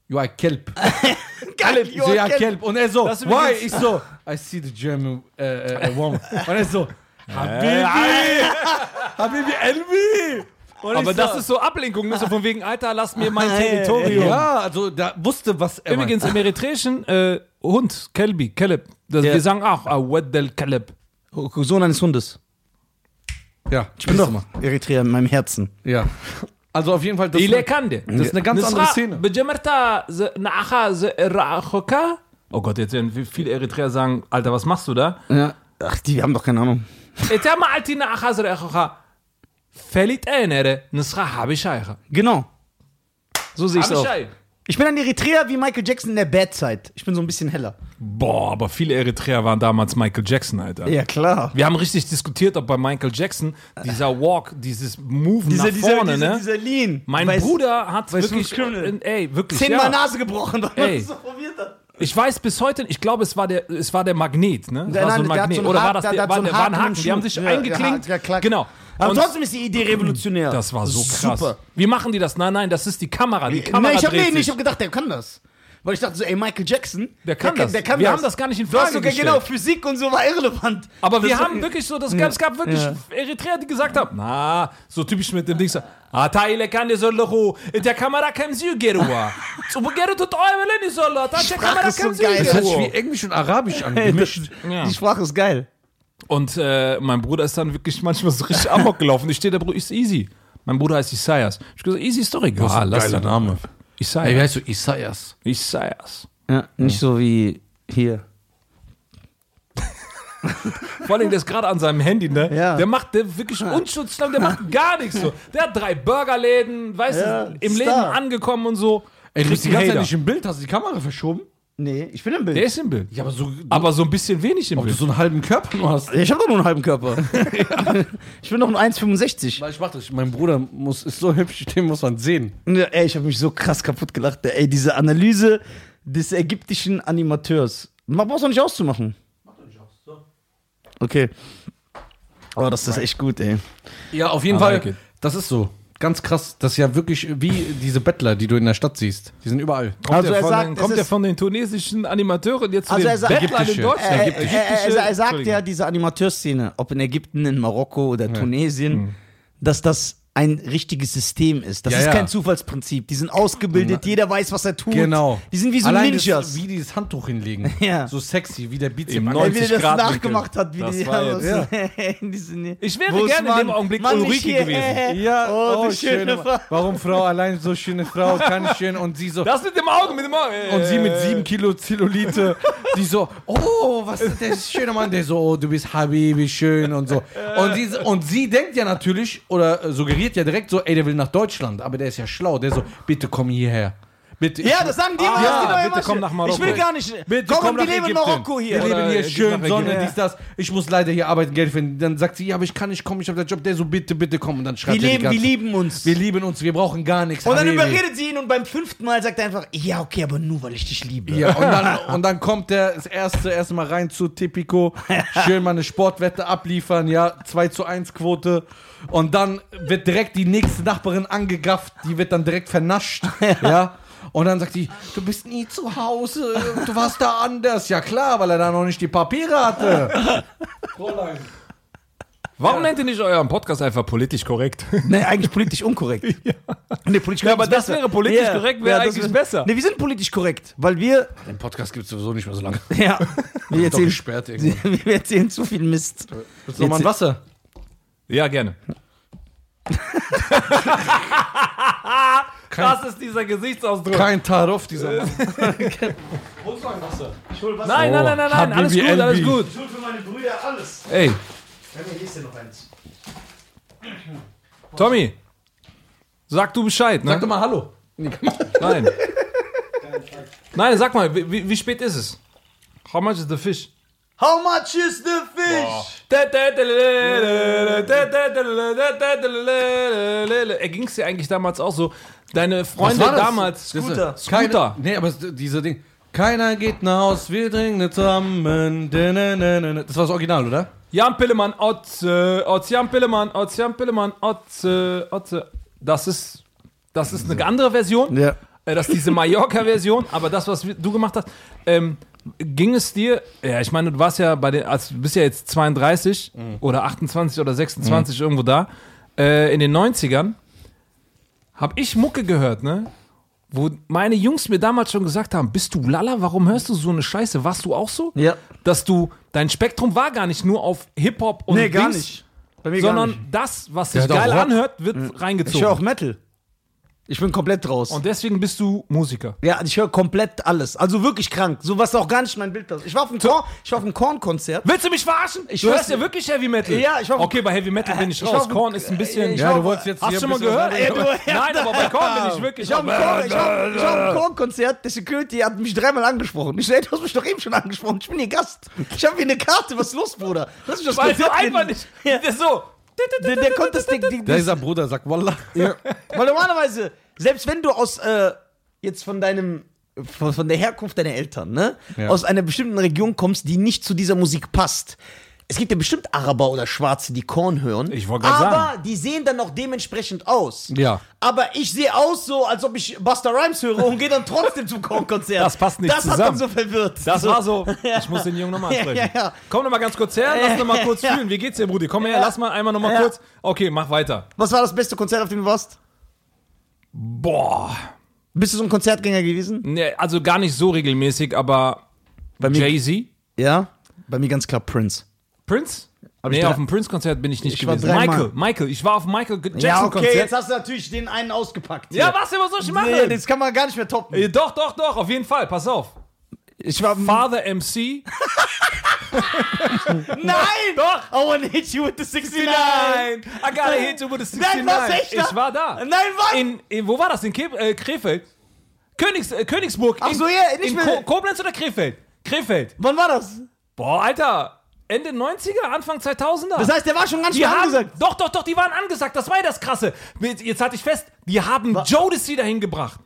you are kelp. Geil, Ich so, ja, Joachim. kelp. Und er so, Das ist why? übrigens- Ich so, I see the German äh, äh, äh, woman. Und er so, Habibi, Habibi, Elvi. Und ich Aber so, das ist so Ablenkung, ne? so von wegen, Alter, lass mir mein Territorium. ja, also da wusste, was er Übrigens im Eritreischen, äh, Hund, Kelbi, Keleb. Das, Wir sagen auch, ah, Wed del Keleb. Sohn eines Hundes. meint. Ja, Ich ich bin doch Eritrea in meinem Herzen. Ja. Also auf jeden Fall, das, ist eine, Ilekande. das ist eine ganz andere Szene. Bejemerta, ze- naacha, ze rachoka. Oh Gott, jetzt werden viele Eritreer sagen, Alter, was machst du da? Ja. Ach, die haben doch keine Ahnung. Etama alti naacha, ze rachoka. Felit enere, nisra habishaicha. Genau. So sehe ich es auch. Habishai. Ich bin ein Eritreer wie Michael Jackson in der Bad-Zeit. Ich bin so ein bisschen heller. Boah, aber viele Eritreer waren damals Michael Jackson, Alter. Ja, klar. Wir haben richtig diskutiert, ob bei Michael Jackson dieser Walk, dieses Move nach dieser, vorne, dieser, ne? dieser Lean. mein Weiß- Bruder hat weißt du, wirklich, was Criminal- äh, ey, wirklich, Zehnmal ja. Nase gebrochen, weil Ey. man das so probiert hat. Ich weiß bis heute, ich glaube, es war der, es war der Magnet, ne? Es Der- war so ein nein, der hat Magnet. so einen Oder war Haken- das der- der, der hat war, so einen der war ein Haken im Haken. Die haben Schuh. sich Ja, eingeklinkt. ja, ja, klar. genau. Aber Und trotzdem ist die Idee revolutionär. das war so krass. Super. Wie machen die das? Nein, nein, das ist die Kamera. Die Kamera Nein, ich habe dreht nee, nee, ich sich. hab gedacht, der kann das. Weil ich dachte so, ey, Michael Jackson, Der kann das. Der kann Wir das. haben das gar nicht in Du hast Frage sogar- gestellt. Ah. Genau, Physik und so war irrelevant. Aber wir Das- haben wirklich so, das gab, es gab wirklich Eritreer, die gesagt haben, na, so typisch mit dem Ding, so, Ataile kann die Sölle ho, in der Kamera kann sie gerua. So, wo gerua tut Eumelen die Sölle, da der Sprache Kamera ist kann so sie geil. Das hat sich gerua. wie Englisch und Arabisch angemischt. Ja. Die Sprache ist geil. Und äh, mein Bruder ist dann wirklich manchmal so richtig amok gelaufen. Ich stehe der Bruder, ist easy. Mein Bruder heißt Isaias. Ich gesagt, easy ist doch egal. Lass den Name. Ey, wie Isaias. heißt du? Isaias. Isaias. Ja, nicht so wie hier. Vor allem, der ist gerade an seinem Handy, ne? Ja. Der macht der wirklich unschuldslang, der macht gar nichts so. Der hat drei Burgerläden, weißt Ja, du, im Star. Leben angekommen und so. Ey, du Kriegt bist die einen ganze Zeit Hater. nicht im Bild, hast du die Kamera verschoben? Nee, ich bin im Bild. Der ist im Bild. Ja, aber so, Aber so ein bisschen wenig im ob du Bild. so einen halben Körper nur hast. Ich habe doch nur einen halben Körper. Ich bin doch nur 1,65. Ich mach das. Mein Bruder muss, ist so hübsch, den muss man sehen. Ja, Ne, Ey, ich habe mich so krass kaputt gelacht. Ey, diese Analyse des ägyptischen Animateurs. Man braucht doch nicht auszumachen. Okay. Aber das ist echt gut, ey. Ja, auf jeden I Fall. like it. das ist so. Ganz krass. Das ist ja wirklich wie diese Bettler, die du in der Stadt siehst. Die sind überall. Kommt Also der er von sagt, den, es kommt der ist- von den tunesischen Animateuren jetzt zu Also den er sagt- Bettlern in Ägyptische. Er, Deutschland? er, äh, er, er, er sagt Entschuldigung. ja, diese Amateurszene, ob in Ägypten, in Marokko oder Tunesien, dass das ein richtiges System ist. Das Ja, ist ja. kein Zufallsprinzip. Die sind ausgebildet, jeder weiß, was er tut. Genau. Die sind wie so Allein Ninjas. Das, wie die das Handtuch hinlegen. Ja. So sexy, wie der Beat Im Ey, wie 90 der das Grad nachgemacht Winkel. hat, wie Das die war haben jetzt- Ich wäre gerne in dem Augenblick Ulrike gewesen. Ja, Oh, oh, die schöne schöne Frau. Frau. Warum Frau allein so schöne Frau, kann schön und sie so. Das mit dem Augen, mit dem Augen. und sie Äh. mit sieben Kilo Zellulite, die so, oh, was ist das schöne Mann, der so, oh, du bist Habibi, schön und so. Und sie, und sie denkt ja natürlich oder äh, suggeriert ja direkt so, ey, der will nach Deutschland, aber der ist ja schlau, der so, bitte komm hierher. Bitte, ich Ja, das sagen die immer, Ah, das ist die ja, neue bitte Masche. komm nach Marokko. Ich will gar nicht. Bitte komm, komm wir nach leben in Ägypten. Marokko hier. Wir leben hier Oder, äh, schön, nach Sonne, Ägypten. dies, das. Ich muss leider hier arbeiten, Geld finden. Dann sagt sie, ja, aber ich kann nicht kommen, ich habe den Job. Der so, bitte, bitte komm. Und dann wir, schreibt er die leben, wir ganze- lieben uns. wir lieben uns, wir brauchen gar nichts. und dann Habibi. überredet sie ihn und beim fünften Mal sagt er einfach, ja, okay, aber nur, weil ich dich liebe. Ja, und dann, und dann kommt der das erste erstmal rein zu Tipico, schön mal eine Sportwette abliefern, ja, 2 zu 1 Quote. Und dann wird direkt die nächste Nachbarin angegafft, die wird dann direkt vernascht, ja. Und dann sagt die, du bist nie zu Hause, du warst da anders. Ja klar, weil er da noch nicht die Papiere hatte. Warum nennt ihr nicht euren Podcast einfach politisch korrekt? Nee, eigentlich politisch unkorrekt. ja. Nee, politisch aber ist das besser. wäre politisch korrekt, wäre das eigentlich besser. Nee, wir sind politisch korrekt, weil wir, Den Podcast gibt es sowieso nicht mehr so lange. ja, wir Doch erzählen, gesperrt irgendwie. wir erzählen zu viel Mist. Willst du noch mal ein Wasser? Ja, gerne. das ist dieser Gesichtsausdruck. Kein Tarov, Äh. dieser Mann. Nein, nein, nein, nein, nein. alles gut, HBBLB. alles gut. Ich tue für meine Brüder alles. Ey, Ja, hier ist ja noch eins. Tommy, sag du Bescheid, ne? Sag doch mal Hallo. Nein. Nein, sag mal, wie, wie- wie spät ist es? How much is the fish? How much is the fish? Er ging es dir eigentlich damals auch so. Deine Freunde war das? damals. Scooter. Das- Keine- Scooter. Nee, aber es- diese Ding. Keiner geht nach Haus, wir trinken zusammen. Da, na, na, na, na. Das war das Original, oder? Jan Pillemann, Otze, Otze, Jan Pillemann, Otze, Jan Pillemann, Otze, Otze. Das ist, das ist eine andere Version. Ja. Äh, Das ist diese Mallorca-Version, aber das, was wir- du gemacht hast, ähm, ging es dir, ja, ich meine, du warst ja bei den, also du bist ja jetzt 32 oder 28 oder 26 irgendwo da, äh, in den 90ern, habe ich Mucke gehört, ne? Wo meine Jungs mir damals schon gesagt haben, bist du lala, warum hörst du so eine Scheiße? Warst du auch so? Ja. Dass du, dein Spektrum war gar nicht nur auf Hip-Hop und Nee, gar Dings, nicht. Bei mir sondern gar nicht. Mhm. das, was sich hat auch geil Rock. anhört, wird reingezogen. Ich höre auch Metal. Ich bin komplett raus. Und deswegen bist du Musiker. ja, ich höre komplett alles. Also wirklich krank. So was auch gar nicht in mein Bild passt. Ich war auf dem Korn, ich war auf dem Korn-Konzert. Willst du mich verarschen? Ich du weiß hörst ja nicht. wirklich Heavy Metal. Ja, ich hoffe- Okay, bei Heavy Metal bin ich, Ich raus. hoffe- Korn ist ein bisschen. Ich Ja, hoffe- du wolltest jetzt hast du hier schon ein mal bisschen gehört? was anderes- Ja, du- Nein, aber bei Korn bin ich wirklich. Ich war auf dem Korn- ich war- ich war auf dem Korn-Konzert. Der Security hat mich dreimal angesprochen. Ich sag, du hast mich doch eben schon angesprochen. Ich bin hier Gast. Ich habe hier eine Karte. Was ist los, Bruder? Lass mich das Weil du Konzert einfach genießen. nicht. Ja. Das ist so. Der, der konnte das Ding. Die, das, Dieser Bruder sagt Wallah. weil normalerweise, selbst wenn du aus äh, jetzt von deinem von, von der Herkunft deiner Eltern, ne, Ja. aus einer bestimmten Region kommst, die nicht zu dieser Musik passt. Es gibt ja bestimmt Araber oder Schwarze, die Korn hören. Ich wollte grad Aber sagen. die sehen dann auch dementsprechend aus. Ja. Aber ich sehe aus so, als ob ich Buster Rhymes höre und gehe dann trotzdem zum Korn-Konzert. Das passt nicht Das hat dann zusammen. so verwirrt. Das war so. Ich muss den Jungen nochmal Ja, ansprechen. ja, ja. Komm nochmal ganz kurz her, lass nochmal kurz Ja. fühlen. Wie geht's dir, Brudi? Komm her, lass mal einmal nochmal Ja. kurz. Okay, mach weiter. Was war das beste Konzert, auf dem du warst? Boah. Bist du so ein Konzertgänger gewesen? Nee, also gar nicht so regelmäßig, aber Bei mir, Jay-Z, ja. Bei mir ganz klar Prince. Prince? ich Nee, drei- auf dem Prince-Konzert bin ich nicht Ich war gewesen. dreimal. Michael, Michael, ich war auf dem Michael Ja, okay, Jackson-Konzert. jetzt hast du natürlich den einen ausgepackt. Ja, hier. was immer soll ich Nee, machen? das kann man gar nicht mehr toppen. Äh, Doch, doch, doch, auf jeden Fall, pass auf. Ich war. Father MC. Nein! Doch! I wanna hit you with the 69! Nein! I gotta hit you with a 69. Nein, was echt? ich war da. Nein, was? In, in, wo war das? In Ke äh, Krefeld? Königs, äh, Königsburg. Ach in, so, ja, nicht in mehr- Ko Koblenz oder Krefeld? Krefeld. Wann war das? Boah, Alter. Ende 90er, Anfang 2000er. Das heißt, der war schon ganz schön angesagt. Doch, doch, doch, die waren angesagt. Das war ja das Krasse. Jetzt jetzt hatte ich fest, die haben Jodeci dahin gebracht.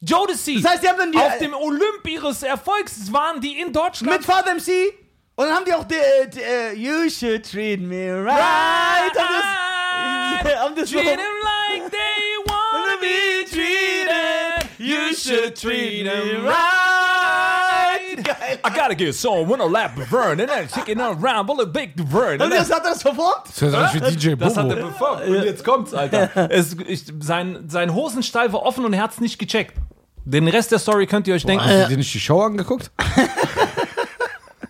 Jodeci. Das heißt, die haben dann die- äh, Auf dem Olymp ihres Erfolgs waren die in Deutschland. Mit Father MC? Und dann haben die auch. Der, der, you should treat me right! Haben das. Haben das so. Treat 'em like they wanna be treated. You should treat 'em right. Geil. I gotta get someone a lap burn and I'm kicking around, will a big burn. Und das hat er das verformt? Das hört sich wie DJ Das hat er Bobo. performt. Und jetzt kommt's, Alter. Es, ich, sein, sein Hosenstall war offen und er hat's nicht gecheckt. Den Rest der Story könnt ihr euch denken. Hast du dir nicht die Show angeguckt?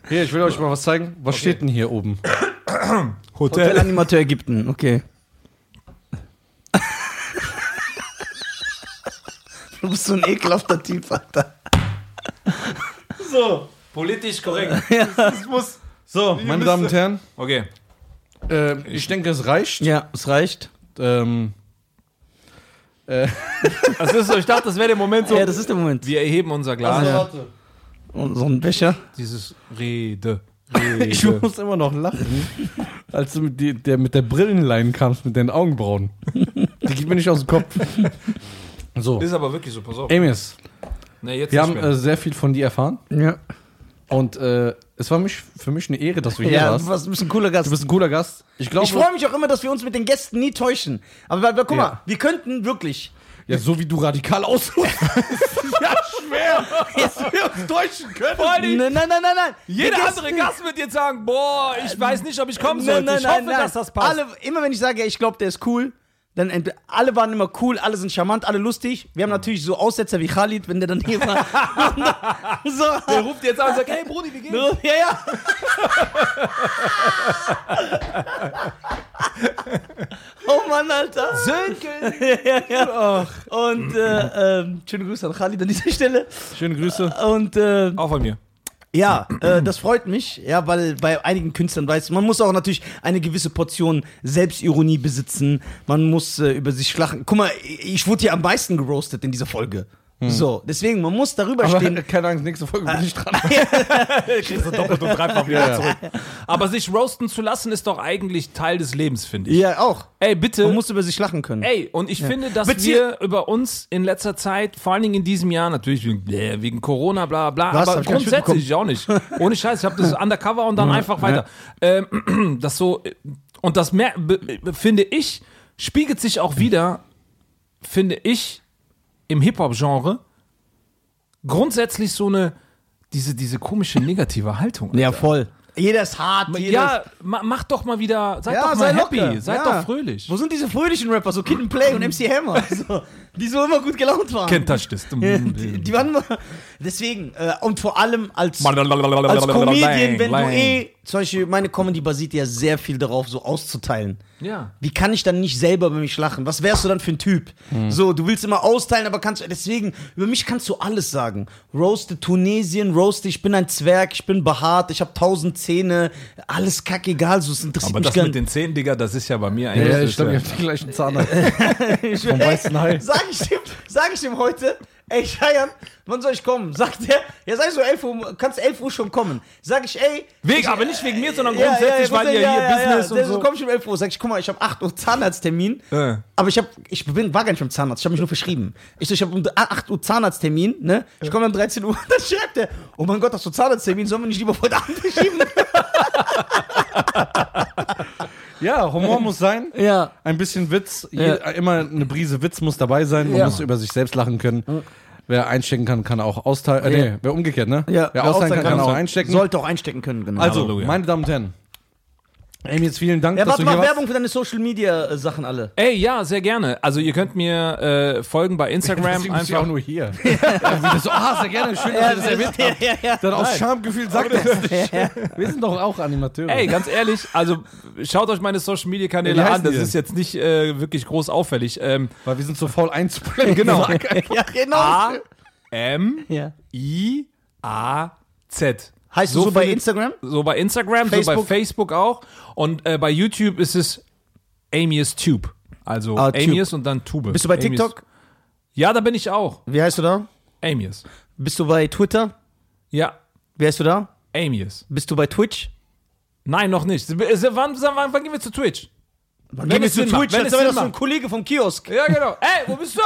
Hier, ich will euch mal was zeigen. Was steht denn hier oben? Hotel. Animateur Ägypten, okay. du bist so ein ekelhafter Typ, Alter. So. Politisch korrekt. Das muss. So, meine Damen und Herren, Okay. äh, ich denke, es reicht. Ja, es reicht. Ähm, Das Also ist so, ich dachte, das wäre der Moment so. Ja, das ist der Moment. wir erheben unser Also, Glas. Und so ein Becher. Dieses Rede. Rede. ich muss immer noch lachen, als du mit, die, der, mit der Brillenlein kamst, mit deinen Augenbrauen. Die geht mir nicht aus dem Kopf. So, ist aber wirklich so, pass auf. Amis, Nee, jetzt wir nicht haben mehr. äh, sehr viel von dir erfahren. Ja. Und äh, es war mich, für mich eine Ehre, dass du hier Ja, du warst. warst ein bisschen cooler Gast. Du bist ein cooler Gast. Ich glaube, ich freue mich auch immer, dass wir uns mit den Gästen nie täuschen. Aber, weil- weil, guck Ja. mal, wir könnten wirklich. ja, so wie du radikal aussiehst. Vor allen Dingen, Nein, nein, nein, nein, nein. Die jeder Gäste- andere Gast wird jetzt sagen, boah, ich weiß nicht, ob ich kommen soll. Nein, nein, Ich nein, hoffe, nein. dass das passt. Alle, immer wenn ich sage, ja, ich glaube, der ist cool, dann ent- alle waren immer cool, alle sind charmant, alle lustig. Wir haben natürlich so Aussetzer wie Khalid, wenn der dann hier war. so. Der ruft jetzt an und sagt, hey Brudi, wie geht's? Ja, ja. oh Mann, Alter. Sönke. ja, ja. Und äh, ähm, schöne Grüße an Khalid an dieser Stelle. Schöne Grüße. Und äh, Auch von mir. Ja, äh, das freut mich, ja, weil bei einigen Künstlern weiß man muss auch natürlich eine gewisse Portion Selbstironie besitzen. Man muss äh, über sich schlachen. Guck mal, ich wurde hier am meisten geroastet in dieser Folge. So, deswegen man muss darüber stehen. Aber keine Angst, nächste Folge bin ich dran. Kriegst du doppelt und dreifach wieder zurück. Aber sich roasten zu lassen, ist doch eigentlich Teil des Lebens, finde ich. Ja, auch. Ey, bitte. Man muss über sich lachen können. Ey, und ich finde, dass Bezie- wir über uns in letzter Zeit, vor allen Dingen in diesem Jahr, natürlich wegen, bläh, wegen Corona, bla bla, Was? aber Hab ich gar nicht grundsätzlich ich auch nicht. Ohne Scheiß, ich habe das undercover und dann einfach weiter. Ähm, das so, äh, und das mer be- be- finde ich, spiegelt sich auch wieder, finde ich, im Hip-Hop-Genre grundsätzlich so eine, diese, diese komische negative Haltung. ja, voll. Jeder ist hart. Jeder Ja, ma, mach doch mal wieder, seid Ja, doch mal sei happy, locker. seid Ja. doch fröhlich. Wo sind diese fröhlichen Rapper, so Kid and Play und MC Hammer, so, die so immer gut gelaunt waren? Kenntest das? die, die waren immer, deswegen äh, und vor allem als als Comedian, wenn du eh zum Beispiel meine Comedy basiert ja sehr viel darauf, so auszuteilen. Ja. Wie kann ich dann nicht selber über mich lachen? Was wärst du dann für ein Typ? Hm. So, du willst immer austeilen, aber kannst deswegen über mich kannst du alles sagen. Roaste Tunesien, roaste ich bin ein Zwerg, ich bin behaart, ich habe tausend Zähne, alles kacke egal, so es interessiert Aber mich das gar mit den Zähnen, Digga, das ist ja bei mir eigentlich. Ja, ich glaube, ihr das ist habt den gleichen Zahnarzt. Vom weißen Hai. Sag ich dem, sag ich dem heute, ey Scheiern, wann soll ich kommen? Sagt er, ja sag ich so 11 Uhr, kannst 11 Uhr schon kommen. Sag ich, ey. Weg, ich, aber nicht wegen mir, sondern grundsätzlich, weil ihr hier Business und so- komm ich um 11 Uhr, sag ich, guck mal, ich habe 8 Uhr Zahnarzttermin, Äh. aber ich hab, ich bin, war gar nicht beim Zahnarzt, ich habe mich nur verschrieben. Ich so, ich habe um 8 Uhr Zahnarzttermin, ne, ich komme um 13 Uhr, dann schreibt er, oh mein Gott, hast du Zahnarzttermin, sollen wir nicht lieber heute Abend verschieben? Ja, Humor muss sein. ja. Ein bisschen Witz. Je, Immer eine Brise Witz muss dabei sein. Man Ja. muss über sich selbst lachen können. Wer einstecken kann, kann auch austeilen. Äh, Ja. Nee, wer umgekehrt, ne? Ja, wer austeilen kann, kann auch einstecken. Sollte auch einstecken können, genau. also, Halleluja. meine Damen und Herren. Amy, jetzt vielen Dank, ja, dass warte du mal, hier warst. Werbung für deine Social Media äh, Sachen alle. Ey, ja, sehr gerne. Also ihr könnt mir äh, folgen bei Instagram Deswegen bist du ja einfach. auch nur hier. Ja, wie das so, ah, sehr gerne, schön, dass ihr das erwähnt habt. ja, ja. Dann aus Schamgefühl sagt das nicht. Wir sind doch auch Animateure. Ey, ganz ehrlich, also schaut euch meine Social Media Wie Kanäle heißen an. Das die ist jetzt nicht äh, wirklich groß auffällig. Ähm, Weil wir sind so faul einzubringen. Genau. Ja, genau. A M Ja. I A Z. Heißt so, so bei findet- Instagram? So bei Instagram, so bei Facebook? Facebook auch. Und äh, bei YouTube ist es Amy is Tube. Also Ah, Tube. Amy is und dann Tube. Bist du bei Amy is- TikTok? Ja, da bin ich auch. Wie heißt du da? Amy is. Bist du bei Twitter? Ja, Wie heißt du da? Amy is. Bist du bei Twitch? Nein, noch nicht. Wann, wann, wann gehen wir zu Twitch? Wann Geh mir zu Twitch, Wenn es das ist aber Sinn das so ein macht. Kollege vom Kiosk. Ja, genau. Ey, wo bist du?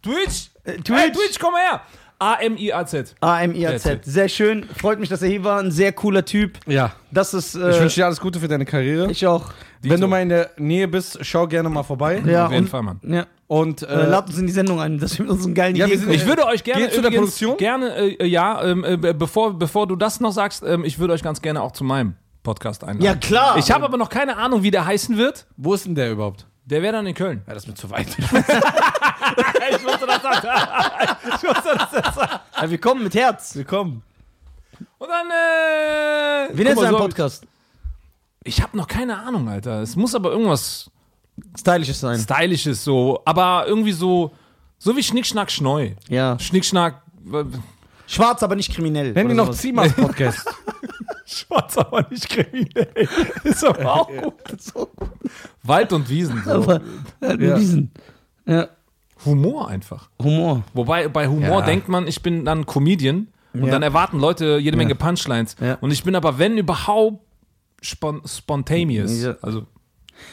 Twitch? Äh, Twitch? Ey, Twitch, komm mal her. A-M-I-A-Z. Ah, AMIAZ. Sehr schön. Freut mich, dass er hier war. Ein sehr cooler Typ. Ja. Das ist. Äh, Ich wünsche dir alles Gute für deine Karriere. ich auch. Wenn du mal in der Nähe bist, schau gerne mal vorbei. Ja, Auf jeden und, Fall, Mann. ja. Und Äh, äh, lad uns in die Sendung ein, dass wir mit unseren geilen Ja, wir Ideen sind- kommen. Ich würde euch gerne Geht zu der übrigens, Produktion? gerne äh, ja, ähm, äh, bevor, bevor du das noch sagst, ähm, ich würde euch ganz gerne auch zu meinem Podcast einladen. Ja, klar. Ah, Ich habe aber noch keine Ahnung, wie der heißen wird. wo ist denn der überhaupt? Der wäre dann in Köln. Ja, das ist mir zu weit. ich wusste das ja, wir kommen mit Herz. Willkommen. Und dann äh, Wie guck nennt mal, seinen so- Podcast? Ich habe noch keine Ahnung, Alter. Es muss aber irgendwas Stylisches sein. stylisches so, aber irgendwie so so wie Schnick Schnack Schneu. äh, Ja. Schnick Schnack Schwarz, aber nicht kriminell. Nenn ihn oder noch sowas. Zimas Podcast. Schwarz, aber nicht kriminell. Ist aber auch gut. Wald und Wiesen. So. Aber, äh, Ja. Wiesen. Ja. Humor einfach. Humor. Wobei bei Humor Ja. denkt man, ich bin dann Comedian und Ja. dann erwarten Leute jede Menge Punchlines. Ja. Und ich bin aber, wenn überhaupt, spon spontaneous. Ja. Also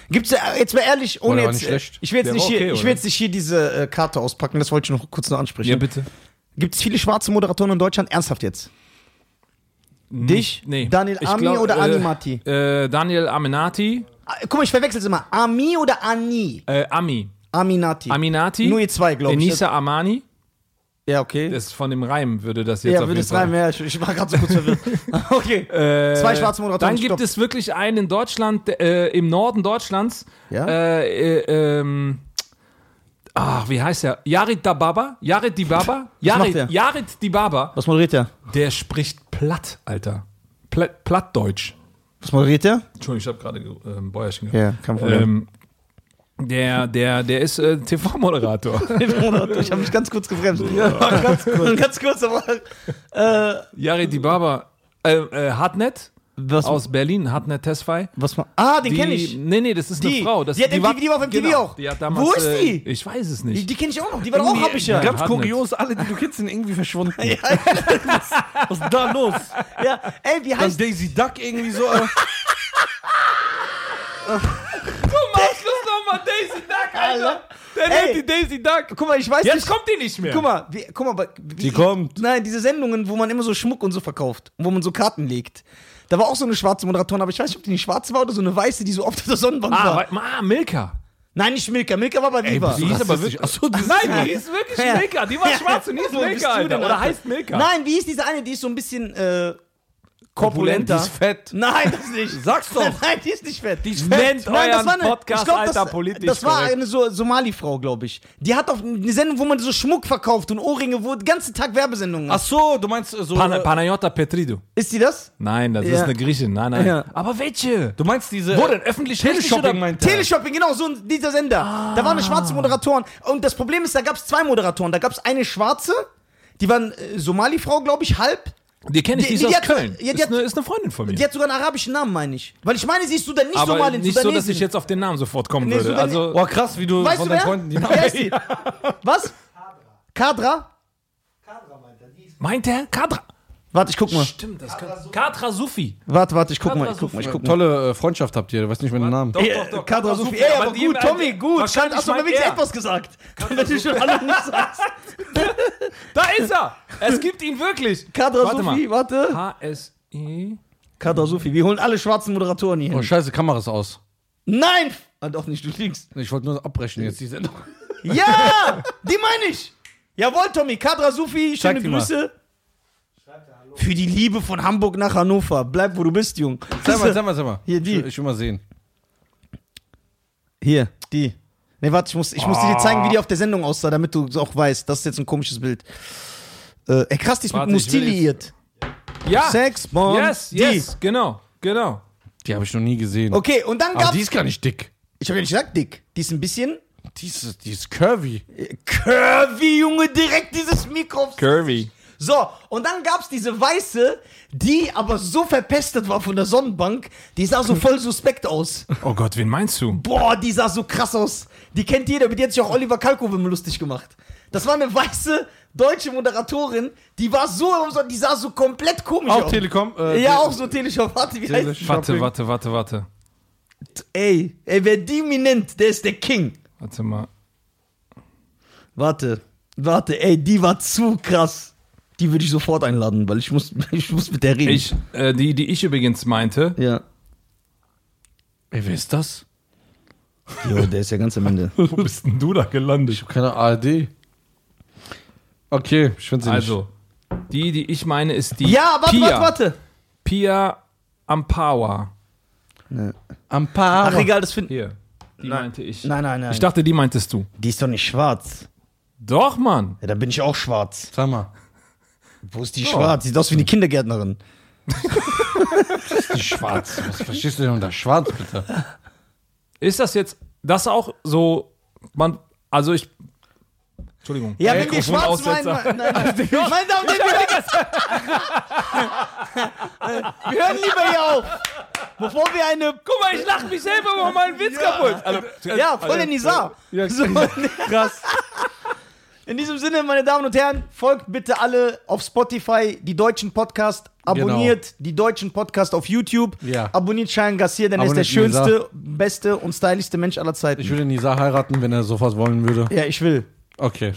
Gibt's äh, jetzt mal ehrlich, ohne der war jetzt, nicht schlecht. ich will jetzt Der nicht war hier, okay, ich will oder? jetzt nicht hier diese äh, Karte auspacken. Das wollte ich noch kurz noch ansprechen. ja bitte. Gibt es viele schwarze Moderatoren in Deutschland? Ernsthaft jetzt? Dich? Hm, Nee. Daniel Ich Ami glaub, oder äh, Animati? Äh, Daniel Aminati. Ah, Guck mal, ich verwechsel's immer. Ami oder Ani? Äh, Ami. Aminati. Aminati. Nur ihr zwei, glaube ich. Enisa Amani. Ja, okay. Das von dem Reim würde das jetzt Ja, auf würde jeden es Fall. Äh, rein. Ja, ich, ich war gerade so kurz verwirrt. okay. zwei schwarze Moderatoren. Dann gibt stopp. es wirklich einen in Deutschland, äh, im Norden Deutschlands. Ja? Äh, äh, ähm, ach, wie heißt er? Yarid Dababa? Yarid Dibaba? macht der? Yarid, Yarid Dibaba. Was moderiert der? Der spricht platt, Alter. Platt, Plattdeutsch. Was moderiert der? Entschuldigung, ich habe gerade ge- äh, ein ähm, Bäuerchen Ja, kein Problem. Ähm, Der, der, der ist äh, TV-Moderator. Ich habe mich ganz kurz gebremst. ganz kurz. ganz kurz aber, äh, Yari Dibaba. Äh, äh, Hartnett was, aus Berlin, Hartnett Tesfaye. was ma- Ah, den Die- kenne ich. Nee, nee, das ist Die. eine Frau. Das, Genau. Die hat MTV die war auf MTV auch. Die hat damals, Wo ist äh, die? Ich weiß es Die, nicht. die kenne ich auch noch. Die war doch auch, habe ich ja. Ganz Hartnett. kurios, alle, die du kennst, sind irgendwie verschwunden. was, was ist da los? ja. Ey, wie Dass heißt Daisy Duck irgendwie so. äh, Guck mal, Schluss nochmal, Daisy Duck, Alter. Der Ey. nennt die Daisy Duck. Guck mal, ich weiß Jetzt nicht. kommt die nicht mehr. Guck mal, wie, guck mal, bei- wie, Die kommt. Nein, diese Sendungen, wo man immer so Schmuck und so verkauft und wo man so Karten legt. Da war auch so eine schwarze Moderatorin, aber ich weiß nicht, ob die eine schwarze war oder so eine weiße, die so oft auf der Sonnenbank Ah, war. wei- ah, Milka. Nein, nicht Milka. Milka war bei Viva. Die hieß aber wirklich. Achso, Nein, die hieß Ja. wirklich Milka. Die war Ja. schwarz und hieß Wo bist du Milka, Alter. denn, Oder Alter? heißt Milka. Nein, wie ist diese eine, die ist so ein bisschen äh, korpulenter? Die ist fett. Nein, das nicht. Sag's doch. Nein, die ist nicht fett. Die ist Nennt Nein, das euren war eine, Podcast, ich glaub, Alter, das, politisch Das war korrekt. eine so Somali-Frau, glaube ich. Die hat auf eine Sendung, wo man so Schmuck verkauft und Ohrringe, wo den ganzen Tag Werbesendungen. Ach so, du meinst äh, so. Pana- äh, Panayota Petridou. Ist die das? Nein, das also- Ja. ist eine Griechin. Nein, nein. Ja. Aber welche? Du meinst diese. Wo denn? Öffentlich Teleshopping meint er. Teleshopping, genau, so ein- dieser Sender. Da waren eine schwarze Ah. Moderatorin. Und das Problem ist, da gab es zwei Moderatoren. Da gab es eine schwarze, die war eine äh, Somali-Frau, glaube ich, halb. Die kenne ich, die, Die- ist aus die hat- Köln. ja, die ist, hat- eine, ist eine Freundin von mir. Die hat sogar einen arabischen Namen, meine ich. Weil ich meine, sie ist Sudan, nicht aber Somalin, nicht so, Sudanesin. dass ich jetzt auf den Namen sofort kommen Nee, würde. Sudan- Also, Boah, Oh, krass, wie du Weißt von du deinen wer? Freunden die wer ist die? Was? Kadra? meint er? Kadra. Warte, ich guck mal. Stimmt, das kann. Kadra Sufi. Warte, warte, ich guck Kadra mal. Ich guck mal, ich guck mal. Tolle äh, Freundschaft habt ihr, du weißt nicht mehr den Namen. Doch, Äh, Kadra Sufi. Ey, aber gut, Tommy, gut. Hast du mir wenigstens etwas gesagt? Wenn du schon alle nicht sagst. Da ist er! Es gibt ihn wirklich! Kadra Warte Sufi, warte. HSI. Kadra Sufi, wir holen alle schwarzen Moderatoren hier Oh, hin. scheiße, Kamera ist aus. Nein! Ah, doch nicht, du liegst. Ich wollte nur abbrechen jetzt die Sendung. Ja! Die meine ich! Jawohl, Tommy, Kadra Sufi, schöne die mal. Grüße. Für die Liebe von Hamburg nach Hannover. Bleib, wo du bist, Jung. Sag mal, sag mal, sag mal. Hier, die. Ich, will- ich will mal sehen. Hier, die. Ne, warte, ich muss, ich muss dir zeigen, wie die auf der Sendung aussah, damit du es auch weißt. Das ist jetzt ein komisches Bild. Äh, ey, krass, die ist Warte, mit ich will Mustili liiert. Ja! Sex, Bomb, Yes, die. yes, genau, genau. Die habe ich noch nie gesehen. Okay, und dann Aber gab's. die ist gar nicht dick. ich habe ja nicht gesagt, dick. Die ist ein bisschen. äh, Die ist, die ist curvy. Curvy, Junge, direkt dieses Mikro. aufs- Curvy. So, und dann gab's diese Weiße, die aber so verpestet war von der Sonnenbank, die sah so voll suspekt aus. Oh Gott, wen meinst du? Boah, die sah so krass aus. Die kennt jeder, mit der hat sich auch Oliver Kalkofe immer lustig gemacht. Das war eine weiße deutsche Moderatorin, die war so, die sah so komplett komisch Auch aus. Telekom. äh, ja, Tele- auch so Teleshop. Warte, wie heißt Teleshop. Warte, Shopping. warte, warte, warte. Ey, ey, wer die mir nennt, der ist der King. Warte mal. Warte, warte, ey, die war zu krass. Die würde ich sofort einladen, weil ich muss, ich muss mit der reden. Ich, äh, die, die ich übrigens meinte, Ja. Ey, wer ist das? Jo, der ist ja ganz am Ende. wo bist denn du da gelandet? Keine ARD. Okay, ich finde sie nicht. Also, die, die ich meine, ist die Ja, warte, Pia. warte, warte. Pia Ampawa. Am Paar. Ach, egal, das finden. Hier, die meinte ich. Nein, nein, nein. Ich dachte, die meintest du. die ist doch nicht schwarz. Doch, Mann. Ja, da bin ich auch schwarz. Sag mal. Wo ist die schwarz? Sieht aus wie eine Kindergärtnerin. Die schwarz. Was verstehst du denn unter schwarz, bitte? Ist das jetzt, das auch so, man, also ich, Entschuldigung. Äh, Ja, wenn wir Mikrofon schwarz meinen. Aussetzer. Nein, nein, nein. Meine Damen und Herren, wir wir hören lieber hier auf. Bevor wir eine. Guck mal, ich lache mich selber über meinen Witz kaputt. Also, Ja, voll in Nizar. So, Krass. in diesem Sinne, meine Damen und Herren, folgt bitte alle auf Spotify, die deutschen Podcast, abonniert die deutschen Podcast auf YouTube, Genau. Ja. abonniert Schein Gassier, denn er ist der Abonniert Nizar. schönste, beste und stylischste Mensch aller Zeiten. Ich würde Nisa heiraten, wenn er sofort wollen würde. ja, ich will. Okay.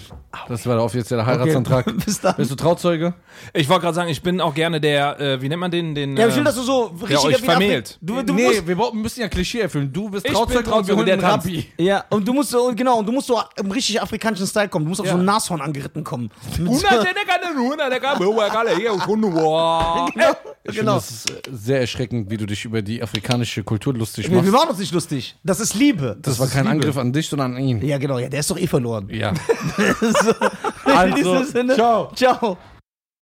Das war der offizielle Heiratsantrag. Bis dann. Bist du Trauzeuge? Ich wollte gerade sagen, ich bin auch gerne der, äh, wie nennt man den? den Ja, ich Ähm, will, äh, dass du so richtig euch vermählt. Du, du nee, musst, wir brauchen- müssen ja Klischee erfüllen. Du bist Ich Trauzeuge, bin Trauzeuge, und wir der holen einen tanzt. Rabbi. ja, und du musst so, und genau, und du musst so im richtig afrikanischen Style kommen. Du musst auf so ein Nashorn angeritten kommen. Mit so- Una, der der kann den Una, der kann- Boah, geil, hier, Kunde, boah. Ich finde, das ist äh, sehr erschreckend, wie du dich über die afrikanische Kultur lustig Wir, wir machst. waren uns nicht lustig. Das ist Liebe. Das war kein Angriff an dich, sondern an ihn. ja, genau. Ja, der ist doch eh verloren. Ja. also- In diesem Sinne. ciao. Ciao.